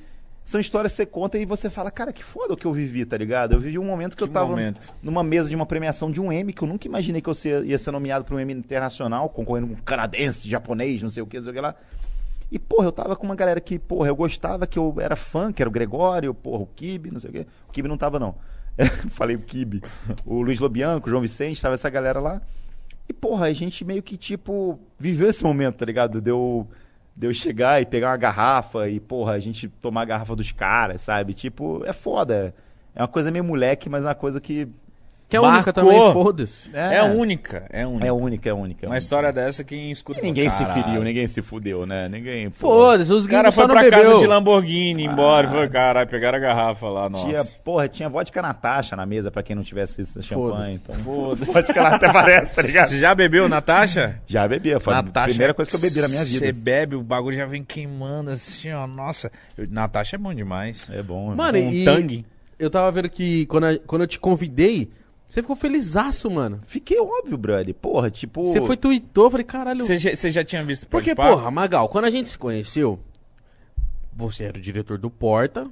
São histórias que você conta e você fala, cara, que foda o que eu vivi, tá ligado? Eu vivi um momento que, eu tava
momento?
numa mesa de uma premiação de um M, que eu nunca imaginei que eu ser- ia ser nomeado para um M internacional, concorrendo com um canadense, japonês, não sei o que, não sei o que lá. E, porra, eu tava com uma galera que, porra, eu gostava, que eu era fã, que era o Gregório, porra, o Kibe, não sei o quê. O Kibe não tava, não. [laughs] Falei o Kibe. O Luiz Lobianco, o João Vicente, tava essa galera lá. E, porra, a gente meio que, tipo, viveu esse momento, tá ligado? Deu. Deu chegar e pegar uma garrafa e, porra, a gente tomar a garrafa dos caras, sabe? Tipo, é foda. É uma coisa meio moleque, mas é uma coisa que. né?
Que é a única
Marcou.
também, foda-se.
É, única, é única.
É única, é única.
Uma história dessa, quem escuta...
E ninguém se
"Caralho".
feriu, ninguém se fudeu, né? Ninguém. pô,
Foda-se, os
O cara
gringos
foi
só não
pra
bebeu. Ah.
casa de Lamborghini, embora. Foi, caralho, pegaram a garrafa lá,
Tinha,
nossa.
porra, tinha vodka Natasha na mesa, pra quem não tivesse esse champanhe. Então. [laughs]
Foda-se.
Vodka lá até parece, tá ligado?
[laughs] Você já bebeu, Natasha?
Já bebia, foi a primeira coisa que eu bebi na minha vida.
Você bebe, o bagulho já vem queimando assim, ó. Nossa, Eu- Natasha é bom demais.
É bom,
Mano,
Um
e
tangue.
eu tava vendo que quando, a- quando eu te convidei, você ficou felizaço, mano.
Fiquei óbvio, brother. Porra, tipo.
Você foi tweetou, eu falei, caralho.
Você já, você já tinha visto o
Porque,
Podpah?
porra, Magal, quando a gente se conheceu, você era o diretor do Porta.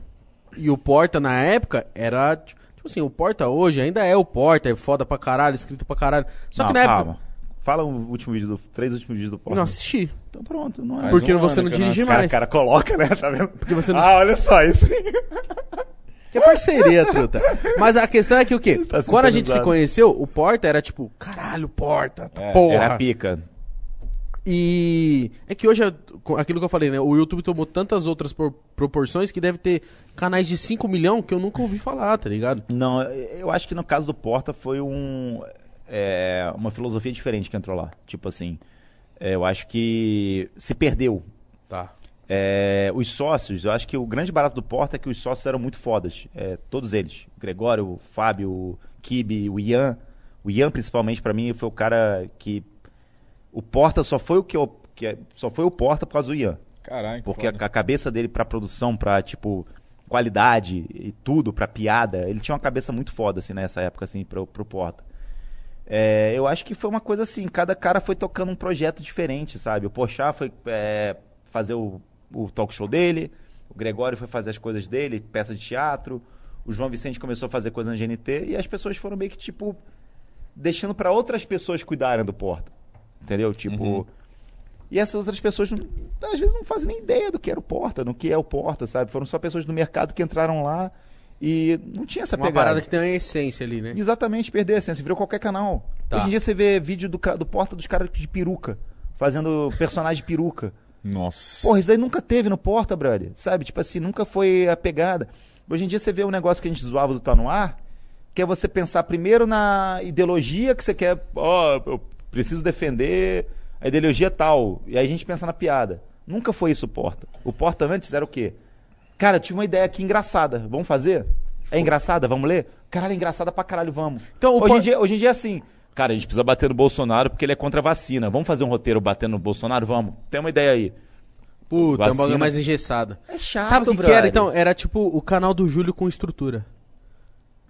E o Porta, na época, era. Tipo assim, o Porta hoje ainda é o Porta, é foda pra caralho, escrito pra caralho. Só
Não,
que na
calma.
época.
Fala o último vídeo do. Três últimos vídeos do
Eu
porra.
não assisti.
Então pronto, não é.
Faz
Porque
um
você
ano
não
que eu não
dirige
assisto.
Cara, o
mais.
cara coloca, né? Tá vendo?
Porque você não-
Ah, olha só isso.
Que é parceria, truta. Mas a questão é que o quê?
Tá
Quando a gente se
sintonizado.
conheceu, o Porta era tipo, caralho, Porta, tá porra.
Era pica.
E é que hoje, é co- aquilo que eu falei, né? O YouTube tomou tantas outras pro- proporções que deve ter canais de 5 milhão que eu nunca ouvi falar, tá ligado?
Não, eu acho que no caso do Porta foi um, é, uma filosofia diferente que entrou lá. Tipo assim, é, eu acho que se perdeu.
Tá.
É, os sócios, eu acho que o grande barato do Porta é que os sócios eram muito fodas. É, todos eles. O Gregório, o Fábio, o Kibe, o Ian. O Ian, principalmente, pra mim, foi o cara que. O Porta só foi o que eu. Que, é- só foi o Porta por causa do Ian.
Caralho, que
Porque a,
foda.
a cabeça dele pra produção, pra, tipo, qualidade e tudo pra piada. Ele tinha uma cabeça muito foda, assim, nessa época, assim, pro, pro Porta. É, eu acho que foi uma coisa assim, cada cara foi tocando um projeto diferente, sabe? O Pochá foi é, fazer o, o talk show dele, o Gregório foi fazer as coisas dele, peça de teatro, o João Vicente começou a fazer coisa na GNT, e as pessoas foram meio que, tipo, deixando pra outras pessoas cuidarem do Porta. Entendeu? Tipo...
Uhum.
E essas outras pessoas, não- às vezes, não fazem nem ideia do que era o Porta, no que é o Porta, sabe? Foram só pessoas do mercado que entraram lá e não tinha essa
Uma
pegada.
parada que tem uma essência ali, né?
Exatamente, perder a essência. Virou qualquer canal.
Tá.
Hoje em dia você vê vídeo do, ca- do Porta dos caras de peruca, fazendo personagem de peruca.
Nossa.
Porra, isso daí nunca teve no Porta, brother. Sabe? Tipo assim, nunca foi a pegada. Hoje em dia você vê um negócio que a gente zoava do Tá No Ar, que é você pensar primeiro na ideologia que você quer. Ó, eu preciso defender a ideologia tal. E aí a gente pensa na piada. Nunca foi isso o Porta. O Porta antes era o quê? Cara, eu tive uma ideia aqui engraçada. Vamos fazer? É engraçada? Vamos ler? Caralho, é engraçada pra caralho, vamos.
Então, o
hoje,
Por-
em dia, hoje em dia é assim. Cara, a gente precisa bater no Bolsonaro porque ele é contra a vacina. Vamos fazer um roteiro batendo no Bolsonaro? Vamos. Tem uma ideia aí.
Puta, é um bagulho
Vacina.
mais engessado.
É chato,
Sabe o que, que
brother.
era então? Era tipo o canal do Júlio com estrutura.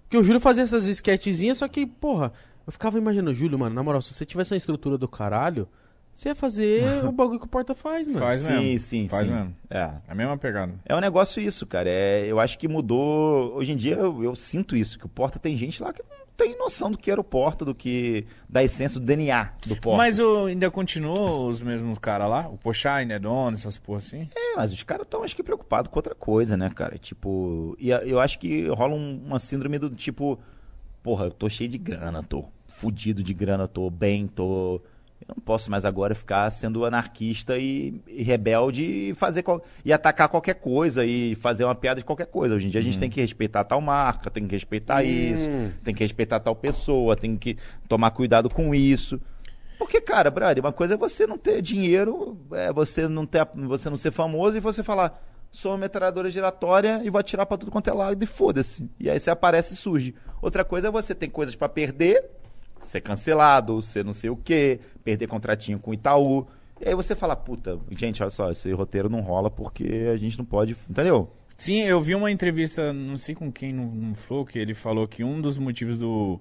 Porque o Júlio fazia essas esquetezinhas, só que, porra, eu ficava imaginando, Júlio, mano, na moral, se você tivesse uma estrutura do caralho, você ia
[laughs]
fazer o bagulho que o Porta faz, mano.
Faz
Sim,
mesmo.
sim,
Faz
sim.
mesmo.
É.
É a mesma pegada.
É um negócio isso, cara. É, eu acho que mudou. Hoje em dia eu, eu sinto isso, que o Porta tem gente lá que não tem noção do que era o Porta, do que. da essência do DNA do Porta.
Mas o, ainda continua os mesmos caras lá? O Pochá, ainda é dono, essas porra assim?
É, mas os caras estão, acho que, preocupados com outra coisa, né, cara? Tipo, e a- eu acho que rola um- uma síndrome do tipo, porra, eu tô cheio de grana, tô fudido de grana, tô bem, tô. Eu não posso mais agora ficar sendo anarquista e, e rebelde e fazer qual- e atacar qualquer coisa e fazer uma piada de qualquer coisa. Hoje em dia a gente tem que respeitar tal marca, tem que
É,
respeitar Ah, isso,
Hum.
tem que respeitar tal pessoa, tem que tomar cuidado com isso. Porque, cara, brother, uma coisa é você não ter dinheiro, é você não, ter, você não ser famoso e você falar, sou uma metralhadora giratória e vou atirar pra tudo quanto é lado e foda-se. E aí você aparece e surge. Outra coisa é você ter coisas pra perder, ser cancelado, ser não sei o quê, perder contratinho com o Itaú. E aí você fala, puta, gente, olha só, esse roteiro não rola porque a gente não pode, entendeu?
Sim, eu vi uma entrevista, não sei com quem, no, no Flow, que ele falou que um dos motivos do,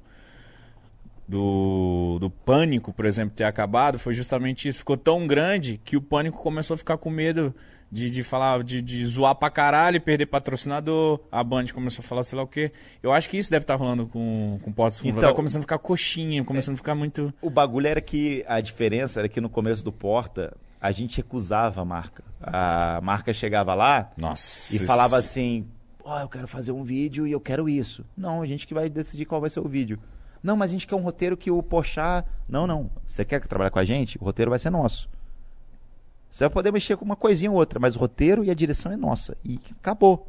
do, do pânico, por exemplo, ter acabado foi justamente isso. Ficou tão grande que o pânico começou a ficar com medo de, de falar, de, de zoar pra caralho, perder patrocinador. A Band começou a falar sei lá o quê. Eu acho que isso deve estar rolando com, com Portos Fundos.
Então-
tá começando a ficar coxinha, começando a ficar muito...
O bagulho era que a diferença era que no começo do Porta a gente recusava a marca. A marca chegava lá,
Nossa.
E falava assim: Ó, eu quero fazer um vídeo e eu quero isso. Não, a gente que vai decidir qual vai ser o vídeo. Não, mas a gente quer um roteiro que o Pochá. Não, não. Você quer trabalhar com a gente? O roteiro vai ser nosso. Você vai poder mexer com uma coisinha ou outra, mas o roteiro e a direção é nossa. E acabou.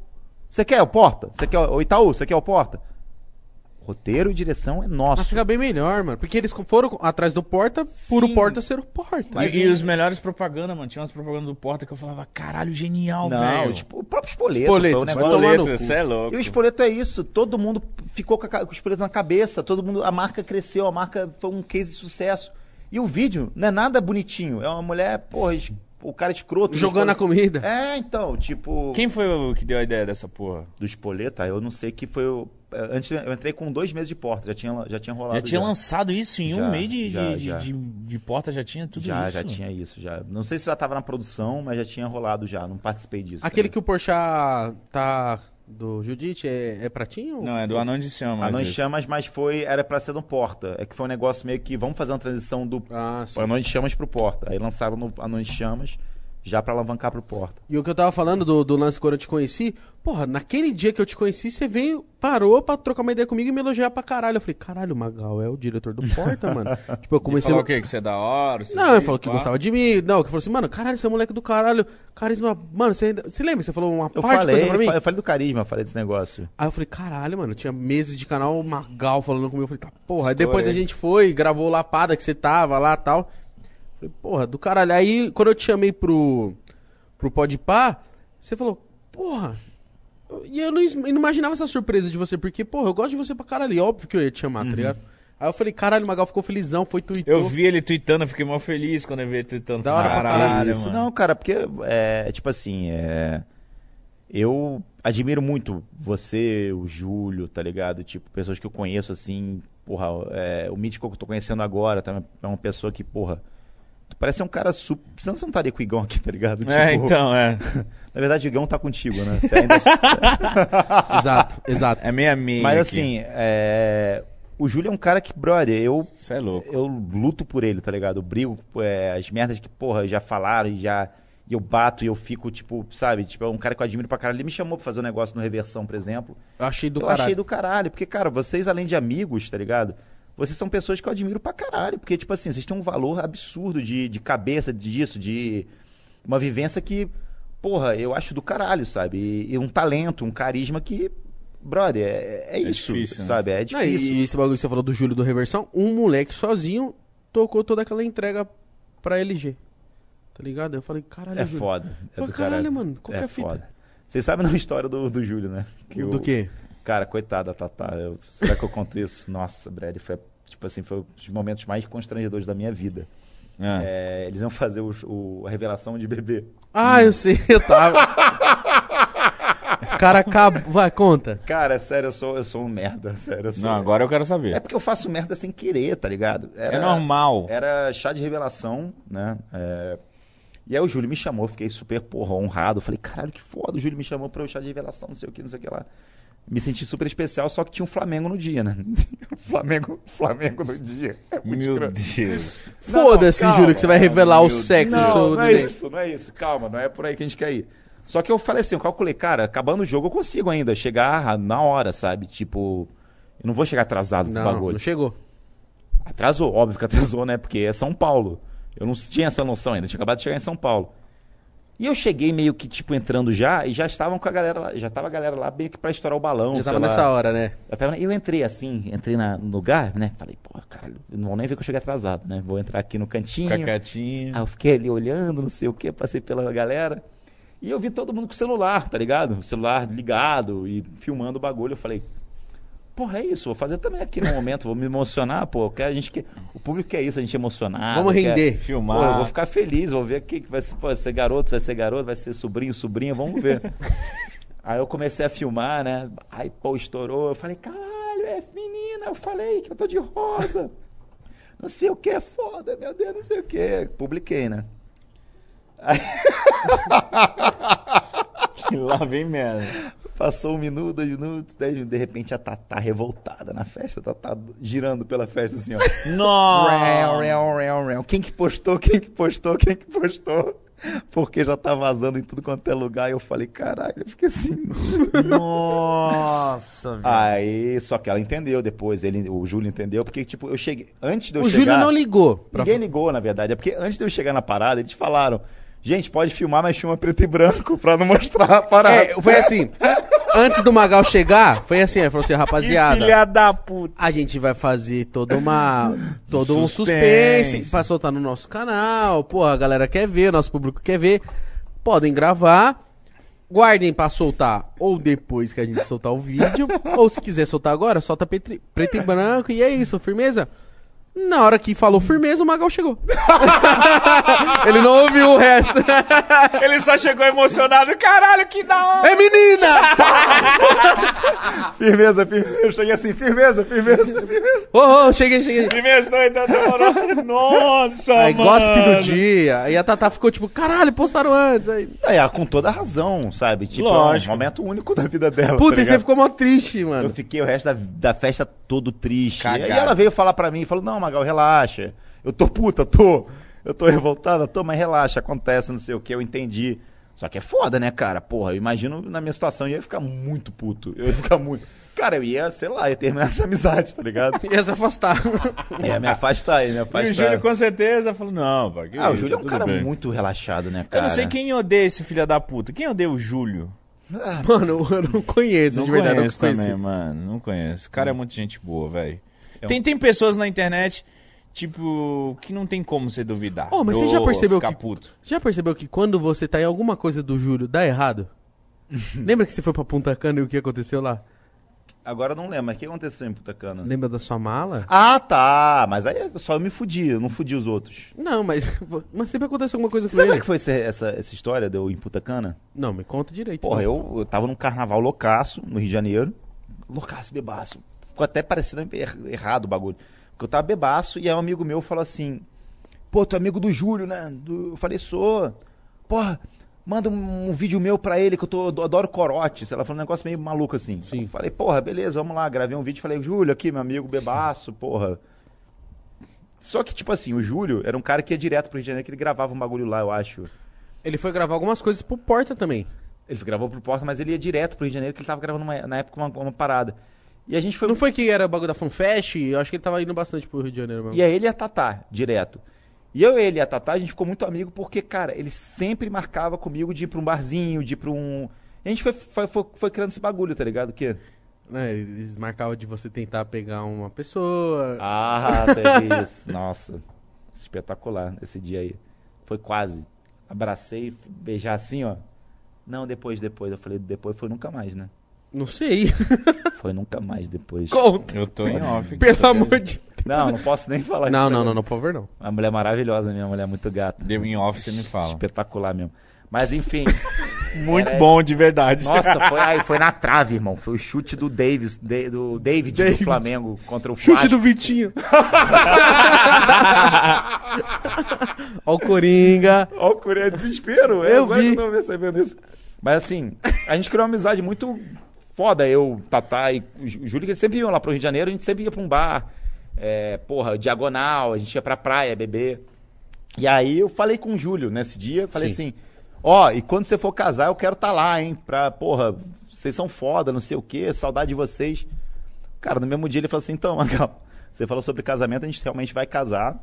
Você quer o Porta? Você quer o Itaú? Você quer o Porta? Roteiro e direção é nosso.
Mas fica bem melhor, mano. Porque eles foram atrás do Porta por o
Sim.
Porta ser o Porta.
E, e os melhores propagandas, mano. Tinha umas propagandas do Porta que eu falava, caralho, genial,
Não,
velho.
tipo, o próprio espoleto.
Espoleto,
foi um
vai
negócio-
tomar no
Boleto,
cu.
cê é louco.
E o espoleto é isso, todo mundo ficou com, a, ca- com o espoleto na cabeça, todo mundo, a marca cresceu, a marca foi um case de sucesso. E o vídeo não é nada bonitinho, é uma mulher, porra, es- o cara escroto. [laughs]
Jogando a
espoleto-
comida.
É, então, tipo,
Quem foi o que deu a ideia dessa porra?
do espoleto, aí eu não sei que foi o... é, Antes eu entrei com dois meses de porta, já tinha, já tinha rolado.
Já tinha lançado isso em um
Já,
mês de,
já,
de,
já.
De, de porta, já tinha tudo
Já,
isso.
já tinha isso, já. Não sei se já tava na produção, mas já tinha rolado já, não participei disso.
Aquele que o Porchat tá do Judite é, é pratinho?
Não, é do Anão de Chama.
A não em
esse.
chamas, mas foi, era pra ser no porta. É que foi um negócio meio que, vamos fazer uma transição do
Ah, sim.
Foi Anões de Chamas pro Porta. Aí lançaram no Anões de Chamas já pra alavancar pro Porta.
E o que eu tava falando do, do lance quando eu te conheci, porra, naquele dia que eu te conheci, você veio, parou pra trocar uma ideia comigo e me elogiar pra caralho. Eu falei, caralho, o Magal é o diretor do Porta,
[laughs]
mano. tipo, eu
Ele
comecei.
falou
a-
o quê? Que você é da hora? sei o
Não, ele
quê,
falou que
pá.
gostava de mim. Não, que falou assim, mano, caralho, você é moleque do caralho. Carisma. Mano, você, ainda... você lembra? que Você falou uma
Eu
parte de
falei,
coisa pra mim?
fa- eu falei do carisma, eu falei desse negócio.
Aí eu falei, caralho, mano, tinha meses de canal o Magal falando comigo. Eu falei, tá, porra. Aí depois a gente foi, gravou Lapada que você tava lá e tal. Falei, porra, do caralho. Aí quando eu te chamei pro, pro Podpah, você falou, porra. eu- E eu não, is- eu não imaginava essa surpresa de você, porque, porra, eu gosto de você pra caralho. E óbvio que eu ia te chamar, tá ligado? Aí eu falei, caralho, o Magal ficou felizão, foi tweetou.
Eu vi ele tweetando, eu fiquei mó feliz quando eu vi ele tweetando.
Da hora pra
caralho,
Isso
mano.
não, cara, porque é tipo assim, é. Eu admiro muito você, o Júlio, tá ligado? Tipo, pessoas que eu conheço assim, porra, é, o Mítico que eu tô conhecendo agora, tá? É uma pessoa que, porra, tu parece ser um cara super. Senão você não estaria com o Igão aqui, tá ligado?
É,
Tipo,
então, é.
Na verdade, o Igão tá contigo, né? Você ainda...
Exato, exato.
É meia meia.
Mas
aqui.
assim, é, o Júlio é um cara que, brother, eu
Isso é louco.
eu luto por ele, tá ligado? Eu brigo, é, as merdas que, porra, já falaram e já. E eu bato e eu fico, tipo, sabe? Tipo, é um cara que eu admiro pra caralho. Ele me chamou pra fazer um negócio no Reversão, por exemplo.
Eu achei do
eu
caralho.
achei do caralho. Porque, cara, vocês, além de amigos, tá ligado? Vocês são pessoas que eu admiro pra caralho. Porque, tipo assim, vocês têm um valor absurdo de, de cabeça disso, de uma vivência que, porra, eu acho do caralho, sabe? E, e um talento, um carisma que, brother, é, é isso,
difícil, né?
sabe? É
Não, e-
difícil.
E esse bagulho que você falou do Júlio do Reversão, um moleque sozinho tocou toda aquela entrega pra LG. Tá ligado? Eu falei, caralho,
É
Júlio.
foda. É
Pô,
do
caralho,
caralho,
mano, qual que é a fita?
Vocês sabem da [laughs] história do, do Júlio, né? Que
Do
o-
quê?
Cara, coitada, Tatá. eu- será que eu conto isso? Nossa, Brad, foi tipo assim, foi um dos momentos mais constrangedores da minha vida.
É.
É, eles iam fazer o- o- a revelação de bebê.
Ah, eu sei, eu tava. [laughs] Cara, acabou. Vai, conta.
Cara, sério, eu sou, eu sou um merda, [laughs] sério. Eu sou...
Não, agora eu quero
É
saber.
porque eu faço merda sem querer, tá ligado?
É,
Era-
normal.
Era chá de revelação, né? É, E aí o Júlio me chamou, eu fiquei super porra, honrado. Falei, caralho, que foda, o Júlio me chamou pra eu chá de revelação, não sei o que, não sei o que lá. Me senti super especial, só que tinha um Flamengo no dia, né? [laughs] Flamengo, Flamengo no dia. É muito
Meu
escroto.
Deus.
Não,
Foda-se,
calma.
Júlio, que você vai revelar o
Meu
sexo do
Não,
seu
não é
neném.
isso, não é isso. Calma, não é por aí que a gente quer ir. Só que eu falei assim, eu calculei, cara, acabando o jogo eu consigo ainda chegar na hora, sabe? Tipo, eu não vou chegar atrasado pro
Não,
bagulho.
não chegou.
Atrasou, óbvio que atrasou, né? Porque é São Paulo. Eu não tinha essa noção ainda, tinha acabado de chegar em São Paulo. E eu cheguei meio que, tipo, entrando já, e já estavam com a galera lá, já tava a galera lá meio que pra estourar o balão.
Já
sei
tava
lá.
nessa hora, né?
Eu, tava- eu entrei assim, entrei na- no lugar, né? Falei, pô, caralho, não vão nem ver que eu cheguei atrasado, né? Vou entrar aqui no cantinho.
Fica quietinho.
Aí eu fiquei ali olhando, não sei o que, passei pela galera. E eu vi todo mundo com o celular, tá ligado? O celular ligado e filmando o bagulho. Eu falei, porra, é isso, vou fazer também aqui no momento, vou me emocionar, pô. Quer, a gente quer, o público quer isso, a gente emocionar.
Vamos
quer-
render.
é. Pô,
Filmar.
eu
[laughs]
vou ficar feliz, vou ver o que que vai ser, pô, vai ser garoto, vai ser garoto, vai ser sobrinho, sobrinha, vamos ver. Aí eu comecei a filmar, né? Aí, pô, estourou. Eu falei, caralho, é menina, eu falei que eu tô de rosa. Não sei o que, é foda, meu Deus, não sei o que. Publiquei, né?
Lá vem merda.
Passou um minuto, dois minutos, dez minutos. De repente a Tatá revoltada na festa, a Tatá girando pela festa assim, ó. Réu,
Nossa.
réu, réu, réu. Quem que postou, quem que postou, quem que postou? Porque já tá vazando em tudo quanto é lugar. E eu falei, caralho, eu fiquei assim.
Nossa, velho.
Aí, só que ela entendeu depois, ele, o Júlio entendeu, porque, tipo, eu cheguei. Antes de eu
O
chegar.
Júlio não ligou. pra-
Ninguém ligou, na verdade. É porque antes de eu chegar na parada, eles falaram. Gente, pode filmar, mas filma preto e branco pra não mostrar a parada.
É, foi [laughs] assim. Antes do Magal chegar, foi assim, ele falou assim, rapaziada.
Filha da puta.
A gente vai fazer toda uma. todo um
Suspense.
suspense pra soltar no nosso canal. Pô, a galera quer ver, nosso público quer ver. Podem gravar. Guardem pra soltar ou depois que a gente soltar o vídeo. ou se quiser soltar agora, solta petri- preto e branco. E é isso, firmeza? Na hora que falou firmeza, o Magal chegou. Ele não ouviu o resto.
Ele só chegou emocionado. Caralho, que da hora.
é menina!
Firmeza, firmeza. Eu cheguei assim, firmeza, firmeza, firmeza.
Ô, ô, cheguei, cheguei.
Primeiro estou então
[laughs]
demorando. Nossa,
Aí
mano.
gospe do dia. Aí a Tatá ficou tipo, caralho, postaram antes. Aí.
Aí, ela com toda a razão, sabe? Tipo,
Lógico.
é um momento único da vida dela.
Puta,
tá
e você
ligado?
ficou mó triste, mano.
Eu fiquei o resto da, da festa todo triste.
Cagado.
E ela veio falar pra mim, falou, não, Magal, relaxa. Eu tô puta, tô. Eu tô revoltada, tô, mas relaxa, acontece, não sei o que, eu entendi. Só que é foda, né, cara? Porra, eu imagino na minha situação, eu ia ficar muito puto. Eu ia ficar muito... Cara, eu ia, sei lá, ia terminar essa amizade, tá [laughs] ligado?
Ia se afastar.
Ia É, me afastar, ia me
E o
afastar.
Júlio com certeza falou, não, pá, que
Ah,
isso, tá
o Júlio é um
tudo
cara
bem.
muito relaxado, né, cara?
Eu não sei quem odeia esse filho da puta. Quem odeia o Júlio?
[laughs] Mano, eu não conheço,
Não
de verdade,
conheço
não conheço.
também, mano. Não conheço. O cara é muito gente boa, velho.
É um-
Tem, tem pessoas na internet, tipo, que não tem como você duvidar.
Ô, mas você
Ou
já percebeu
ficar
que-
puto.
Você já percebeu que quando você tá em alguma [laughs] coisa do Júlio, dá errado? Lembra que você foi pra Punta Cana e o que aconteceu lá?
Agora eu não lembro, mas o que aconteceu em Putacana?
Lembra da sua mala?
Ah, tá. Mas aí só eu me fudi, eu não fudi os outros.
Não, mas, [laughs] mas sempre acontece alguma coisa com
Sabe como é
ele.
que foi esse- essa, essa história de eu em Putacana?
Não, me conta direito. então.
Porra, eu, eu tava num carnaval loucaço, no Rio de Janeiro. Loucaço, bebaço. Ficou até parecendo er- errado o bagulho. Porque eu tava bebaço e aí um amigo meu falou assim: Pô, tu é amigo do Júlio, né? Do- Eu falei, sou. Porra, manda um, um vídeo meu pra ele que eu, tô, eu adoro corote. Sei lá, falou um negócio meio maluco assim.
Sim.
Eu falei, porra, beleza, vamos lá. Gravei um vídeo e falei, Júlio, aqui, meu amigo, bebaço, porra. Só que, tipo assim, o Júlio era um cara que ia direto pro Rio de Janeiro, que ele gravava um bagulho lá, eu acho.
Ele foi gravar algumas coisas pro Porta também.
Ele gravou pro Porta, mas ele ia direto pro Rio de Janeiro, que ele tava gravando uma- na época uma, uma parada. E a gente foi.
Não foi que era o bagulho da FanFest? Eu acho que ele tava indo bastante pro Rio de Janeiro mesmo.
E aí ele e a Tatá, direto. E eu, ele e a Tatá, a gente ficou muito amigo, porque, cara, ele sempre marcava comigo de ir pra um barzinho, de ir pra um. E a gente foi, foi, foi, foi criando esse bagulho, tá ligado? Que.
Né, eles marcavam de você tentar pegar uma pessoa.
Ah, teve isso. [laughs] Nossa. Espetacular esse dia aí. Foi quase. Abracei, beijar assim, ó. Não, depois, depois. Eu falei, depois foi nunca mais, né?
Não sei. [laughs]
Foi nunca mais depois.
Conta.
Eu tô em off.
Pelo amor de
Não, não posso nem falar
Não,
isso
não,
agora.
não, não, por favor, não.
Uma mulher maravilhosa, minha mulher muito gata.
Deu em off, você me fala.
Espetacular mesmo. Mas enfim. [laughs]
Muito
Era-
bom, de verdade.
Nossa, foi, aí, foi na trave, irmão. Foi o chute do Davis, de- do David, do Flamengo contra o Vasco.
Vitinho. [laughs] Ó o Coringa.
[laughs] Ó, o Coreia desespero. é
Eu
agora que
vi.
Eu tô percebendo isso. Mas assim, a gente criou uma amizade muito foda. Eu, Tatá e o Jú- o Júlio, que eles sempre iam lá pro Rio de Janeiro, a gente sempre ia pra um bar. é, porra, diagonal, a gente ia pra praia beber. E aí eu falei com o Júlio nesse dia, falei assim: ó, e quando você for casar, eu quero estar lá, hein? Pra, porra, vocês são foda, não sei o quê, saudade de vocês. Cara, no mesmo dia ele falou assim: então, Magal, você falou sobre casamento, a gente realmente vai casar.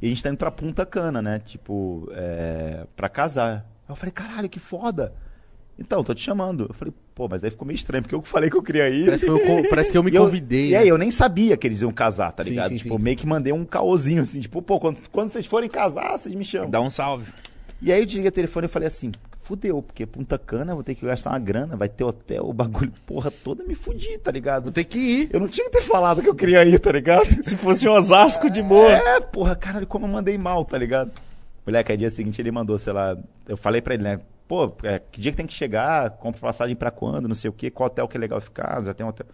E a gente tá indo pra Punta Cana, né? Tipo, é, pra casar. Aí eu falei, caralho, que foda. Então, tô te chamando. Eu falei, pô, mas aí ficou meio estranho, porque eu falei que eu queria ir.
Parece que eu, con- parece que eu me
E eu-
convidei. né?
E aí, eu nem sabia que eles iam casar, tá
Sim,
ligado?
sim,
tipo,
sim.
meio que mandei um caôzinho, assim, tipo, pô, quando, quando vocês forem casar, vocês me chamam.
Dá um salve.
E aí eu desliguei o telefone e falei assim, fudeu, porque Punta Cana, eu vou ter que gastar uma grana, vai ter hotel, o bagulho, porra toda, me fudi, tá ligado?
Vou ter que ir.
Eu não tinha que ter falado que eu queria ir, tá ligado?
Se fosse um Osasco de boa.
É, porra, caralho, como eu mandei mal, tá ligado? Moleque, aí dia seguinte ele mandou, sei lá, eu falei pra ele, né? Pô, é, que dia que tem que chegar? Compra passagem pra quando? Não sei o quê, qual hotel que é legal ficar? Já tem um hotel.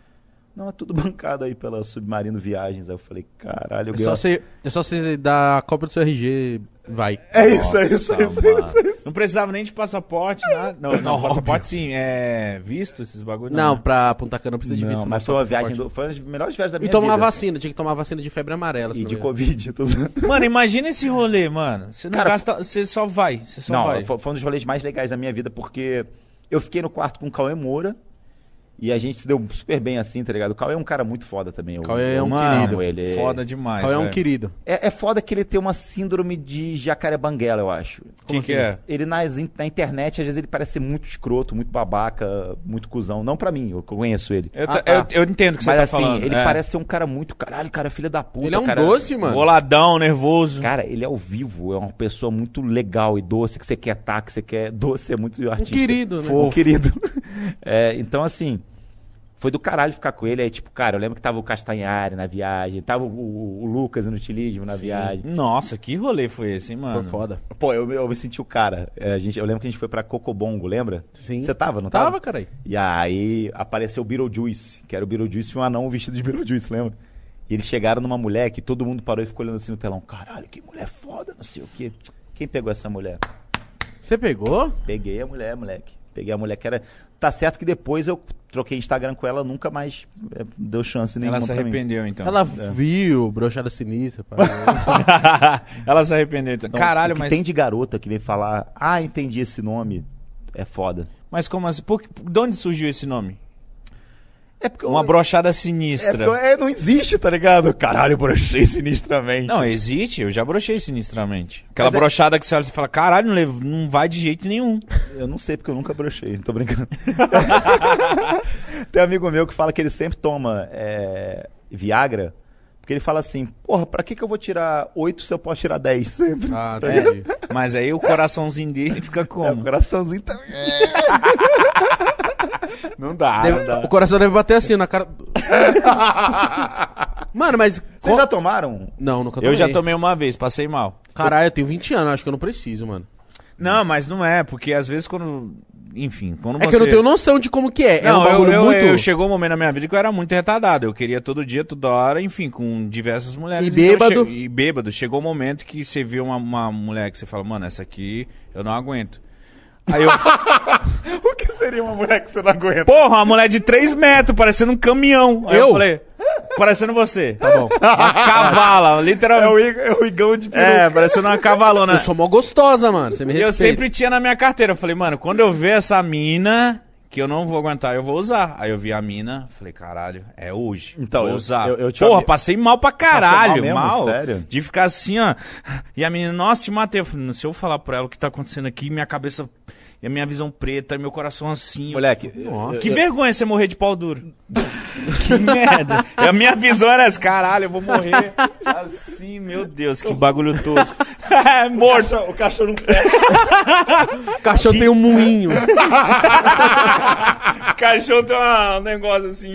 Não, é tudo [laughs] bancado aí pela Submarino Viagens. Aí eu falei, caralho, eu
É
ganhei
só
uma-
você, é só você dar a cópia do seu RG. Vai.
É isso, é isso, é isso.
Nossa, mano. Não precisava nem de passaporte, nada. Não, não, passaporte sim, é visto, esses bagulho.
Não,
né?
pra Punta Cana não precisa de
Não,
visto. não,
mas
só
foi uma
passaporte.
viagem, do, foi uma das melhores viagens da minha
E tomar uma
vida.
vacina. Tinha que tomar vacina de febre amarela. se
E
não
de
me engano.
Covid, eu tô usando.
Mano, imagina esse rolê, mano. Você não
Cara,
gasta. Você só vai. Você só
não,
vai.
foi, foi um dos rolês mais legais da minha vida, porque eu fiquei no quarto com o Cauê Moura e a gente se deu super bem assim, tá ligado? O Cauê é um cara muito foda também. eu-
Cauê é
eu
um
amo
querido.
Ele.
Foda demais.
Qual é um
velho.
querido?
É, é foda que ele tem uma síndrome de jacaré banguela, eu acho. assim?
Que que é?
Ele nas in- na internet, às vezes, ele parece ser muito escroto, muito babaca, muito cuzão. Não pra mim, eu conheço ele.
Eu,
Ah,
ta-
tá.
eu, eu entendo o que
Mas
você tá
assim,
falando.
ele
é.
parece assim, ser um cara muito. Caralho, cara, filha da puta.
Ele é um
cara.
doce, mano.
boladão,
Uhum.
nervoso.
Cara, ele ao vivo é uma pessoa muito legal e doce, que você quer estar, que você quer. [laughs] Doce é muito
Um
artista.
querido, né?
Fofo. querido. [laughs] É, então, assim, foi do caralho ficar com ele. Aí, tipo, cara, eu lembro que tava o Castanhari na viagem, tava o, o- o Lucas no utilismo na viagem.
Nossa, que rolê foi esse, hein, mano?
Foi foda.
Pô, eu, eu me senti o cara. É, a gente, eu lembro que a gente foi pra Cocobongo, lembra?
Sim.
Você tava, não tava?
Tava, caralho.
E aí apareceu o Beetlejuice, que era o Beetlejuice e um anão vestido de Beetlejuice, lembra? E eles chegaram numa mulher que todo mundo parou e ficou olhando assim no telão. Caralho, que mulher foda, não sei o quê. Quem pegou essa mulher?
Você pegou?
Peguei a mulher, moleque. Peguei a mulher que era. Tá certo que depois eu troquei Instagram com ela, nunca mais eh, deu chance nenhuma.
Ela se
pra mim.
arrependeu então.
[laughs]
é.
Ela viu brochada sinistra.
[laughs]
parece.
Ela se arrependeu então.
Então, o
Caralho,
que
mas,
Tem de garota que vem falar, ah, entendi esse nome. É foda.
mas como assim? Por, que- de onde surgiu esse nome?
É porque é
Uma brochada sinistra.
não existe, tá ligado? Caralho, eu brochei sinistramente.
Não, existe, eu já brochei sinistramente. Aquela
Mas é-
brochada que você olha e você fala, caralho, não, levo- não vai de jeito nenhum.
Eu não sei porque eu nunca brochei, tô brincando. Tem um amigo meu que fala que ele sempre toma é, Viagra, porque ele fala assim, porra, pra que, que eu vou tirar oito se eu posso tirar 10 sempre?
Ah,
Tá
entendi.
Mas
[laughs]
aí o coraçãozinho dele fica
É, o [laughs]
como?
coraçãozinho também. Não
Ah,
dá.
Deve-
não dá.
o coração deve bater assim
[laughs]
na cara. Mano, mas.
Vocês já tomaram?
Não, nunca
Eu já tomei uma vez, passei mal.
Caralho, eu tenho 20 anos, acho que eu não preciso, mano.
Não, mas não é, porque às vezes quando. Enfim, quando
É
você.
que eu não tenho noção de como que é. é um
Não, eu,
bagulho
eu,
muito.
eu- chegou um momento na minha vida que eu era muito retardado. Eu queria todo dia, toda hora, enfim, com diversas mulheres.
E
Então,
bêbado.
che- e bêbado. Chegou um momento que você vê uma, uma mulher que você fala, mano, essa aqui eu não aguento. Aí eu,
O que seria uma mulher que você não aguenta?
porra, uma mulher de 3 metros, parecendo um caminhão. Aí eu,
Eu?
falei, parecendo você. Tá
[laughs]
bom. Uma cavala,
É
literalmente.
o, Ig- é o Igão de peruca.
É, parecendo uma cavalona.
Eu sou mó gostosa, mano. Você me
E
respeita.
eu sempre tinha na minha carteira. Eu falei, mano, quando eu ver essa mina que eu não vou aguentar, eu vou usar. Aí eu vi a mina, falei, caralho, é hoje.
Então,
vou
eu-
usar.
eu- eu te
Porra,
ami-
passei mal pra caralho.
Passou mal mesmo?
mal.
Sério?
De ficar assim, ó. E a menina, nossa, te matei. Eu falei, se eu falar pra ela o que tá acontecendo aqui, minha cabeça. E a minha visão preta, e meu coração assim. eu-
Moleque,
Que vergonha você morrer de pau duro. que merda. E A minha visão era essa, caralho, eu vou morrer assim, meu Deus, que bagulho [laughs] tosco. Morto.
Cachorro- o cachorro não [laughs] pega.
O cachorro tem
[laughs]
um moinho.
Cachorro tem uma- um negócio assim.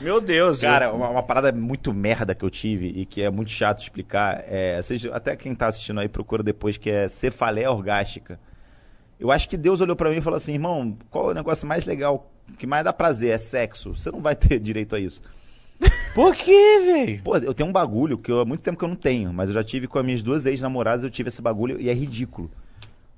Meu Deus,
Cara, uma, uma parada muito merda que eu tive e que é muito chato de explicar. É, vocês, até quem tá assistindo aí procura depois, que é cefaleia orgástica. Eu acho que Deus olhou pra mim e falou assim, irmão, qual é o negócio mais legal, que mais dá prazer? É sexo. Você não vai ter [laughs] direito a isso.
Por que, velho?
Pô, eu tenho um bagulho que eu, há muito tempo que eu não tenho, mas eu já tive com as minhas duas ex-namoradas, eu tive esse bagulho e é ridículo.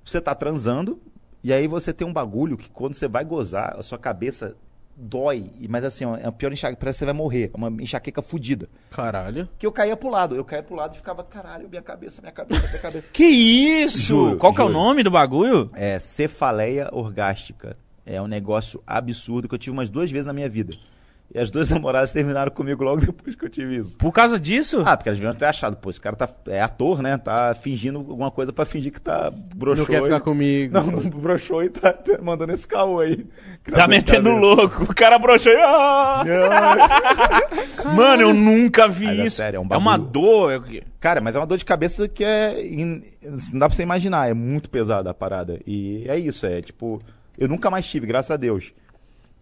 Você tá transando e aí você tem um bagulho que quando você vai gozar, a sua cabeça dói, e- mas assim, ó, é a pior enxaqueca, parece que você vai morrer, é uma enxaqueca fudida.
Caralho.
Que eu caía pro lado, eu caía pro lado e ficava, caralho, minha cabeça, minha cabeça, minha cabeça.
Que isso?
Juro,
Qual que é o
juro.
nome do bagulho?
[laughs] É cefaleia orgástica. É um negócio absurdo que eu tive umas duas vezes na minha vida. E as duas [laughs] namoradas terminaram comigo logo depois que eu tive isso.
Por causa disso?
Ah, porque eles deviam ter achado, pô, esse cara tá, é ator, né? Tá fingindo alguma coisa pra fingir que tá broxou.
não quer
e-
ficar comigo.
[laughs] Não, não broxou e tá tá mandando esse caô aí.
tá metendo louco. O cara broxou. e- Ah! Mano, eu nunca vi
Mas é
isso.
sério, é um
uma
bagulho.
dor. é-
Cara, mas é uma dor de cabeça que é. in- Não dá pra você imaginar, é muito pesada a parada. E é isso, é tipo. Eu nunca mais tive, graças a Deus.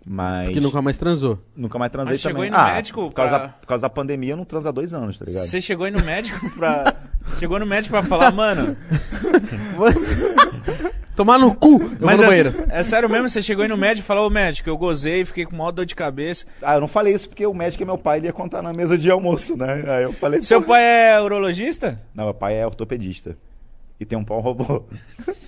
Mas.
Que nunca mais transou. [laughs]
nunca mais transei
Mas chegou aí
também.
no
ah,
médico
por causa,
pra-
por causa da pandemia, eu não transo há dois anos, tá ligado?
Você chegou aí no médico pra. chegou no médico pra falar, mano.
Tomar no cu. Eu vou
Mas
no banheiro.
é, é sério mesmo, você chegou aí no médico e falou, ô médico, eu gozei, fiquei com maior dor de cabeça.
Ah, eu não falei isso porque o médico é meu pai, ele ia contar na mesa de almoço, né? Aí eu falei.
Seu
pô,
pai é urologista?
Não, meu pai é ortopedista. E tem um pau robô.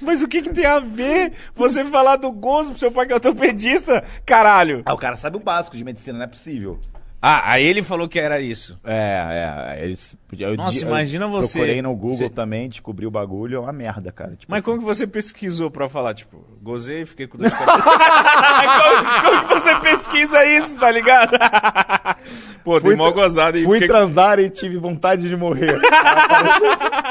Mas o que, que tem a ver você falar do gozo pro seu pai que é ortopedista? Caralho!
[laughs] Ah, o cara sabe o básico de medicina, não é possível.
Ah, aí ele falou que era isso.
É, é. Eles, eu,
Nossa,
eu
imagina você-
Procurei no Google
você-
também, descobri o bagulho, é uma merda, cara. Tipo
Mas
assim,
como que você pesquisou pra falar, tipo, gozei, fiquei com dois cabelos? como, como que você pesquisa isso, tá ligado? Pô,
Fui
tem mó
tra-
gozada e
Fui
fiquei...
transar e tive vontade de morrer. Apareceu-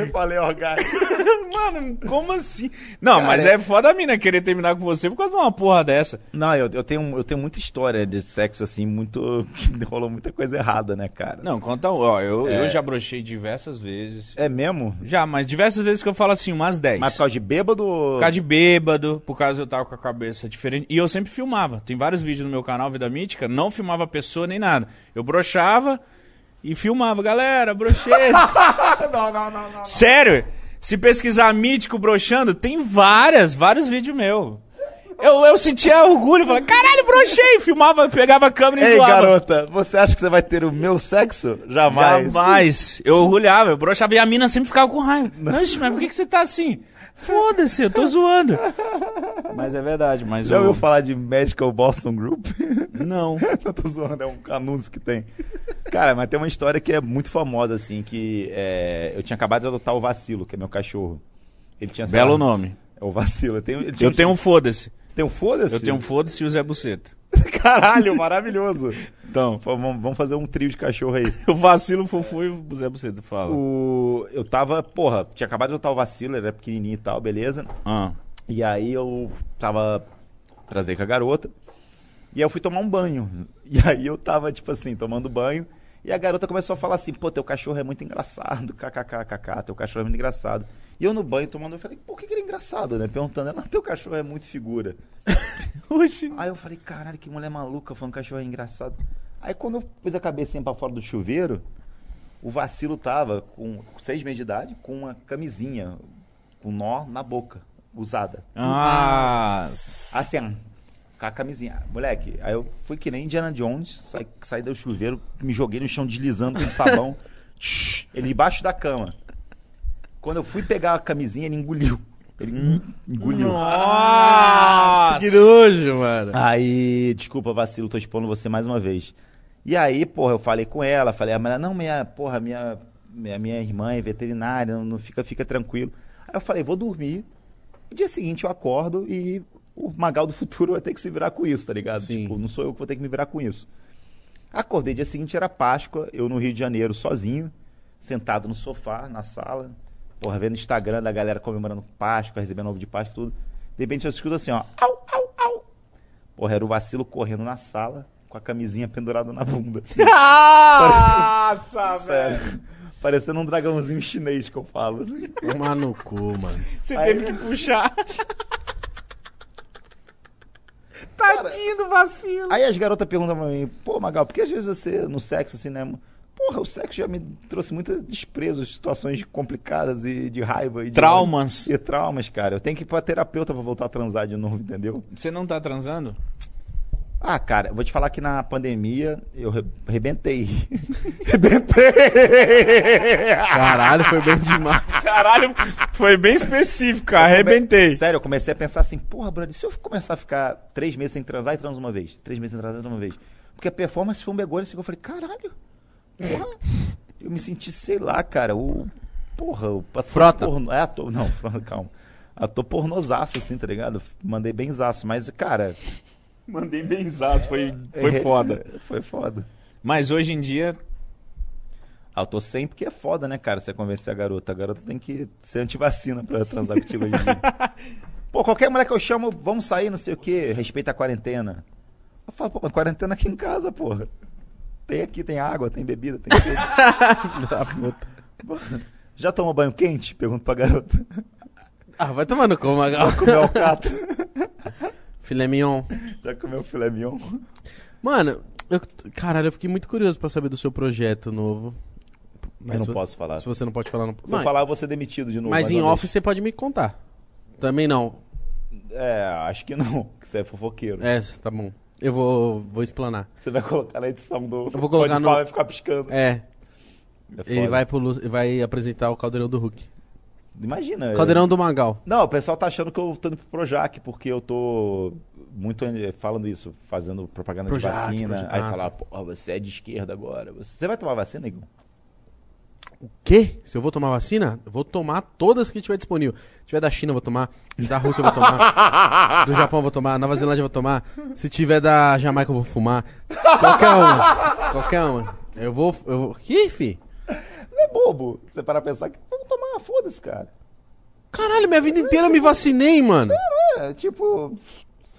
eu falei, ó, cara.
[laughs] Mano, como assim? Não, mas é foda a mina querer terminar com você por causa de uma porra dessa.
Não, eu, eu, tenho, eu tenho muita história de sexo, assim, muito. [laughs] que rolou muita coisa errada, né, cara?
Não, conta, um, ó, eu,
É.
eu já brochei diversas vezes.
É mesmo?
Já, mas diversas vezes que eu falo assim, umas 10.
Mas por causa de bêbado?
Por causa de bêbado, por causa eu tava com a cabeça diferente. E eu sempre filmava. Tem vários vídeos no meu canal, Vida Mítica, não filmava a pessoa nem nada. Eu broxava e filmava. Galera, brochei. não, não, [laughs] não, não. Sério? Se pesquisar mítico broxando, tem várias, vários vídeos meu. Eu, eu sentia orgulho, falava, caralho, brochei! Filmava, pegava a câmera e
Ei,
zoava.
garota, você acha que você vai ter o meu sexo? Jamais.
Jamais. Eu orgulhava, eu broxava e a mina sempre ficava com raiva. Não, gente, mas por que, que você tá assim? Foda-se, eu tô zoando. Mas é verdade, mas
Já
eu.
ouviu falar de Medical Boston Group? [laughs]
Não.
Não tô zoando, é um anúncio que tem. Cara, mas tem uma história que é muito famosa, assim, que é, eu tinha acabado de adotar o Vacilo, que é meu cachorro. Ele tinha... sei
Belo
lá,
nome.
É o Vacilo. Eu tenho, ele tinha-
Eu tenho um foda-se.
Tem um foda-se?
Eu tenho
[laughs]
um foda-se e o Zé Buceta.
Caralho, maravilhoso.
Então,
Pô, Vamos vamos fazer um trio de cachorro aí.
eu vacilo, fofu e o Zé Buceta fala.
O... Eu tava, porra, tinha acabado de adotar o Vacilo, ele era pequenininho e tal, beleza.
Ah.
E aí eu tava trazer [laughs] com a garota. E aí eu fui tomar um banho. E aí eu tava, tipo assim, tomando banho. E E a garota começou a falar assim: pô, teu cachorro é muito engraçado, [laughs] kkkk, teu cachorro é muito engraçado. E eu no banho tomando, eu falei: por que, que ele é engraçado, né? Perguntando, ela, teu cachorro é muito figura. Aí eu falei: caralho, que mulher maluca falando que cachorro é engraçado. Aí quando eu pus a cabecinha pra fora do chuveiro, o vacilo tava com seis meses de idade, com uma camisinha, com nó na boca, usada.
Ah,
Assim, ó, com a camisinha. Moleque, aí eu fui que nem Indiana Jones, saí, saí do chuveiro, me joguei no chão deslizando com sabão. [laughs] Tsh, ele embaixo da cama. Quando eu fui pegar a camisinha, ele engoliu. Ele engoliu.
nossa!
Que nojo, mano.
Aí, desculpa, vacilo, tô expondo você mais uma vez. E aí, porra, eu falei com ela, falei, a mulher, não, minha, porra, minha, minha, minha irmã é veterinária, não, não fica, fica tranquilo. Aí eu falei, vou dormir. No dia seguinte eu acordo e o Magal do futuro vai ter que se virar com isso, tá ligado?
Sim.
Tipo, não sou eu que vou ter que me virar com isso. Acordei, dia seguinte era Páscoa, eu no Rio de Janeiro sozinho, sentado no sofá, na sala, porra, vendo Instagram da galera comemorando Páscoa, recebendo ovo de Páscoa e tudo. De repente eu escuto assim, ó, au, au, au. Porra, era o vacilo correndo na sala com a camisinha pendurada na bunda.
Ah,
Nossa,
[laughs] Sério. Parecendo um dragãozinho chinês que eu falo.
Tomar no cu, mano.
Você
Aí-
teve que
[laughs]
puxar. Tadinho do vacilo.
Aí as garotas perguntam pra mim, pô, Magal, por que às vezes você, no sexo, assim, né? Porra, o sexo já me trouxe muito desprezo, situações complicadas e de raiva. E de
Traumas.
E traumas, cara. Eu tenho que ir pra terapeuta pra voltar a transar de novo, entendeu?
Você não tá
[laughs]
transando?
Ah, cara, eu vou te falar que na pandemia eu re- rebentei.
[laughs]
rebentei!
Caralho, foi bem demais.
Caralho, foi bem específico, arrebentei.
Sério, eu comecei a pensar assim, porra, brother, se eu começar a ficar três meses sem transar e transo uma vez, três meses sem transar e transo uma vez. Porque a performance foi um begolho, assim, que eu falei, caralho, porra, eu me senti, sei lá, cara, o, porra, o ator
Frota.
pornô- é, ator, não, frota, calma. Ator pornozaço, assim, tá ligado? Mandei benzaço, mas, cara...
Mandei benzaço, foi,
é-
foi foda.
[laughs] Foi foda.
Mas hoje em dia,
Ah, eu tô sem porque é foda, né, cara, você convencer a garota. A garota tem que ser antivacina pra transar contigo hoje em
[laughs]
dia. Pô, qualquer mulher que eu chamo, vamos sair, não sei o quê, respeita a quarentena. Eu falo, pô, mas quarentena aqui em casa, porra. Tem aqui, tem água, tem bebida, tem
[laughs]
tudo. Porra. Já tomou banho quente? Pergunto pra garota.
Ah, vai tomar no cu, Magal.
Comeu
[laughs]
alcatra?
Filé mignon.
Já comeu filé mignon?
Mano, eu, caralho, eu fiquei muito curioso pra saber do seu projeto novo.
Mas eu
se-
não posso falar.
Se
Se
você não pode falar, não
eu
Mas,
falar, eu vou ser demitido de novo.
mas
mais
em
uma
off você pode me contar. Também não.
vez. É, acho que não, que você é fofoqueiro.
É, tá bom. Eu vou, vou explanar.
Você vai colocar na edição do.
Eu vou colocar
Pode
no-
falar, vai ficar piscando.
É,
É
ele
foda.
vai, pro, Lu- vai apresentar o Caldeirão do Hulk.
Imagina. é.
Caldeirão do Magal.
Não, o pessoal tá achando que eu tô indo pro Projac, porque eu tô muito eh, falando isso, fazendo propaganda
Projac,
de vacina.
Projac. ah, tá.
Aí falar, pô, você é de esquerda agora. Você você vai tomar vacina, Igor?
Quê? Se eu vou tomar vacina, eu vou tomar todas que tiver disponível. Se tiver da China, eu vou tomar. Se da Rússia, eu vou tomar. Do Japão, eu vou tomar. Nova Zelândia, eu vou tomar. Se tiver da Jamaica, eu vou fumar. Qualquer uma. Qualquer uma. Eu vou... Eu vou... Que, fi?
Não é bobo. Você para pensar que vamos tomar, foda-se, cara.
Caralho, minha vida inteira eu me vacinei, mano.
É, tipo, o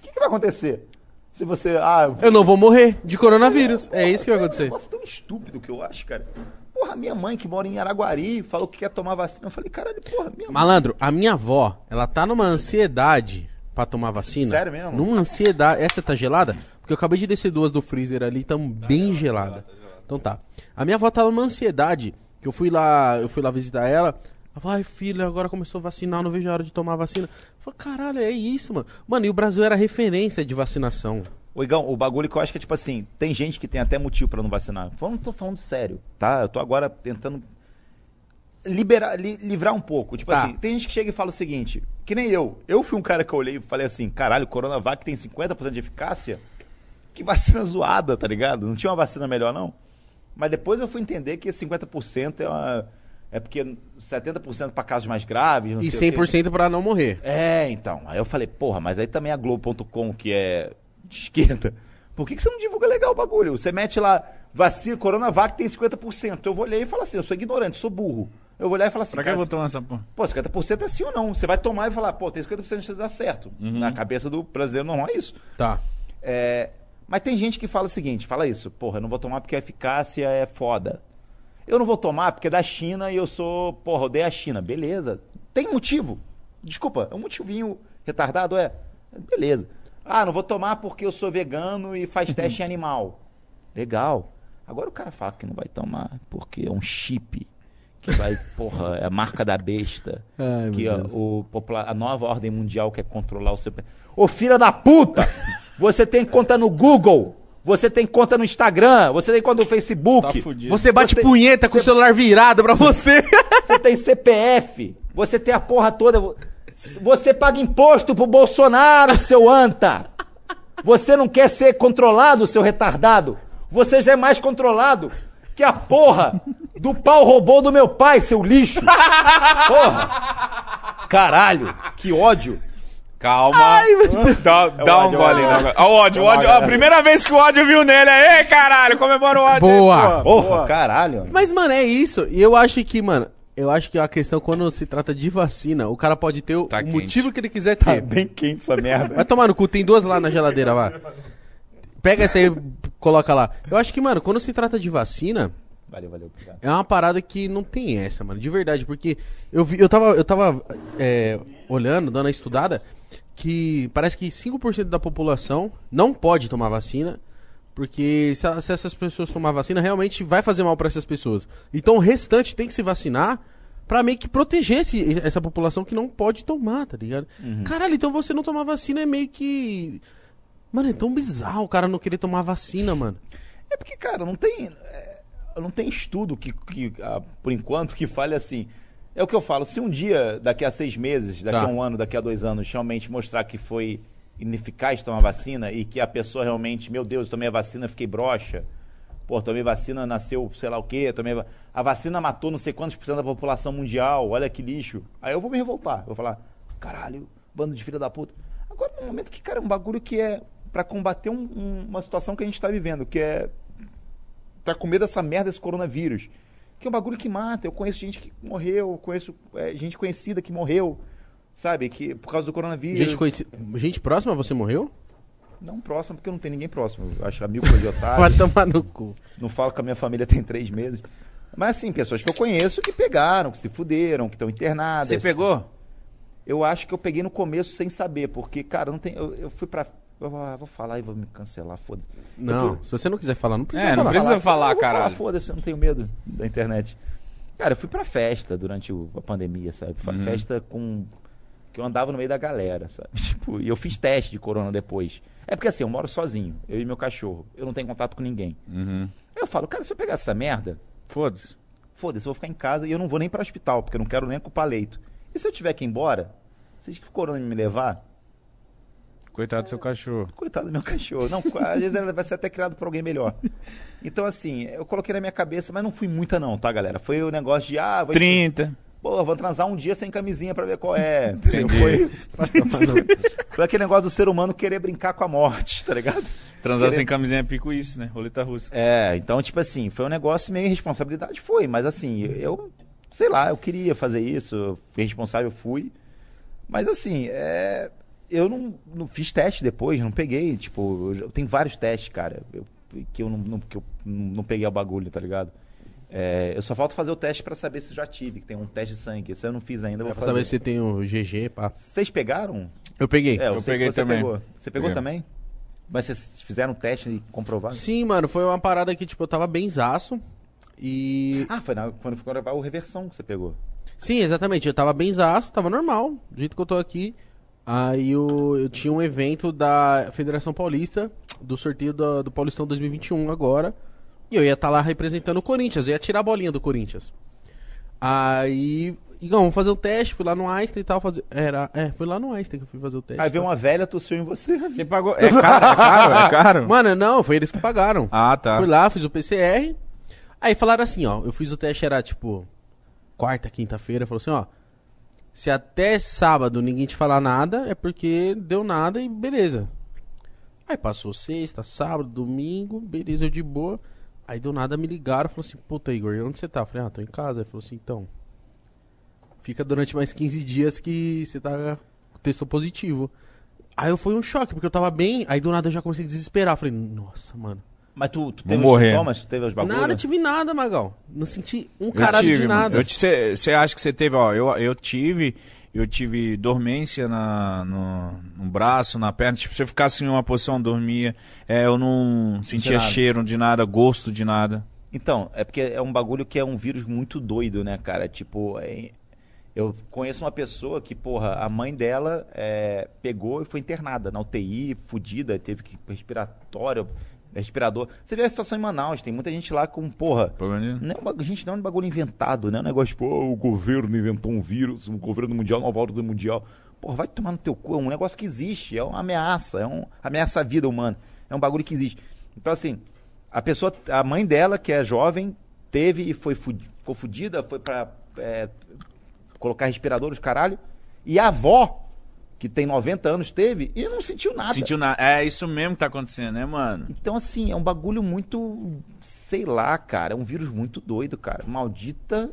que, que vai acontecer? Se você. Ah, eu
Eu não vou morrer de coronavírus. É isso que vai
É um
acontecer.
negócio tão estúpido que eu acho, cara. Porra, minha mãe que mora em Araguari falou que quer tomar vacina. Eu falei, caralho, porra, minha mãe.
Malandro, a minha avó, ela tá numa ansiedade pra tomar vacina.
Sério mesmo?
Numa ansiedade. Essa tá gelada? Porque eu acabei de descer duas do freezer ali, tão bem Tá gelada. Então tá. A minha avó tá numa ansiedade, que eu fui lá, eu fui lá visitar ela. Ela falou, ai filha, agora começou a vacinar, não vejo a hora de tomar a vacina. Eu falei, caralho, é isso, mano. Mano, e o Brasil era referência de vacinação.
Ô, Igão, o bagulho que eu acho que é tipo assim, tem gente que tem até motivo pra não vacinar. Eu não tô falando sério, tá? Eu tô agora tentando liberar, li- livrar um pouco. Tipo
Tá.
assim, tem gente que chega e fala o seguinte, que nem eu. Eu fui um cara que eu olhei e falei assim, caralho, Coronavac tem 50% de eficácia? Que vacina [laughs] zoada, tá ligado? Não tinha uma vacina melhor, não? Mas depois eu fui entender que 50% é uma... É porque 70% pra casos mais graves, não
E
sei o quê.
100% pra não morrer.
É, então. Aí eu falei, porra, mas aí também a Globo.com, que é de esquerda, por que, que você não divulga legal o bagulho? Você mete lá, vacina, Coronavac tem 50%. Eu vou olhar e falo assim, eu sou ignorante, sou burro. Eu vou olhar e falar assim,
pra que
cara,
eu vou tomar essa porra?
pô, 50% é sim ou não. Você vai tomar e falar, pô, tem 50% de chance de dar certo. Na cabeça do brasileiro normal é isso.
Tá.
É,
Mas tem gente que fala o seguinte, fala isso, porra, eu não vou tomar porque a eficácia é foda. Eu não vou tomar porque é da China e eu sou, porra, odeio a China. Beleza. Tem um motivo. Desculpa, é um motivinho retardado, é? Beleza. Ah, não vou tomar porque eu sou vegano e faz teste em animal. Legal. Agora o cara fala que não vai tomar porque é um chip. Que vai, porra, é a marca da besta.
[laughs] Ai,
que
meu
ó,
Deus.
o popula- a nova ordem mundial quer controlar o seu. pe- Ô filha da puta! Você tem conta no Google! Você tem conta no Instagram, você tem conta no
Tá
Facebook,
fudido.
Você bate
Você-
punheta com o celular virado pra você.
você tem CPF, você tem a porra toda. vo- Você paga imposto pro Bolsonaro, seu anta! Você não quer ser controlado, seu retardado! Você já é mais controlado que a porra do pau robô do meu pai, seu lixo! Porra! Caralho, que ódio!
Calma. dá dá um
ódio,
gole.
é o
dá um gole. Ó, O ódio, o ódio. ó, A primeira vez que o ódio viu nele. Ei, caralho, comemora o ódio. aí, porra.
Boa.
Porra, caralho!
Mas, mano, é isso. E eu acho que, mano, eu acho que a questão quando se trata de vacina, o cara pode ter o,
Tá
o
quente.
motivo que ele quiser
Tá
ter.
bem quente essa merda.
Vai tomar no cu, tem duas lá na geladeira, lá. Pega essa aí, coloca lá. Eu acho que, mano, quando se trata de vacina,
Valeu, valeu. obrigado.
é uma parada que não tem essa, mano. De verdade, porque eu vi, eu tava, eu tava é, olhando, dando a estudada, que parece que 5% da população não pode tomar vacina. Porque se, ela- se essas pessoas tomar vacina, realmente vai fazer mal pra essas pessoas. Então o restante tem que se vacinar pra meio que proteger esse- essa população que não pode tomar, tá ligado?
Uhum.
Caralho, então você não tomar vacina é meio que. Mano, é tão bizarro o cara não querer tomar vacina, mano.
É porque, cara, não tem. é, não tem estudo que, que, ah, por enquanto, que fale assim. É o que eu falo, se um dia, daqui a seis meses, daqui
Tá.
a um ano, daqui a dois anos, realmente mostrar que foi ineficaz tomar vacina e que a pessoa realmente, meu Deus, eu tomei a vacina, fiquei broxa. Pô, tomei vacina, nasceu sei lá o quê, tomei va- a vacina matou não sei quantos por cento da população mundial, olha que lixo. Aí eu vou me revoltar, eu vou falar, caralho, bando de filha da puta. Agora, no momento que, cara, é um bagulho que é pra combater um- um- uma situação que a gente tá vivendo, que é tá com medo dessa merda, desse coronavírus. Que é um bagulho que mata. Eu conheço gente que morreu, conheço é, gente conhecida que morreu, sabe? Que, por causa do coronavírus.
Gente, conheci... Gente próxima, você morreu?
Não próximo, porque não tem ninguém próximo. Eu acho amigo de
Vai
otário.
tomar no cu.
não falo que a minha família tem três meses. Mas assim, pessoas que eu conheço que pegaram, que se fuderam, que estão internadas.
Você pegou?
Eu acho que eu peguei no começo sem saber, porque, cara, não tem. Eu, eu fui pra. eu- ah, vou falar e vou me cancelar, foda-se. Eu fui-
Não, se você não quiser falar, não precisa
É, não
falar.
precisa falar,
eu vou
caralho.
Falar, foda-se, eu não tenho medo da internet. Cara, eu fui pra festa durante o- a pandemia, sabe? Foi
Uhum.
uma festa com. que eu andava no meio da galera, sabe? [laughs] Tipo, e eu fiz teste de corona depois. É porque assim, eu moro sozinho, eu e meu cachorro. Eu não tenho contato com ninguém.
Uhum.
Aí eu falo, cara, se eu pegar essa merda,
Foda-se.
foda-se, eu vou ficar em casa e eu não vou nem pra hospital, porque eu não quero nem ocupar leito. E se eu tiver que ir embora, vocês que o corona me levar,
Coitado do seu cachorro.
Coitado do meu [laughs] cachorro. Não, às vezes ele vai ser até criado por alguém melhor. Então, assim, eu coloquei na minha cabeça, mas não fui muita, não, tá, galera? Foi o negócio de, ah, vou,
30.
pô, vou transar um dia sem camisinha pra ver qual é. entendeu? Foi, foi aquele negócio do ser humano querer brincar com a morte, tá ligado?
Transar
Querer-
sem camisinha é pico isso, né? Roleta russa.
É, então, tipo assim, foi um negócio meio responsabilidade, foi, mas assim, eu, sei lá, eu queria fazer isso, eu fui responsável, fui. Mas assim, é, eu não, não fiz teste depois, não peguei, tipo, eu, já- eu tenho vários testes, cara, eu- que eu, não, não- que eu não, não peguei o bagulho, tá ligado? É, eu só falta fazer o teste pra saber se eu já tive, que tem um teste de sangue, isso eu não fiz ainda, eu
É
vou
pra saber
fazer.
se tem o GG, pá.
Vocês pegaram?
Eu peguei.
É,
eu
sei que
peguei
você
também.
Pegou. Você pegou
Peguei.
também? Mas vocês fizeram o teste e comprovaram?
Sim, mano, foi uma parada que, tipo, eu tava benzaço. E.
Ah, foi na, quando ficou gravar o reversão que você pegou.
Sim, exatamente. Eu tava benzaço, tava normal, do jeito que eu tô aqui. Aí eu, eu tinha um evento da Federação Paulista, do sorteio do, do Paulistão 2021 agora. E eu ia estar lá representando o Corinthians, eu ia tirar a bolinha do Corinthians. Aí. Igão, vamos fazer o teste, fui lá no Einstein e tal, fazer. Era. É, fui lá no Einstein que eu fui fazer o teste.
Aí veio uma velha, tossiu em É, você.
Você pagou. É caro, é caro, é caro.
Mano, não, foi eles que pagaram.
Ah, tá.
Fui lá, fiz o PCR. Aí falaram assim, ó, eu fiz o teste, era tipo quarta, quinta-feira, falou assim, ó, se até sábado ninguém te falar nada, é porque deu nada e beleza. Aí passou sexta, sábado, domingo, beleza, eu de boa. Aí do nada me ligaram, falou assim, puta Igor, onde você tá? Eu falei, ah, tô em casa. Aí falou assim, então, fica durante mais 15 dias que você tá testou positivo. Aí eu fui um choque, porque eu tava bem, aí do nada eu já comecei a desesperar. Falei, nossa, mano.
Mas tu, tu teve
morrer.
os sintomas? Tu teve os bagulhos?
Nada, eu tive nada, Magal. Não senti um caralho de
mano.
nada.
Eu tive. Você acha que você teve, ó, eu, eu tive, eu tive dormência na, no, no braço, na perna. Tipo, se eu ficasse em uma posição, eu dormia. É, eu não sentia
nada.
cheiro de nada, gosto de nada.
Então, é porque é um bagulho que é um vírus muito doido, né, cara? Tipo, é- eu conheço uma pessoa que, porra, a mãe dela é, pegou e foi internada na UTI, fudida, teve que respiratório, respirador. Você vê a situação em Manaus, tem muita gente lá com, porra,
Problema de-
não é um bagulho, gente, não é um bagulho inventado, né? É um negócio, tipo, "Ah, o governo inventou um vírus, o governo mundial, nova ordem mundial. Porra, vai tomar no teu cu, é um negócio que existe, é uma ameaça, é um ameaça à vida humana, é um bagulho que existe. Então, assim, a pessoa, a mãe dela, que é jovem, teve e foi fu- ficou fudida, foi pra é, colocar respirador, os caralho, e a avó, que tem 90 anos, teve e não sentiu nada.
Sentiu nada. É isso mesmo que tá acontecendo, né, mano?
Então, assim, é um bagulho muito. Sei lá, cara. É um vírus muito doido, cara. Maldita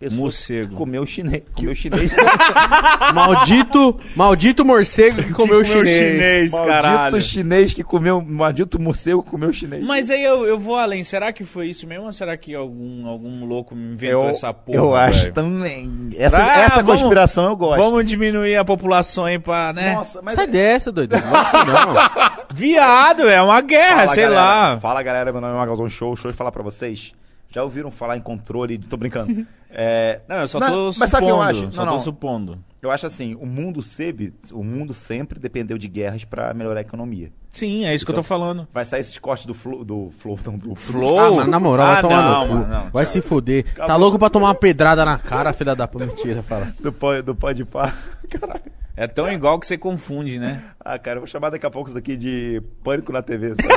pessoa.
Morcego.
Que comeu chinês. Comeu chinês.
[laughs]
Maldito, [laughs] maldito morcego que comeu o chinês.
maldito chinês que comeu. Maldito morcego que comeu chinês.
Mas aí eu, eu vou além. Será que foi isso mesmo? Ou será que algum, algum louco me inventou
Eu-
essa porra?
eu acho
velho?
também. Essa,
Ah,
essa
vamos-
conspiração eu gosto.
Vamos diminuir a população aí pra, né?
Nossa, mas. é,
Sai dessa, doido. Não acho que não.
[laughs] Viado, é uma guerra,
Fala,
sei
galera.
lá.
Fala, galera. Meu nome é Magalzão Show. Show de falar pra vocês. Já ouviram falar em controle? de-
[laughs]
Tô brincando. É,
Não, eu só
Mas-
tô
mas
supondo.
sabe o que eu acho?
Só
Não,
tô
não.
supondo.
eu acho assim: o mundo, sempre, o mundo sempre dependeu de guerras pra melhorar a economia.
Sim, é isso que eu tô falando.
Vai sair esses cortes do Flow. Do Flow, não, do
Flow.
Ah, mano, na moral,
Ah,
vai tomar
não,
no cu.
mano, não,
vai se fuder. Tá louco pra tomar uma pedrada na cara, filha da puta. Mentira, fala.
[laughs] Do pó, do pó de pá. [laughs] Caralho.
É tão igual que você confunde, né?
Ah, cara, eu vou chamar daqui a pouco isso aqui de pânico na TV,
[laughs]
sabe?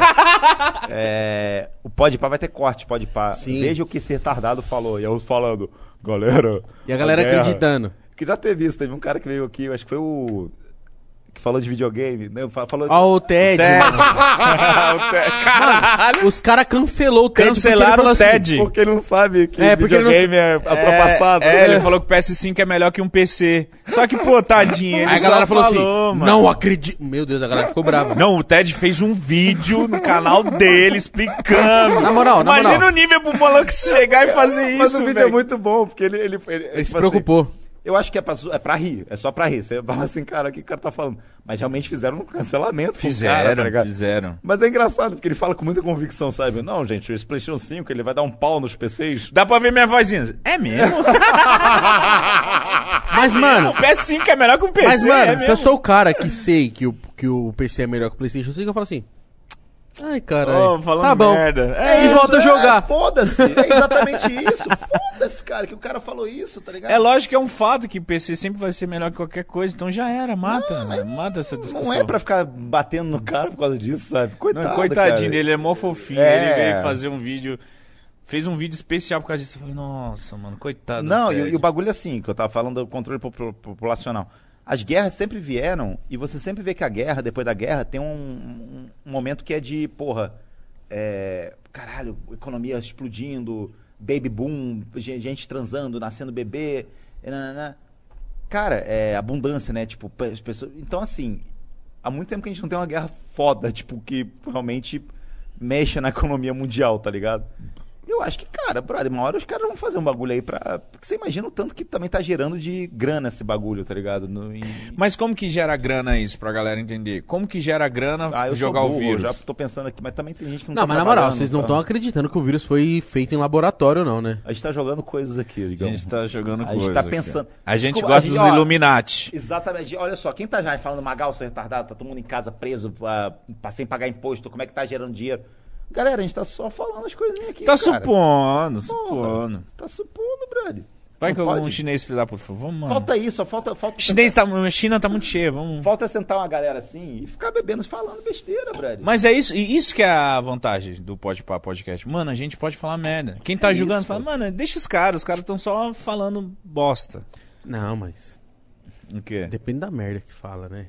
é, o pó de pá vai ter corte, pó de pá.
Sim.
Veja o que esse retardado falou. E eu falando, galera.
E a galera
guerra.
acreditando.
Que já teve isso, teve um cara que veio aqui, eu acho que foi o. Que falou de videogame. Né? Fa- Falou. [laughs] Ah,
Ó, o TED. mano.
[laughs]
O Ted,
Os caras cancelou o TED. porque ele
Cancelaram
falou
o
assim,
TED.
porque ele não sabe que
É, porque ele não-
videogame é [laughs] ultrapassado.
É, ele falou que o PS5 é melhor que um PC. Só que, pô, tadinho, ele
Aí a
só
galera falou assim:
mano. Tipo
Não acredito. Meu Deus, a galera ficou brava.
Não, o Ted fez um vídeo no canal dele explicando.
Na moral, na
Imagina
moral.
o nível pro maluco chegar e fazer isso,
Mas o vídeo
velho.
é muito bom, porque ele. Ele, tipo assim, ele,
Ele se
assim.
preocupou.
Eu acho que é pra, zo- é pra rir, é só pra rir. Você fala assim, cara, o que o cara tá falando? Mas realmente fizeram um cancelamento. com o cara, tá
Fizeram,
ligado?
fizeram.
Mas é engraçado, porque ele fala com muita convicção, sabe? Não, gente, o PlayStation 5, ele vai dar um pau nos PCs.
Dá pra ver minha vozinha. É
[laughs]
mesmo?
Mas, mano,
o PS5 é melhor que um PC.
mas,
é
mano, se
mesmo.
eu sou o cara que sei que o, que o PC é melhor que o PlayStation 5, eu falo assim. Ai, caralho.
Ô, falando
tá bom.
merda. É,
e volta a jogar.
Foda-se, é exatamente isso. Foda-se, cara, que o cara falou isso, tá ligado?
É lógico que é um fato que PC sempre vai ser melhor que qualquer coisa, então já era, mata, mano, mata essa discussão.
Não é pra ficar batendo no cara por causa disso, sabe?
Não,
Coitado,
coitadinho
cara.
dele, ele é mó fofinho,
É.
ele veio fazer um vídeo, fez um vídeo especial por causa disso, eu falei, nossa, mano, coitado. do
Não,
Ted.
e, e o bagulho é assim, que eu tava falando do controle popu- populacional. As guerras sempre vieram, e você sempre vê que a guerra, depois da guerra, tem um, um- um momento que é de, porra, é, caralho, economia explodindo, baby boom, gen- gente transando, nascendo bebê, e nananã. Cara, é abundância, né? Tipo, pe- as pessoas. Então, assim, há muito tempo que a gente não tem uma guerra foda, tipo, que realmente mexa na economia mundial, tá ligado? Eu acho que, cara, brother, uma hora os caras vão fazer um bagulho aí pra. Porque você imagina o tanto que também tá gerando de grana esse bagulho, tá ligado? No- em-
Mas como que gera grana isso pra galera entender? Como que gera grana
Ah, eu
jogar
sou
o
burro,
vírus?
eu já tô pensando aqui, mas também tem gente que não
Não,
tá
mas na moral,
trabalhando,
vocês não
tá?
estão acreditando que o vírus foi feito em laboratório, não, né?
A gente tá jogando coisas aqui,
A
digamos.
gente tá jogando
A
coisa.
gente tá
aqui, ó.
pensando-
A gente
Desculpa, a
gosta
gente-
dos
ó,
Illuminati.
Exatamente. Olha só, quem tá já falando Magal, seu retardado, tá todo mundo em casa preso, ah, pra- sem pagar imposto, como é que tá gerando dinheiro? Galera, a gente tá só falando as coisinhas aqui.
Tá
cara.
supondo,
Porra,
supondo.
Tá supondo, brother.
Vai
Não
que algum
pode?
chinês filho da puta falou, vamos, mano.
Falta isso, só falta. falta
Chinês tá, China tá muito cheia, vamos...
Falta sentar uma galera assim e ficar bebendo, falando besteira, brother.
Mas é isso, e isso que é a vantagem do Pode Pá Podcast. Mano, a gente pode falar merda. Quem tá
É
julgando
isso,
fala, mano, deixa os caras, os caras estão só falando bosta.
Não, mas
O quê?
depende da merda que fala, né?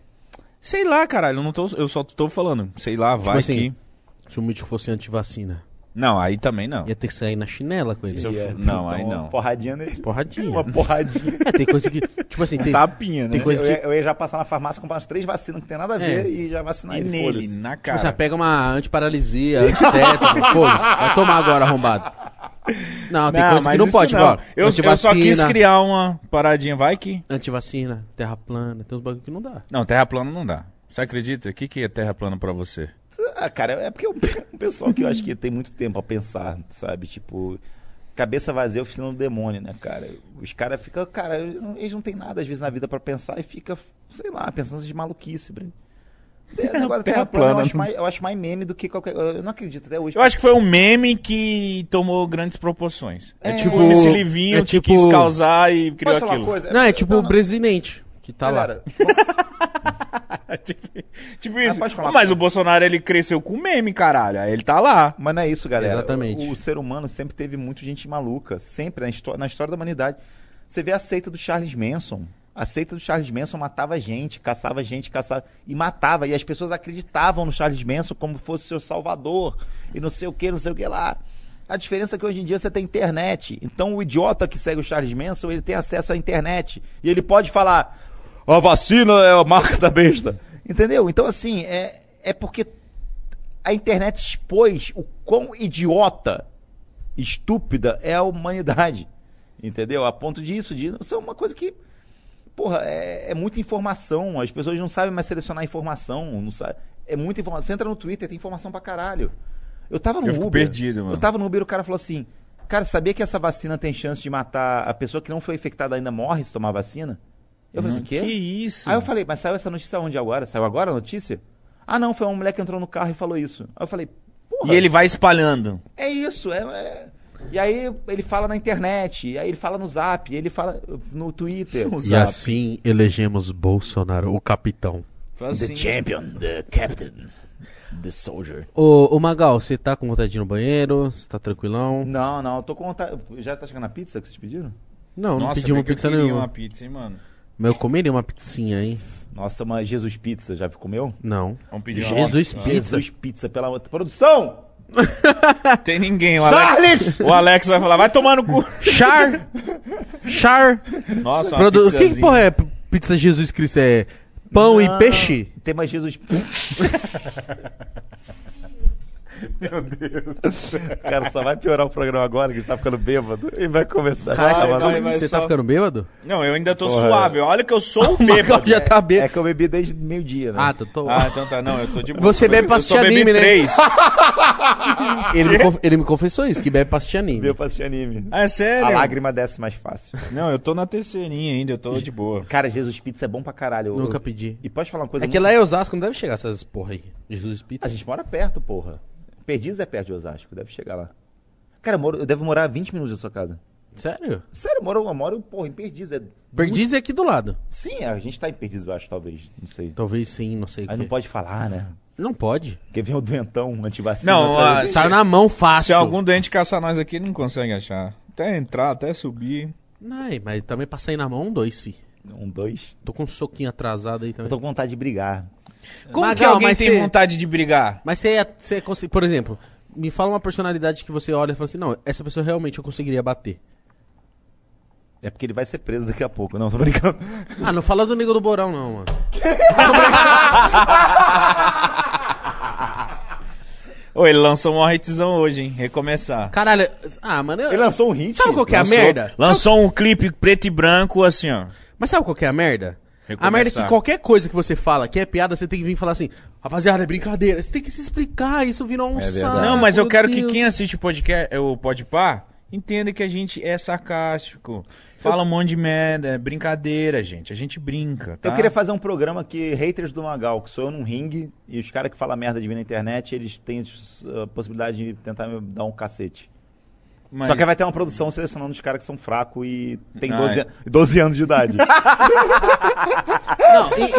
Sei lá, caralho, eu, não tô, eu só tô falando. Sei lá, vai
assim,
que.
Se o Mítico fosse antivacina.
Não, aí também não.
Ia ter que sair na chinela com ele.
Isso eu f-
É,
Não, aí
então,
não.
Porradinha nele.
Porradinha.
Uma
[laughs]
porradinha.
É, tem coisa que. Tipo assim, tem.
Tapinha, né?
Tem coisa
eu, ia,
que-
eu ia já passar na farmácia comprar umas três vacinas que tem nada a ver
É.
e já vacinar
E
ele.
nele,
foda-se.
na
Tipo, você
cara.
pega uma antiparalisia, [laughs] antitétano, pô, vai tomar agora, arrombado. Não, tem coisa que não
isso
pode, tipo, ó,
eu, eu só quis
antivacina,
criar uma paradinha, vai que.
antivacina, terra plana, tem uns bagulho que não dá.
Não, terra plana não dá. Você acredita? O que, que é terra plana pra você?
Ah, cara, é porque o o pessoal que eu acho que tem muito tempo a pensar, sabe? Tipo, cabeça vazia é oficina do demônio, né, cara? Os caras ficam, cara, eles não têm nada às vezes na vida pra pensar e fica, sei lá, pensando de
[laughs]
maluquice, Breno. É, Agora,
terra
terra, plana,
plana,
eu, acho
não.
mais, eu acho mais meme do que qualquer. Eu não acredito até hoje.
Eu acho que foi um meme que tomou grandes proporções. É,
É,
tipo
é
esse
tipo-
livrinho
é
que
tipo-
quis causar e criou
Posso falar uma
aquilo.
coisa?
Não, é tipo o
né?
Bresinente, que tá lá.
Galera,
[laughs] tipo, tipo isso.
Ah, pode falar,
Mas
pô.
o Bolsonaro, ele cresceu com meme, caralho. Aí ele tá lá.
Mas não é isso, galera.
Exatamente.
O, o ser humano sempre teve muito gente maluca. Sempre, na, histó- na história da humanidade. Você vê a seita do Charles Manson. A seita do Charles Manson matava gente, caçava gente, caçava. E matava. E as pessoas acreditavam no Charles Manson como fosse seu salvador. E não sei o que, não sei o que lá. A diferença é que hoje em dia você tem internet. Então o idiota que segue o Charles Manson, ele tem acesso à internet. E ele pode falar: a vacina é a marca da besta. Entendeu? Então, assim, é, é porque a internet expôs o quão idiota, estúpida é a humanidade. Entendeu? A ponto disso, de isso é uma coisa que. Porra, é, é muita informação. As pessoas não sabem mais selecionar informação. Não sabe, é muita informação. Você entra no Twitter, tem informação pra caralho. Eu tava no
Eu fico
Uber.
perdido, mano.
Eu tava no Uber o cara falou assim: Cara, sabia que essa vacina tem chance de matar a pessoa que não foi infectada ainda morre se tomar vacina? Eu falei assim:
Que
quê?
isso?
Aí eu falei, mas saiu essa notícia onde agora? Saiu agora a notícia? Ah, não, foi um moleque que entrou no carro e falou isso. Aí eu falei, porra,
E ele vai espalhando.
é isso, é, é- E aí ele fala na internet, aí ele fala no zap, ele fala no [laughs] Twitter.
O
E
zap.
assim elegemos Bolsonaro, o capitão.
Faz
né?
assim.
champion, the captain, the soldier.
Ô, ô Magal, você tá com vontade de ir no banheiro? Você tá tranquilão?
Não, não, eu tô com vontade. Já tá chegando a pizza que vocês pediram?
Não, não
Nossa,
pedi uma
porque eu
pizza
queria
nenhuma.
uma pizza, hein, mano?
Mas eu comeria uma pizzinha, hein?
Nossa, uma Jesus Pizza, já comeu?
Não.
Vamos pedir uma
Jesus
pizza.
Pizza.
Jesus Pizza, pela outra. Produção!
Tem ninguém. O Alex,
Charles!
o Alex vai falar, vai tomar no
[laughs]
cu.
Char! Char!
Nossa, uma
Produ... Que
pizzazinha.
porra é p- pizza Jesus Cristo? É pão e
Não,
peixe?
Tem mais Jesus. Meu Deus. Cara, só vai piorar o programa agora que ele tá ficando bêbado e vai começar.
Caralho,
Ah,
você,
mas-
tá,
vai, vai
você
só-
tá ficando
[laughs]
bêbado?
Não, eu ainda tô
Porra. Oh
suave. Olha que eu
[laughs]
sou o
O Magal
bêbado.
já tá bêbado.
É que eu bebi desde meio-dia, né?
Ah, tô, tô...
Ah, então tá. Não, eu tô de boa.
Você bebe pra
Eu só
assistir
bebi
anime, né?
três.
[laughs]
ele, me conf- ele me confessou isso, que bebe pra assistir anime.
Deu pra assistir anime.
Ah, é
A
sério?
lágrima desce mais fácil.
Não, eu tô na terceirinha ainda, eu tô de boa.
Cara, Jesus Pizza é bom pra caralho. Eu-
Nunca pedi.
E pode falar uma coisa?
É que
muito-
lá é Osasco, não deve chegar essas porra aí. Jesus Pizza.
A gente mora perto, porra. Perdidos é perto de Osasco, deve chegar lá. Cara, eu, moro, eu devo morar a 20 minutos da sua casa.
Sério?
Sério, eu moro, eu moro porra, em Perdidos. É...
Perdiz é aqui do lado.
Sim, a gente tá em Perdidos, eu acho, talvez. Não sei.
Talvez sim, não sei o
Aí
quê.
não pode falar, né?
Não pode.
Porque vem o doentão um antivacina.
Não,
atrás
a-
da gente.
Saiu na mão fácil.
Se algum doente caçar nós aqui, ele não consegue achar. Até entrar, até subir.
Ai, mas também pra sair na mão, um, dois, fi.
Um, dois.
Tô com um soquinho atrasado aí
Eu
também.
tô com vontade de brigar.
Como
Magal,
que alguém
mas
tem
cê-
vontade de brigar?
Mas você, ia- você consegue, por exemplo, me fala uma personalidade que você olha e fala assim, não, essa pessoa realmente eu conseguiria bater.
É porque ele vai ser preso daqui a pouco. Não,
[laughs]
tô brincando.
Ah, não fala do Nego do Borão não,
[laughs]
mano.
Ô, ele lançou um hitzão hoje, hein? Recomeçar.
Caralho, ah, mano, eu-
Ele lançou um hit.
sabe qual que é a
Lançou-
merda?
Lançou um clipe preto e branco, assim, ó.
Mas sabe qual que é a merda?
Recomeçar.
A merda é que qualquer coisa que você fala, que é piada, você tem que vir falar assim, rapaziada, é brincadeira. Você tem que se explicar, isso virou um saco.
É Não, mas eu
meu
quero que
Deus.
quem assiste o podcast, o Podpah, entenda que a gente é sarcástico. Fala um monte de merda, é brincadeira, gente. A gente brinca, tá?
Eu queria fazer um programa que haters do Magal, que sou eu num ringue, e os caras que falam merda de mim na internet, eles têm uh, a possibilidade de tentar me dar um cacete.
Mas-
Só que vai ter uma produção selecionando os caras que são fracos e tem
Ah,
12,
é.
an- 12 anos de idade.
Não, e- e-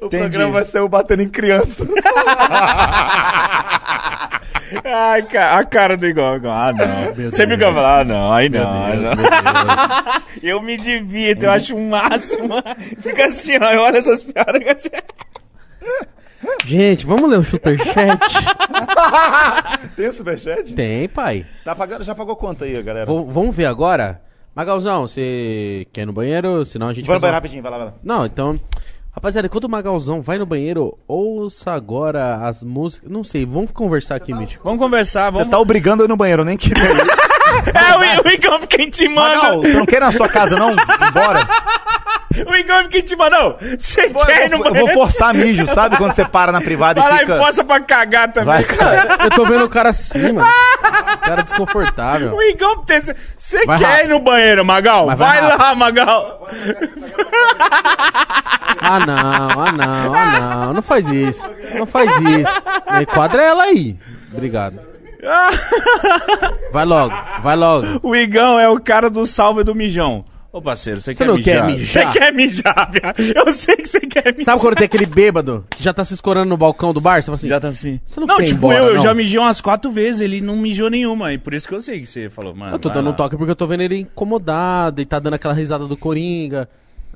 o
[laughs] Entendi.
programa vai ser eu batendo
[laughs]
em criança.
Ai, ca- a cara do igual, igual. Ah, não. Você fica falando, ah, não, aí não. aí não. Eu me divirto, eu acho o máximo. Fica assim, ó, eu olho essas piadas. assim.
[laughs] Gente, vamos ler o superchat?
Tem superchat?
[laughs] Tem, pai.
Tá pagando, já pagou quanto aí, galera?
Vou- vamos ver agora? Magalzão, você quer ir no banheiro? Senão a gente
Vai
faz
lá,
uma-
rapidinho, vai lá, vai lá.
Não, então. Rapaziada, quando o Magalzão vai no banheiro, ouça agora as músicas. Não sei, vamos conversar aqui, Mítico.
Vamos conversar,
Você
vamos.
tá obrigando eu ir no banheiro, eu nem queria ir.
É, o, o Igão fica
Magal,
intimando.
você não quer ir na sua casa, não? Embora?
O Igão fica intimando. Não, você
Vou-
quer ir no
eu, vou, eu vou
banheiro?
forçar mijo, sabe? Quando você para na privada
Vai lá e
e fica.
força pra cagar também.
Vai, cara.
Eu tô vendo o cara assim, mano. Cara desconfortável.
O Igão, tem- você
Vai
quer
rápido.
ir no banheiro, Magal?
Mas vai
vai lá, Magal.
Ah não, ah não, ah não. Não faz isso. Não faz isso. Me quadra ela aí. Obrigado. Vai logo, vai logo.
O Igão é o cara do salve do mijão. Ô, parceiro, você quer
não
mijar?
quer mijar?
Você quer mijar, viado. Eu sei que você quer mijar.
Sabe quando tem aquele bêbado que já tá se escorando no balcão do bar? Você fala assim,
Já tá assim.
Você não
Não,
quer ir
tipo,
embora,
eu, eu
não?
já mijei umas quatro vezes, ele não mijou nenhuma. E por isso que eu sei que você falou, mano.
Eu tô
vai
dando um
lá.
toque porque eu tô vendo ele incomodado e tá dando aquela risada do Coringa.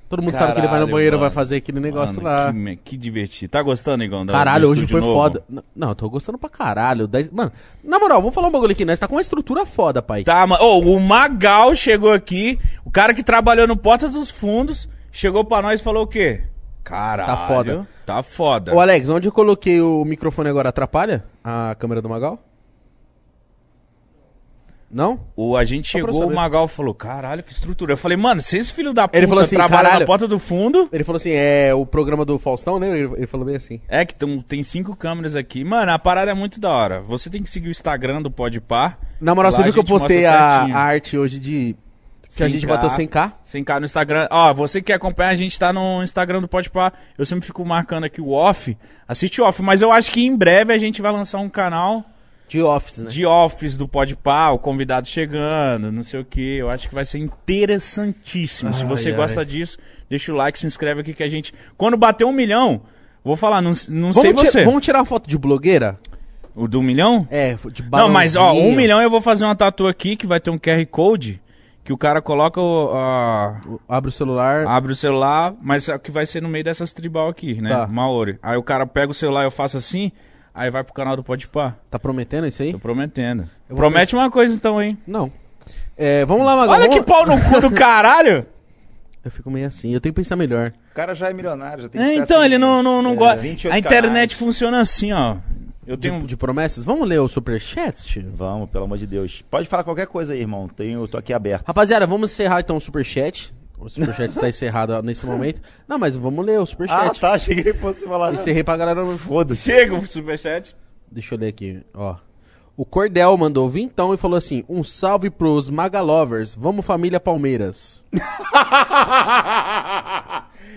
Todo mundo sabe que ele vai no
Caralho,
banheiro, vai
mano.
fazer aquele negócio
Mano,
lá.
Que, me- que divertido. Tá gostando, Igão? da-
Caralho,
do
hoje
estúdio
foi
novo?
foda. N- Não, eu tô gostando pra caralho. Dez- Mano, na moral, vamos falar um bagulho aqui, né? Você tá com uma estrutura foda, pai.
Tá, mano. Ô, o Magal chegou aqui, o cara que trabalhou no Porta dos Fundos, chegou pra nós e falou o quê? Caralho.
Tá foda.
Tá foda.
Ô, Alex, onde eu coloquei o microfone agora atrapalha a câmera do Magal? Não?
O, a gente
pra
chegou,
saber.
o Magal falou, caralho, que estrutura. Eu falei, mano, se esse filho da puta
Ele falou assim,
trabalha
"Caralho."
na porta do fundo,
Ele falou assim, é o programa do Faustão, né? Ele, ele falou bem assim.
é que tão- tem cinco câmeras aqui. Mano, a parada é muito da hora. Você tem que seguir o Instagram do Podpar.
Na moral,
Lá
você
a
viu que eu
gente mostra
postei a,
certinho.
a arte hoje de... Que a gente
100K.
bateu 100k?
100k no Instagram. Ó, você que acompanha, a gente tá no Instagram do Podpah. Eu sempre fico marcando aqui o off. Assiste o off, mas eu acho que em breve a gente vai lançar um canal
De Office, né?
de offs do Podpah, o convidado chegando, não sei o que. Eu acho que vai ser interessantíssimo. se você
ai.
gosta disso, deixa o like, se inscreve aqui que a gente... Quando bater um milhão, vou falar, não, não sei
ti-
você.
vamos tirar foto de blogueira?
O do milhão?
É, de
Não, mas ó, um
balãozinho.
milhão eu vou fazer uma tatu aqui que vai ter um QR Code que o cara coloca o... a-
Abre o celular.
Abre o celular, mas é o que vai ser no meio dessas tribal aqui, né?
Tá.
Maori. Aí o cara pega o celular, eu faço assim, aí vai pro canal do Podpah.
Tá prometendo isso aí?
Tô prometendo.
Eu vou
Promete uma coisa então, hein?
Não. É, vamos lá, Magal.
Olha
vamos-
que pau no cu [laughs] do caralho!
Eu fico meio assim, eu tenho que pensar melhor.
O cara já é milionário, já tem
É,
sucesso
então,
em-
ele não, não, não
é,
gosta.
28
A internet
canais.
funciona assim, ó. Eu
De,
tenho.
Tipo,
um
de promessas. Vamos ler o superchat, tio?
Vamos, pelo amor de Deus. Pode falar qualquer coisa aí, irmão. Tenho, tô aqui aberto.
Rapaziada, vamos encerrar então o superchat. O superchat
[laughs]
está encerrado ó, nesse momento. Não, mas vamos ler o
Ah,
superchat.
tá. Cheguei que fosse falar.
Encerrei pra galera.
é [laughs]
Foda-se.
Chega o superchat.
Deixa eu ler aqui, ó. O Cordel mandou vintão e falou assim: um salve pros Magalovers. Vamos, família Palmeiras.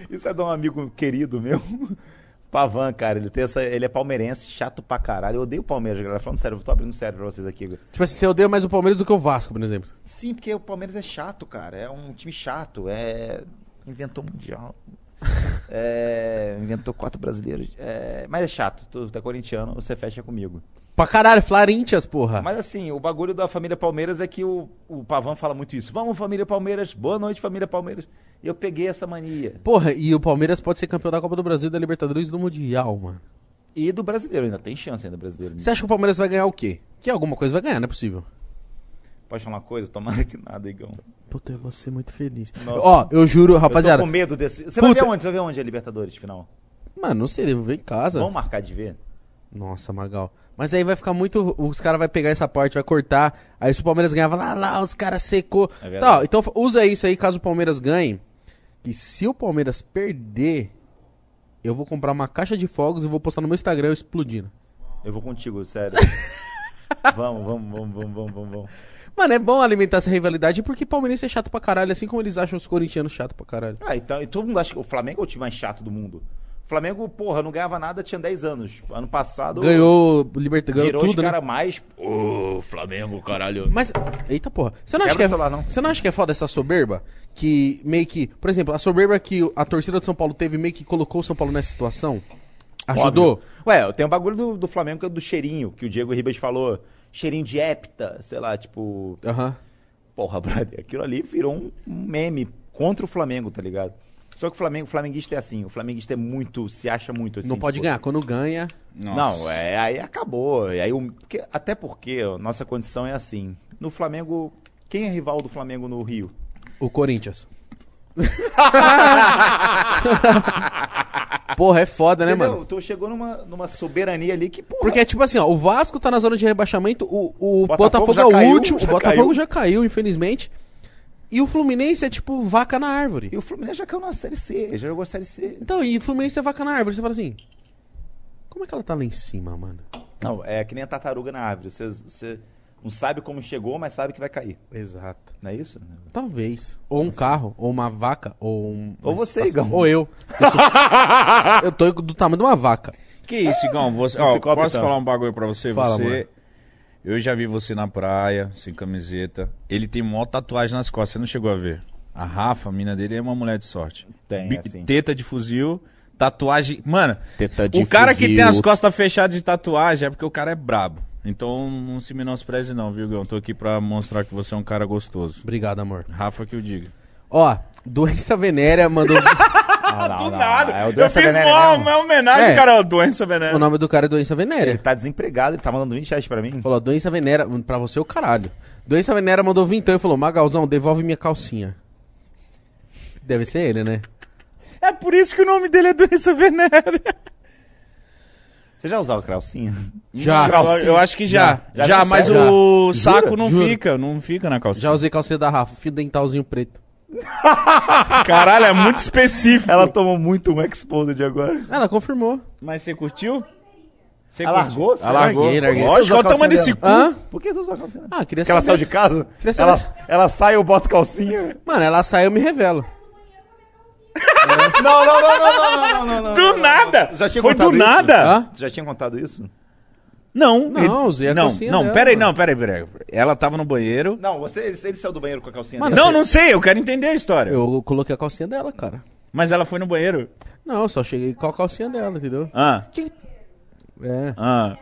Isso é de um amigo querido meu. Pavan, cara, ele tem essa. Ele é palmeirense, chato pra caralho. Eu odeio o Palmeiras, galera. Falando sério, eu tô abrindo sério pra vocês aqui.
Tipo assim, você odeia mais o Palmeiras do que o Vasco, por exemplo.
Sim, porque o Palmeiras é chato, cara. É um time chato. É. Inventou mundial. É, Inventou quatro brasileiros. É, Mas é chato. Tu tá corintiano, você fecha comigo.
Pra caralho, Florentias, porra.
Mas assim, o bagulho da família Palmeiras é que o, o Pavão fala muito isso. Vamos, família Palmeiras. Boa noite, família Palmeiras. E eu peguei essa mania.
Porra, e o Palmeiras pode ser campeão da Copa do Brasil, da Libertadores e do Mundial, mano.
E do brasileiro, ainda tem chance ainda brasileiro. né?
Você acha que o Palmeiras vai ganhar o quê? Que alguma coisa vai ganhar, não é possível.
Pode falar uma coisa? Tomara que nada, Igão.
Puta, eu vou ser muito feliz.
Nossa.
Ó, eu juro,
Eu
rapaziada.
tô com medo desse. Você vai ver
Puta.
onde? Você vai ver onde é Libertadores, final?
Mano, não sei, eu vou em casa.
Vamos marcar de ver?
Nossa, Magal. Mas aí vai ficar muito. Os caras vão pegar essa parte, vai cortar. Aí se o Palmeiras ganhar, vai lá, lá, os caras secou.
É verdade.
Tá, ó, então fa- usa isso aí caso o Palmeiras ganhe. E se o Palmeiras perder, eu vou comprar uma caixa de fogos e vou postar no meu Instagram eu explodindo.
Eu vou contigo, [laughs] sério. vamos, vamos, vamos, vamos, vamos, vamos, vamos.
Mano, é bom alimentar essa rivalidade porque palmeirense é chato pra caralho, assim como eles acham os corintianos chato pra caralho.
Ah, então, e todo mundo acha que o Flamengo é o time mais chato do mundo. O Flamengo, porra, não ganhava nada, tinha 10 anos. Ano passado.
Ganhou Libertadores,
Virou
ganhou tudo,
os
né?
caras mais. Ô, Flamengo, caralho.
Mas, eita porra, você não,
Quebra
acha que é,
o celular, não.
você não acha que é foda essa soberba? Que meio que, por exemplo, a soberba que a torcida do São Paulo teve meio que colocou o São Paulo nessa situação? Ajudou?
Óbvio. Ué, tem o bagulho do, do Flamengo que é do cheirinho, que o Diego Ribas falou. Cheirinho de hepta, sei lá, tipo.
Aham.
[laughs] Porra, brother, aquilo ali virou um um meme contra o Flamengo, tá ligado? Só que o Flamengo, o flamenguista é assim, o flamenguista é muito, se acha muito assim.
não pode
tipo,
ganhar. Quando ganha,
Não, é, aí acabou. E aí, o- porque- até porque a nossa condição é assim. No Flamengo, quem é rival do Flamengo no Rio?
o
[laughs]
Corinthians. Porra, é foda, né,
Entendeu?
mano?
Tu chegou numa, numa soberania ali que, porra,
Porque é tipo assim, ó, o Vasco tá na zona de rebaixamento, o, o
Botafogo
Botafogo,
já
é o
caiu,
último,
já
o Botafogo
caiu.
já caiu, infelizmente. E o Fluminense é tipo vaca na árvore.
E o Fluminense já caiu na Série C, já jogou a Série C.
Então, e o Fluminense é vaca na árvore. Você fala assim, como é que ela tá lá em cima, mano?
Não, é que nem a tartaruga na árvore. Você, você não sabe como chegou, mas sabe que vai cair.
Exato.
Não é isso?
Talvez. Ou um carro, ou uma vaca, ou um...
Ou você, Igão.
Ou eu. Eu, sou-
[laughs]
eu tô do tamanho de uma vaca.
Que isso, Igão? Você,
Esse
ó,
copo
posso
tá-
falar um bagulho pra você?
Fala,
você.
mano.
Eu já vi você na praia, sem camiseta. Ele tem maior tatuagem nas costas, você não chegou a ver. A Rafa, a mina dele, é uma mulher de sorte.
Tem,
Bi-
assim.
Teta de fuzil, tatuagem. Mano,
Teta
o cara que tem as costas fechadas de tatuagem é porque o cara é brabo. Então não se menospreze, não, viu, Igão? Tô aqui pra mostrar que você é um cara gostoso.
Obrigado, amor.
Rafa que eu diga.
Ó, doença venérea mandou...
Do
Nada.
É o
eu fiz uma, uma homenagem,
É.
cara, ó, doença
o
venérea.
nome do cara é doença venérea.
Ele tá desempregado, ele tá mandando 20 reais pra mim.
Falou, doença venera, pra você é o caralho. Doença venera mandou vintão e falou, Magalzão, devolve minha calcinha. Deve ser ele, né?
É por isso que o nome dele é doença venérea.
Você já usava calcinha? [laughs]
Já.
Eu, eu acho que já.
Já.
Já,
Já
mas
consegue?
o saco não
Juro.
fica, não fica na calça.
Já usei calcinha da Rafa, fio dentalzinho preto.
Ah,
Caralho, é muito específico.
Ela tomou muito um exposed agora.
Ela confirmou.
[laughs] Mas você curtiu? Você
Ela largou? Você
Alargou.
Larguei, larguei.
Lógico,
tá
olha o tamanho desse cu.
Hã?
Por que tu usa calcinha?
Ah, queria
Porque ela saiu
saber.
de casa?
Queria saber.
Ela, ela sai, eu boto calcinha.
Mano, ela saiu, eu me revelo.
Não, não, não, não, não, não, não, não.
Do nada!
Já tinha
Foi
contado
do
isso?
nada!
Hã?
Tu já tinha contado isso?
Não,
Não, usei a
não,
calcinha
Não,
dela,
peraí,
mano.
não, peraí, peraí. Ela tava no banheiro.
Não, você, ele, ele saiu do banheiro com a calcinha
Mano,
dele.
Não, não sei, eu quero entender a história.
Eu coloquei a calcinha dela, cara.
Mas ela foi no banheiro.
Não, eu só cheguei com a calcinha dela, entendeu?
Ah,
É.
ah.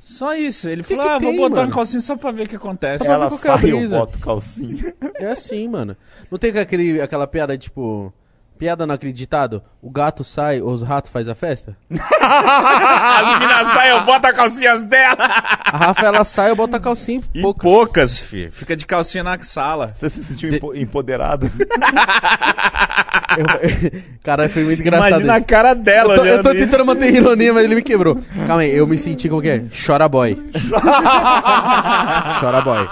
Só isso, ele
Que
falou:
que
ah, vou
tem,
botar
mano?
uma calcinha só pra ver o que acontece.
Só-
Ela
com a
sai, eu
camisa.
boto calcinha.
É assim, mano. Não tem aquele, aquela piada, tipo... Piada não acreditado? O gato sai, os ratos faz a festa?
As minas saem, eu boto as calcinhas dela!
A Rafa, ela sai, eu boto a calcinha.
E
pouca.
poucas, fi. Fica de calcinha na sala.
Você se sentiu empo- empoderado?
Eu- [laughs] Cara, foi muito engraçado
Imagina a
isso.
cara
Eu
dela,
tô, eu tô
olhando isso.
tentando manter a ironia, mas ele me quebrou. Calma aí, eu me senti como que é?
[laughs]
Chora boy. Chora boy.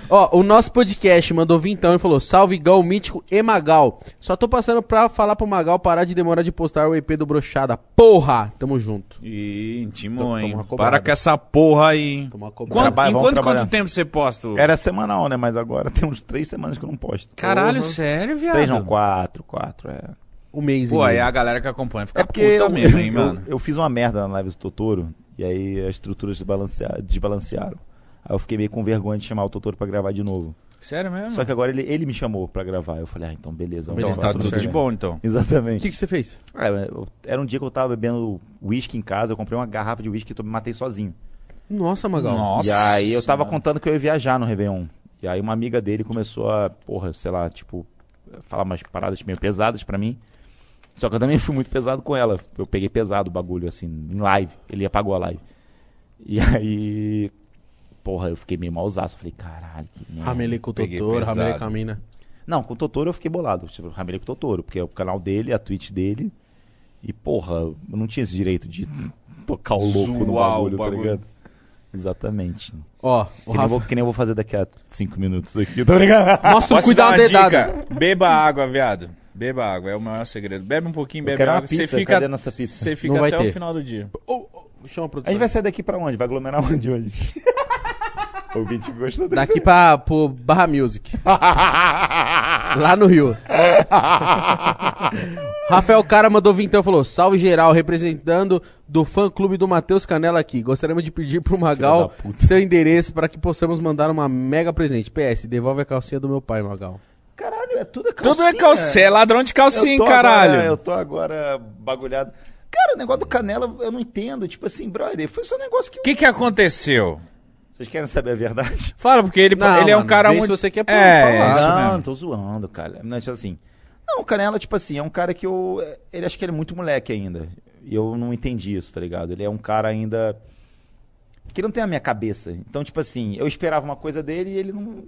[laughs] Ó, o nosso podcast mandou vintão e falou: Salve Gal, Mítico e Magal. Só tô passando pra falar pro Magal parar de demorar de postar o EP do Brochada. Porra! Tamo junto.
Ih, intimou,
Toma
hein?
uma cobrada.
Para com essa porra aí. hein?
Toma uma
Quanto,
cobrada.
Trabalho,
em
vamos
quanto,
trabalhar.
quanto tempo você posta? o-
Era semanal, né? Mas agora tem uns três semanas que eu não posto.
Caralho,
Porra.
sério, viado?
Três não, quatro, quatro, é.
O Um mês
Pô, aí é
inteiro.
a galera que acompanha fica
É porque
Tá puta
eu,
mesmo, hein,
eu-
mano?
eu fiz uma merda na live do Totoro e aí as estruturas desbalancea- desbalancearam. Aí eu fiquei meio com vergonha de chamar o Totoro pra gravar de novo.
Sério É mesmo?
Só que agora ele, ele me chamou pra gravar. Eu falei, ah, então beleza. vamos
Então
gravar
tá
Beleza,
tudo
tudo de
bem.
bom, então.
O
Exatamente.
que, que você fez?
Ah, eu- era um dia que eu tava bebendo uísque em casa, eu comprei uma garrafa de uísque e to- me matei sozinho.
Nossa, Magal.
Nossa.
e aí eu tava
mano.
contando que eu ia viajar no Réveillon. E aí uma amiga dele começou a, porra, sei lá, tipo, falar umas paradas meio pesadas pra mim. Só que eu também [laughs] fui muito pesado com ela. Eu peguei pesado o bagulho, assim, em live. Ele apagou a live. E aí, porra, eu fiquei meio malzaço. Falei, caralho, que merda.
Ramelei com o
Peguei
Totoro,
pesado.
ramelei com a mina.
Não, com o Totoro eu fiquei bolado. Tipo, Ramelei com o Totoro, porque é o canal dele, a Twitch dele. E, porra, eu não tinha esse direito de [laughs] tocar o louco no
Zoar o
bagulho, tá
bagulho.
ligado? Exatamente.
Ó, o
Que nem, eu
Rafa.
vou, que nem eu vou fazer daqui a cinco minutos aqui, tá ligado?
Mostra o
Posso dar
cuidado
uma
dedada.
dica? Beba água, viado. Beba água, é o maior segredo. Bebe um pouquinho, bebe
quero uma
água. Você
pizza,
fica,
cadê a nossa pizza?
Você
Não
fica
vai
até
ter.
o final do dia.
Ô, ô, chama a
A
produção.
gente vai sair daqui pra onde? Vai aglomerar onde hoje? [laughs] o Beat gostou daqui.
Daqui pra, pro Barra Music. Lá no Rio.
É.
Rafael Cara mandou vintão e falou: Salve geral, representando do fã clube do Matheus Canela aqui. Gostaríamos de pedir pro Magal
da puta.
seu endereço para que possamos mandar uma mega presente. PS, devolve a calcinha do meu pai, Magal.
[laughs] Caralho, é tudo calcinha.
Tudo é calcinha, é ladrão de
Eu
calcinha,
tô
caralho.
agora- eu tô agora bagulhado. Cara, o negócio do Canela eu não entendo. Tipo assim, brother, foi só um negócio que...
O que que aconteceu?
Vocês querem saber a verdade?
Fala, porque ele,
Não,
ele é um
mano,
cara
vê
muito.
se você quer pô,
É,
falar.
isso
não,
mesmo.
não tô zoando, cara. Não, tipo assim. Não, o Canela, tipo assim, é um cara que eu. Ele acho que ele é muito moleque ainda. E eu não entendi isso, tá ligado? Ele é um cara ainda. Que não tem a minha cabeça. Então, tipo assim, eu esperava uma coisa dele e ele não.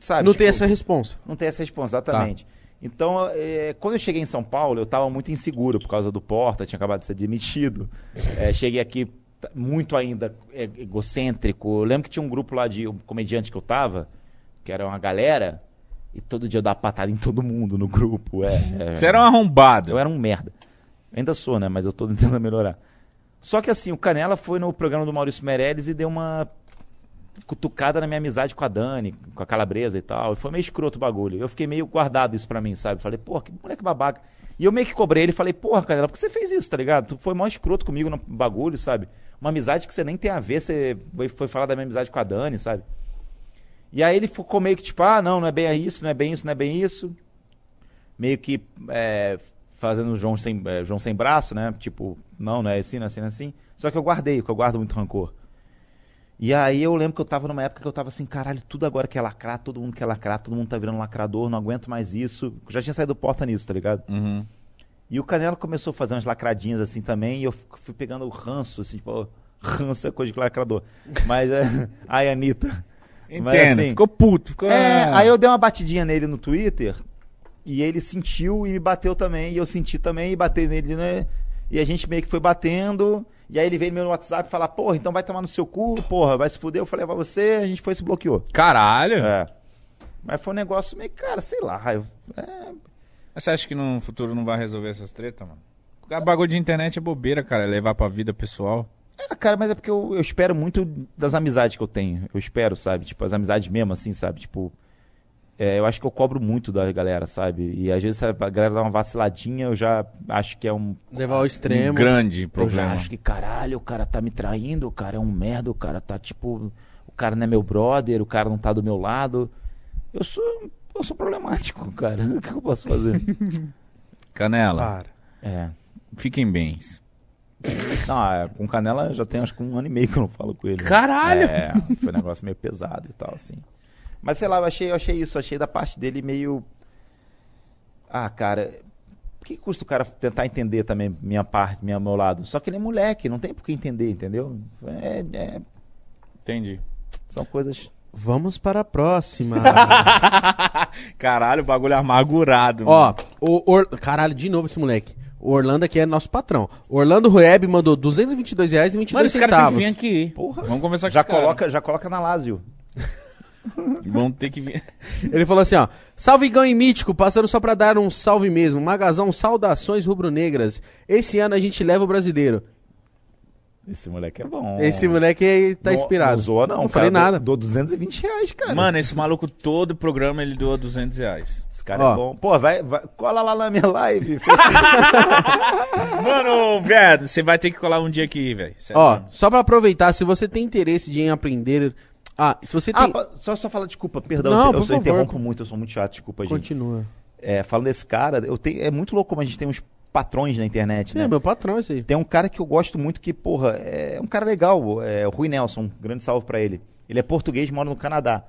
Sabe?
Não
tipo,
tem essa responsa.
Não tem essa resposta, exatamente.
Tá.
Então, é, quando eu cheguei em São Paulo, eu tava muito inseguro por causa do Porta, tinha acabado de ser demitido. [laughs] É, cheguei aqui t- muito ainda é, egocêntrico. Eu lembro que tinha um grupo lá de um comediante que eu tava, que era uma galera, e todo dia eu dava patada em todo mundo no grupo. É, é.
Você era um arrombado.
Eu era um merda. Ainda sou, né? Mas eu tô tentando [laughs] melhorar. Só que assim, o Canela foi no programa do Maurício Meirelles e deu uma cutucada na minha amizade com a Dani, com a Calabresa e tal. E foi meio escroto o bagulho. Eu fiquei meio guardado isso pra mim, sabe? Falei, porra, que moleque babaca. E eu meio que cobrei ele e falei, porra, Canela, por que você fez isso, tá ligado? Tu foi mó escroto comigo no bagulho, sabe? Uma amizade que você nem tem a ver, você foi- foi falar da minha amizade com a Dani, sabe? E aí ele ficou meio que tipo, ah, não, não é bem isso, não é bem isso, não é bem isso meio que é, fazendo o João sem, é, João sem braço, né? Tipo, não, não é assim, não é assim, não é assim. Só que eu guardei, que eu guardo muito rancor. E aí eu lembro que eu tava numa época que eu tava assim, caralho, tudo agora quer lacrar, todo mundo quer lacrar, todo mundo tá virando lacrador, não aguento mais isso. Eu já tinha saído porta nisso, tá ligado?
Uhum.
E o Canelo começou a fazer umas lacradinhas assim também, e eu fico- fui pegando o ranço, assim, tipo, ranço é coisa de lacrador. Mas é. [laughs] Ai, Anitta. Mas,
Entendo.
assim,
ficou puto. Ficou... ah.
é, aí eu dei uma batidinha nele no Twitter e ele sentiu e me bateu também, e eu senti também e batei nele, né? E a gente meio que foi batendo, e aí ele veio no meu WhatsApp falar, porra, então vai tomar no seu cu, porra, vai se fuder, eu falei, vai você, a gente foi e se bloqueou.
Caralho.
É. Mas foi um negócio meio, cara, sei lá, eu- é,
Mas Você acha que no futuro não vai resolver essas tretas, mano? O bagulho de internet é bobeira, cara. é Levar pra vida pessoal.
Ah, cara, mas é porque eu, eu espero muito das amizades que eu tenho. Eu espero, sabe? Tipo, as amizades mesmo, assim, sabe? Tipo, é, eu acho que eu cobro muito da galera, sabe? E às vezes sabe, a galera dá uma vaciladinha, eu já acho que é um.
Levar ao extremo.
grande
Eu já
problema.
acho que, caralho, o cara tá me traindo, o cara é um merda, o cara tá tipo. O cara não é meu brother, o cara não tá do meu lado. Eu sou. Eu sou problemático, [laughs] cara. O que eu posso fazer?
[laughs] Canela,
Para.
é.
fiquem bens.
Não, é, com canela já tem acho que um ano e meio que eu não falo com ele.
Caralho!
É, foi um negócio meio pesado e tal, assim. Mas sei lá, eu achei, eu achei isso, achei da parte dele meio. Ah, cara, por que custa o cara tentar entender também minha parte, minha, meu lado? Só que ele é moleque, não tem por que entender, entendeu? É, é,
Entendi.
são coisas.
Vamos para a
[laughs]
próxima.
Caralho, o bagulho é amargurado.
Ó, o Or... caralho, de novo esse moleque. O Orlando aqui é nosso patrão. O Orlando Rueb mandou R$ 222 reais e 22
Mano, esse cara tem que
centavos.
vir aqui.
Porra. Tá
Vamos conversar com
Já
esse cara.
coloca, já coloca na Lázio.
Vão ter que vir.
Ele falou assim, ó. Salve Igão e Mítico, passando só pra dar um salve mesmo. Magazão, saudações rubro-negras. Esse ano a gente leva o brasileiro.
Esse moleque é bom.
Esse moleque aí tá
Não-
inspirado.
Não zoa, não.
Não
cara,
falei
eu
nada.
Dou, dou 220 reais, [laughs] cara.
Mano, esse maluco todo programa ele doa 200 reais.
Esse cara
Ó.
é bom. Pô, vai, vai- cola lá na minha [laughs] live.
Mano, velho, você vai ter que colar um dia aqui, velho. Sério.
Ó, só pra aproveitar, se você tem interesse de em aprender... Ah, se você tem...
ah, pa- só, só falar, desculpa, perdão.
Não,
eu
por
eu
favor.
interrompo muito, eu sou muito chato, desculpa, gente.
Continua.
É, falando desse cara, eu tenho, é muito louco como a gente tem uns patrões na internet,
É,
né?
meu patrão esse aí.
Tem um cara que eu gosto muito que, porra, é um cara legal, é o Rui Nelson, um grande salve pra ele. Ele é português, mora no Canadá.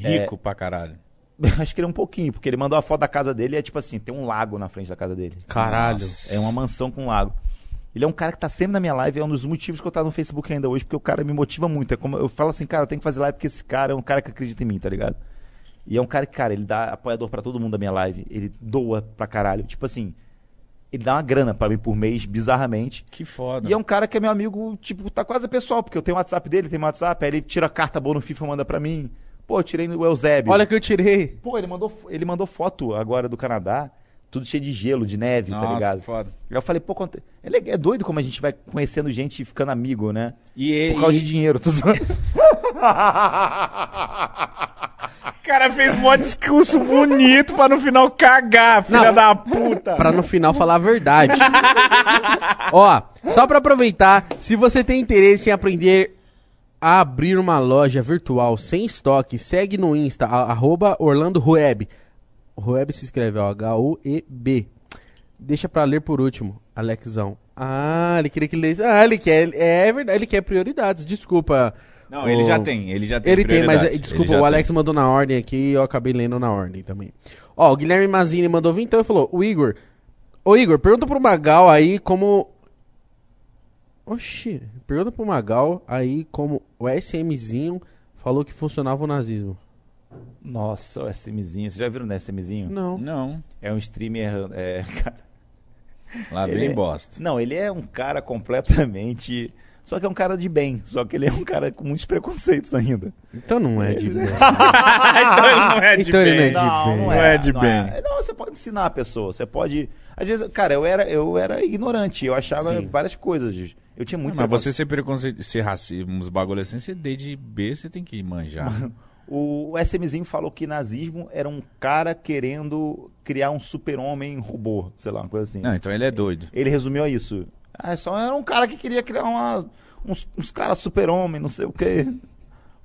é.
Rico pra caralho.
[laughs] Acho que ele é um pouquinho, porque ele mandou a foto da casa dele e é tipo assim, tem um lago na frente da casa dele.
Caralho.
É uma mansão com lago. Ele é um cara que tá sempre na minha live, é um dos motivos que eu tá no Facebook ainda hoje, porque o cara me motiva muito. É como eu falo assim, cara, eu tenho que fazer live porque esse cara é um cara que acredita em mim, tá ligado? E é um cara que, cara, ele dá apoiador pra todo mundo da minha live. Ele doa pra caralho. Tipo assim, ele dá uma grana pra mim por mês, bizarramente.
Que foda.
E é um cara que é meu amigo, tipo, tá quase pessoal, porque eu tenho o WhatsApp dele, tem meu WhatsApp, aí ele tira a carta boa no FIFA e manda pra mim. Pô, eu tirei no Eusébio.
Olha que eu tirei.
Pô, ele mandou, ele mandou foto agora do Canadá, tudo cheio de gelo, de neve,
Nossa,
tá ligado?
que foda.
Aí eu falei, pô, quanto- é, legal- é doido como a gente vai conhecendo gente e ficando amigo, né?
E ele.
Por causa de dinheiro, tô zoando. [laughs]
O cara fez mó discurso bonito pra no final cagar, filha
Não.
da puta.
Pra no final falar a verdade. Ó, só pra aproveitar, se você tem interesse em aprender a abrir uma loja virtual sem estoque, segue no Insta, a- arroba Orlando Rueb. Rueb se escreve, ó, H-U-E-B. Deixa pra ler por último, Alexão. Ah, ele queria que lesse. Ah, ele quer. É verdade, ele quer prioridades. Desculpa,
Não,
O-
ele já tem, ele já tem.
Ele tem, mas
prioridade.
é, desculpa,
Ele já
o Alex mandou na ordem aqui e eu acabei lendo na ordem também. Ó, o Guilherme Mazini mandou vir então e falou: O Igor. Ô Igor, pergunta pro Magal aí como. Oxi, pergunta pro Magal aí como o SMzinho falou que funcionava o nazismo.
Nossa, o SMzinho. Vocês já viram o SMzinho?
tem.
Não.
Não,
É um streamer. é, [laughs] cara,
lá
Ele
bem [laughs]
é-
bosta.
Não, ele é um cara completamente. Só que é um cara de bem. Só que ele é um cara com muitos preconceitos ainda.
Então não é de.
[laughs]
Ah,
então ele não é de
Então ele
bem.
não é de bem.
Não é de
É. Não, você pode ensinar a pessoa. Você pode. Às vezes, cara, eu era, eu era ignorante. Eu achava
Sim.
várias coisas. Eu tinha muito
mas
preconceito.
você ser preconceito, ser racismo, uns bagulho assim, você desde B você tem que
[laughs]
manjar.
O o SMzinho falou que nazismo era um cara querendo criar um super-homem robô, sei lá, uma coisa assim.
Não, então ele é doido.
Ele resumiu a isso. Ah, só era um cara que queria criar uma, uns, uns caras super-homem, não sei o quê.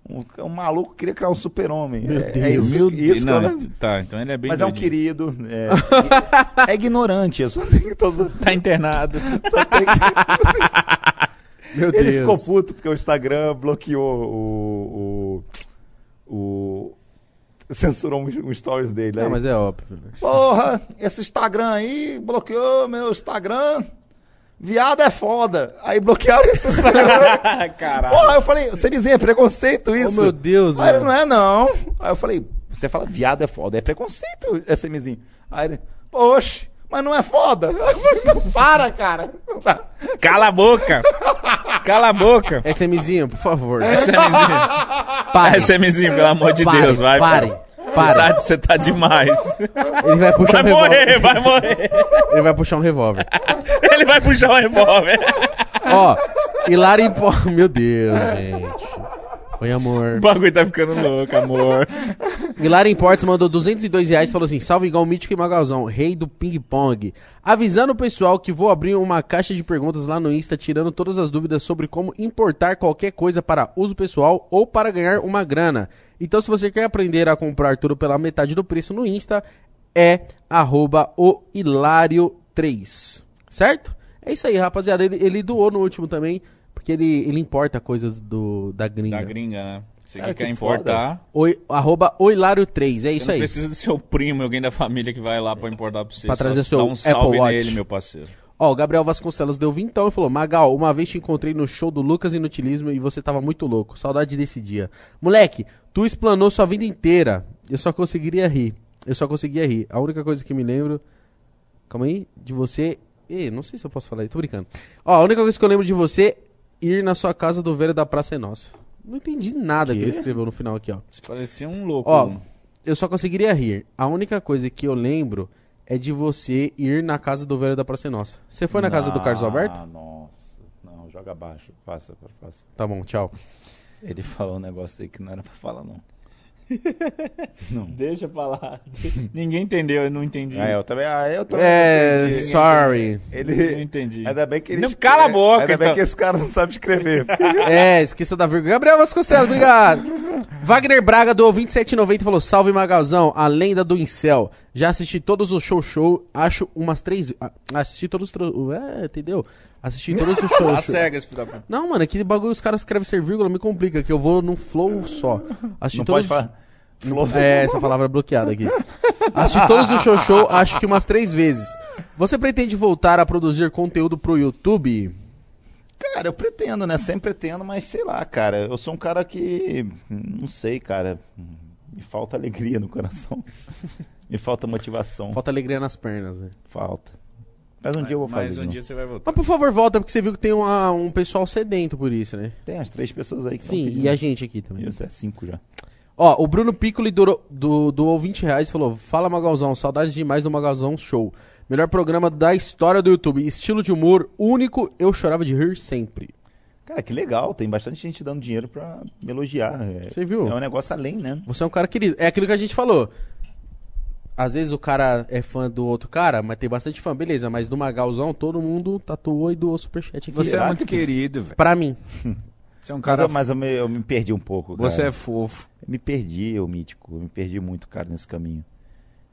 Um, um maluco que queria criar um super-homem.
Meu
é,
Deus.
é isso,
Meu
isso
não,
que eu-
tá, então ele é bem
Mas é um
doido.
querido. É, [laughs] é ignorante. Eu só tenho, tô, só
Tá [laughs] internado.
tenho que-
Meu
Ele ficou puto porque o Instagram bloqueou o. o, o- censurou uns um, stories dele.
Não,
Aí,
mas é óbvio. né?
Porra, esse Instagram aí bloqueou meu Instagram. Viado é foda. Aí bloquearam esse
[laughs]
Instagram.
Caralho.
Porra, eu falei, você dizia, é preconceito
Oh,
isso?
meu Deus,
Aí ele,
mano.
não é não. Aí eu falei, você fala viado é foda, é preconceito, SMzinho. Aí ele, poxa, mas não é foda. Aí eu falei, não, para, cara. Não dá.
Cala a boca! Cala a boca!
SMzinho, por favor.
É. SMzinho, É,
Pare.
SMzinho, pelo amor de
Pare,
Deus, vai.
Pare.
Você tá,
Pare.
você tá demais.
Ele vai puxar
Vai
um revólver.
morrer, vai morrer.
Ele vai puxar um revólver.
Ele vai puxar o revólver.
Ó, Hilari. Po- [laughs] Meu Deus, gente. Oi, amor.
O bagulho tá ficando louco, amor.
Hilari Importes mandou 202 reais e falou assim: Salve igual Mítico e Magalzão, rei do ping-pong. Avisando o pessoal que vou abrir uma caixa de perguntas lá no Insta, tirando todas as dúvidas sobre como importar qualquer coisa para uso pessoal ou para ganhar uma grana. Então, se você quer aprender a comprar tudo pela metade do preço no Insta, é arroba o Hilário3. Certo? É isso aí, rapaziada. Ele, ele doou no último também, porque ele, ele importa coisas do, da gringa.
Da gringa, né? Você
Cara,
que
que
quer importar.
Oi- arroba o Hilário3. É isso
você não
aí.
precisa do seu primo, alguém da família que vai lá pra importar pra você.
Pra
Só
trazer seu
dá um salve
Apple Watch.
nele, meu parceiro.
Ó, o Gabriel Vasconcelos deu vintão e falou: Magal, uma vez te encontrei no show do Lucas Inutilismo e você tava muito louco. Saudade desse dia. Moleque, tu explanou sua vida inteira. Eu só conseguiria rir. Eu só conseguia rir. A única coisa que me lembro. Calma aí, de você. Ih, não sei se eu posso falar isso, tô brincando. Ó, a única coisa que eu lembro de você ir na sua casa do velho da Praça é Nossa. Não entendi nada que ele escreveu no final aqui, ó.
Você parecia um louco.
Ó,
Hum.
mano.
eu só conseguiria rir. A única coisa que eu lembro é de você ir na casa do velho da Praça é Nossa. Você foi na casa do Carlos Alberto?
Ah, nossa. Não, joga abaixo. Passa, passa, passa.
Tá bom, tchau.
Ele falou um negócio aí que não era pra falar, não.
Deixa pra lá. [laughs] Ninguém entendeu, eu não entendi.
Ah, eu também. Ah, eu também.
É,
entendi.
sorry.
Não é
Ele.
entendi.
Ainda bem que ele.
Não, cala a boca,
Ainda bem
então.
que esse cara não sabe escrever. [laughs] porque-
É, esqueça da vírgula. Gabriel Vasconcelos, obrigado. Wagner Braga doou 27,90 e falou: Salve Magalzão, a lenda do Incel. Já assisti todos os show show, acho umas três. ah, Assisti todos os. tro- É, entendeu? Assisti todos os show
[laughs] Tá
show.
cega esse filho da puta.
Não, mano, aquele bagulho os caras escrevem sem vírgula, me complica, que eu vou num flow só. Assisti
Não
todos
pode falar. Flor-
É, essa palavra é bloqueada aqui. Assisti todos os show show, acho que umas três vezes. Você pretende voltar a produzir conteúdo pro YouTube?
Cara, eu pretendo, né? Sempre pretendo, mas sei lá, cara. Eu sou um cara que. Não sei, cara. Me falta alegria no coração. [laughs] Me falta motivação.
Falta alegria nas pernas, né?
Falta. Mas um dia eu vou fazer.
Mas
de
um
novo.
dia você vai voltar.
Mas por favor, volta, porque você viu que tem uma- um pessoal sedento por isso, né?
Tem as três pessoas aí que
Sim,
estão
e a gente aqui também.
Isso é cinco já.
Ó, o Bruno Piccoli do, do, doou 20 reais e falou: Fala Magalzão, saudades demais do Magalzão Show. Melhor programa da história do YouTube. Estilo de humor único, eu chorava de rir sempre.
Cara, que legal. Tem bastante gente dando dinheiro pra me elogiar. É-
Você viu?
É um negócio além, né?
Você é um cara querido. É aquilo que a gente falou. Às vezes o cara é fã do outro cara, mas tem bastante fã, beleza. Mas do Magalzão, todo mundo tatuou e doou superchat aqui.
Você é
Será
muito
que-
querido, velho.
Pra mim.
Você é um
Mas,
cara.
eu- mas eu, me, eu me perdi um pouco.
Você
cara.
é fofo.
Eu Me perdi, eu mítico. Eu me perdi muito, cara, nesse caminho.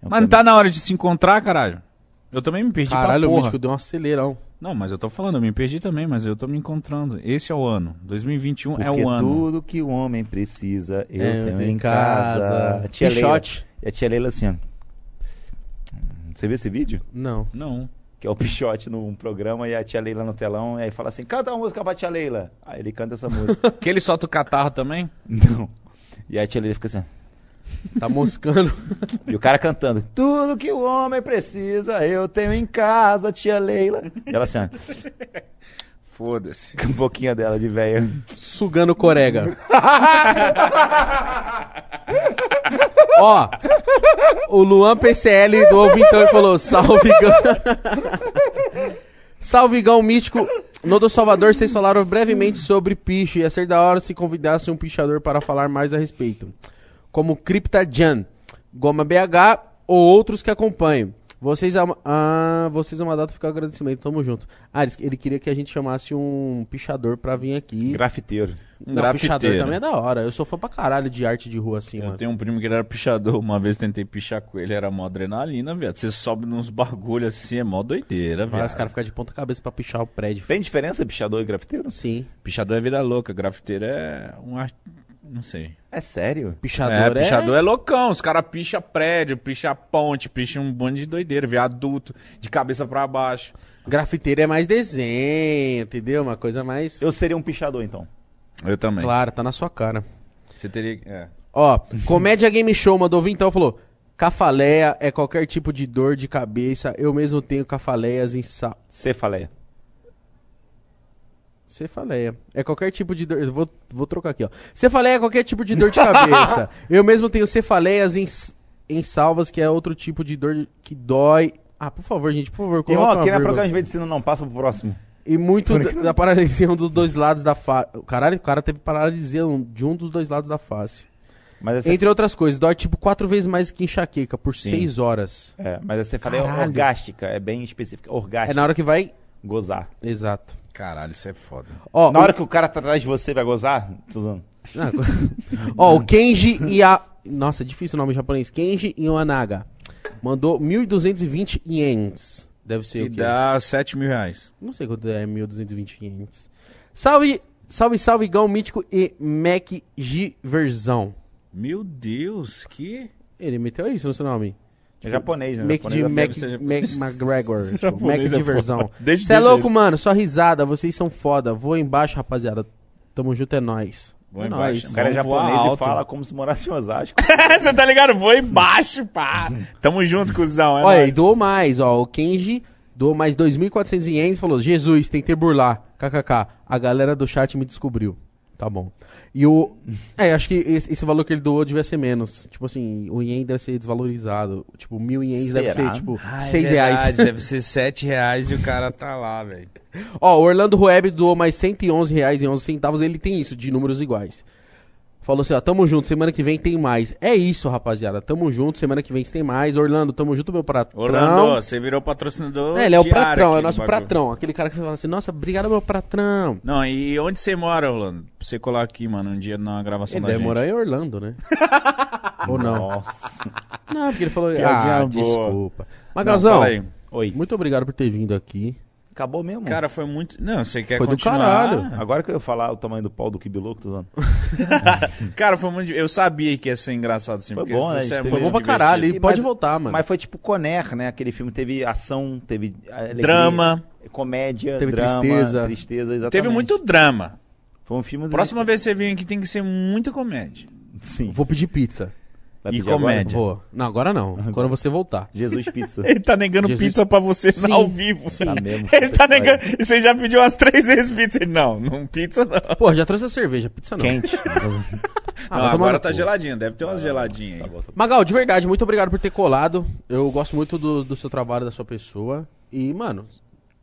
É
Mas não
um caminho-
tá na hora de se encontrar, caralho. Eu também me perdi
Caralho,
pra
o
porra.
Mítico deu um acelerão.
Não, mas eu tô falando, eu me perdi também, mas eu tô me encontrando. Esse é o ano. 2021
Porque
é o ano.
tudo que o homem precisa, eu
É,
tenho em casa. A Tia Leila,
Pichote.
a tia Leila assim, ó. Você viu esse vídeo?
Não.
Não.
Que é o Pichote num programa e a tia Leila no telão. E aí fala assim, canta uma música pra tia Leila. Aí ele canta
[laughs]
essa música.
Que ele solta o catarro também?
Não. E aí a tia Leila fica assim, ó.
Tá
[laughs]
moscando.
E o cara cantando. Tudo que o homem precisa, eu tenho em casa, tia Leila. E ela assim, ó,
Foda-se.
com a boquinha dela de velha.
sugando corega. Ó, o Luan PCL do Ouvintão ele falou: Salve, Gão. [laughs] Salve, Gão Mítico. No do Salvador, vocês falaram brevemente sobre picho. Ia ser da hora se convidasse um pichador para falar mais a respeito. Como Cripta Jan, Goma BH ou outros que acompanham. Vocês ama... ah, vocês uma data ficar agradecimento, tamo junto. Ah, ele- ele queria que a gente chamasse um pichador pra vir aqui.
Grafiteiro.
Um
Não, pichador
grafiteiro.
também é da hora. Eu sou fã pra caralho de arte de rua, assim,
Eu
mano.
tenho um primo que ele era pichador. Uma vez tentei pichar com ele, era mó adrenalina, viado. Você sobe nos bagulho assim, é mó doideira,
Vai, os
viado.
caras ficam de ponta cabeça pra pichar o prédio.
Tem diferença pichador e grafiteiro?
Sim.
Pichador é vida louca, grafiteiro é um ar... Não sei.
É sério?
Pichador é...
é, pichador é loucão. Os caras picham prédio, picham ponte, picham um bando de doideira, viaduto, de cabeça pra baixo.
Grafiteiro é mais desenho, entendeu? Uma coisa mais...
Eu seria um pichador, então.
Eu também.
Claro, tá na sua cara.
Você teria que. É.
Ó, [laughs] Comédia Game Show mandou vir, então, falou... Cafaleia é qualquer tipo de dor de cabeça. Eu mesmo tenho cafaleias em sa...
Cefaleia.
Cefaleia. É qualquer tipo de dor. eu Vou, vou trocar aqui, ó. Cefaleia é qualquer tipo de dor de cabeça.
[laughs]
Eu mesmo tenho cefaleias em, em salvas, que é outro tipo de dor que dói. Ah, por favor, gente, por favor, coloca
Irmão,
uma
aqui não é
vírgula.
programa de medicina, não. Passa pro próximo.
E muito da, da paralisia um dos dois lados da face. Caralho, o cara teve paralisia um- de um dos dois lados da face.
Mas é essa...
Entre outras coisas, dói tipo quatro vezes mais que enxaqueca, por
Sim.
seis horas.
É, mas a cefaleia
Caralho.
orgástica, é bem específica. Orgástica.
É na hora que vai...
Gozar.
Exato.
Caralho, isso é foda.
Ó,
na
o-
hora que o cara tá atrás de você vai gozar, Suzano?
Ah, co- [laughs] Ó, o Kenji e a. Nossa, é difícil o nome em japonês. Kenji e Oanaga. Mandou 1.220 ienes. Deve ser
E
o quê?
dá 7 mil reais.
Não sei quanto é 1.220 ienes. Salve, salve, salve, Gão Mítico e Mac Giverzão.
Meu Deus, que.
Ele meteu isso no seu nome.
É japonês, né?
Mac,
Japonês
de
é
Mac,
seja-
Mac McGregor. tipo,
[laughs]
Mac
Japonês é
Diversão.
foda. Desde
Você é
desde-
louco, mano? Só risada. Vocês são foda. Vou embaixo, rapaziada. Tamo junto, é nóis.
Vou
é
embaixo.
nóis.
O cara é
Vamos voar
japonês e
alto.
fala como se morasse em
[laughs]
Osasco.
[laughs] Você tá ligado? Vou embaixo, pá. Tamo junto, cuzão. É
Olha, e
nóis.
doou mais, ó. O Kenji doou mais 2.400 ienes e falou: Jesus, tentei burlar. KKK. A galera do chat me descobriu. Tá bom. E o. É, acho que esse, esse valor que ele doou devia ser menos. Tipo assim, o ien deve ser desvalorizado. Tipo, mil ienes deve
Será?
ser, tipo,
Ai,
seis
Ah, é verdade,
reais.
Deve ser 7 reais e o cara tá lá, velho.
[laughs] Ó, o Orlando Rueb doou mais R$ 111 reais e 11 centavos. Ele tem isso, de números iguais. Falou assim, ó, tamo junto, semana que vem tem mais. É isso, rapaziada, tamo junto, semana que vem tem mais. Orlando, tamo junto, meu patrão.
Orlando, você virou patrocinador.
É, ele é o
diário
pratrão, é
aqui
o
do
nosso
bagulho.
pratrão. Aquele cara que você fala assim, nossa, obrigado, meu pratrão.
Não, e onde você mora, Orlando? Pra você colar aqui, mano, um dia na gravação
Ele
da
deve
gente.
morar em Orlando, né? Ou não?
Nossa.
Não, porque ele falou,
Piadinha
ah,
boa.
desculpa.
Não,
Magalzão,
fala aí.
Oi.
muito obrigado por ter vindo aqui.
Acabou mesmo. É.
Cara, foi muito. Não, você quer
Foi do
continuar?
caralho.
Agora que eu falar o tamanho do pau do Kibiloco, Suzano.
Cara, foi muito. Eu sabia que ia ser engraçado assim.
Foi
porque
bom,
você
né? A gente
é
teve-
Foi
muito
bom pra
divertido.
caralho,
E-
e pode
mas-
voltar, mano.
Mas foi tipo Conner, né? Aquele filme teve ação, teve alegria,
Drama.
comédia,
Teve
drama,
tristeza.
tristeza, exatamente.
Teve muito drama.
Foi um filme...
Próxima vez que você vir aqui tem que ser muita comédia.
Sim.
Vou pedir pizza.
Vai
e
pedir agora? né?
comédia.
Vou. Não, agora não. Quando você voltar.
Jesus
[laughs]
Pizza.
[laughs] Ele tá negando
Jesus.
pizza pra você
Sim,
ao vivo.
é
Tá mesmo.
Ele tá
Puta que
negando.
pariu.
E você já pediu umas três vezes pizza. Ele, Não, não pizza não.
Pô, já trouxe a cerveja, pizza
[laughs]
não.
Quente.
Não,
Ah, vai tomar
agora
no
tá
cu. Ah,
geladinha, deve ter umas geladinhas
Tá
aí.
bom, tá bom.
Magal, de verdade, muito obrigado por ter colado. Eu gosto muito do, do seu trabalho, da sua pessoa. E, mano,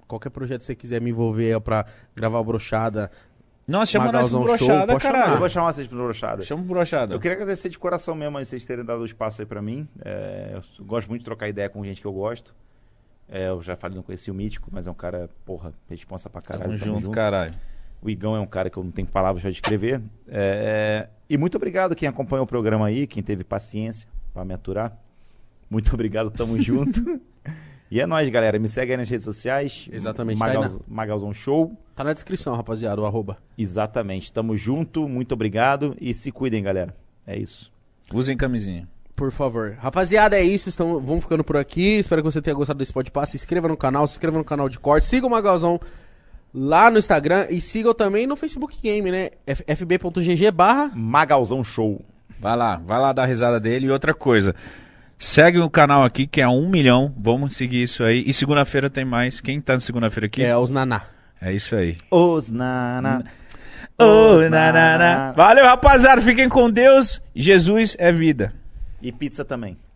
qualquer projeto que você quiser me envolver é pra gravar brochada.
Nossa, chama nós pro
Magalzão Show,
brochada,
pode chamar.
caralho.
Eu vou chamar vocês pro brochada.
Chama um pro brochada.
Eu queria agradecer de coração mesmo aí vocês terem dado o espaço aí pra mim. É, eu gosto muito de trocar ideia com gente que eu gosto. É, eu já falei, não conheci o Mítico, mas é um cara, porra, responsa pra caralho.
Tamo junto, caralho.
O Igão é um cara que eu não tenho palavras pra descrever. É, é, e muito obrigado quem acompanhou o programa aí, quem teve paciência pra me aturar. Muito obrigado, tamo junto. E é nóis, galera. Me segue aí nas redes sociais.
Exatamente, tá aí
Magalz... Magalzão Show.
Tá na descrição, rapaziada, o arroba.
Exatamente. Tamo junto. Muito obrigado. E se cuidem, galera. É isso.
Usem camisinha.
Por favor. Rapaziada, é isso. Estamos, vamos ficando por aqui. Espero que você tenha gostado desse podcast. Se inscreva no canal, se inscreva no canal de corte. Siga o Magalzão lá no Instagram e sigam também no Facebook Game, né? F- fb.gg barra.
Magalzão Show.
Vai lá, vai lá dar a risada dele. E outra coisa, segue o canal aqui que é um milhão. Vamos seguir isso aí. E segunda-feira tem mais. Quem tá na segunda-feira aqui?
É, os naná.
É isso aí.
Os nana.
Ô, na, na, na. Valeu, rapaziada. Fiquem com Deus. Jesus é vida.
E pizza também.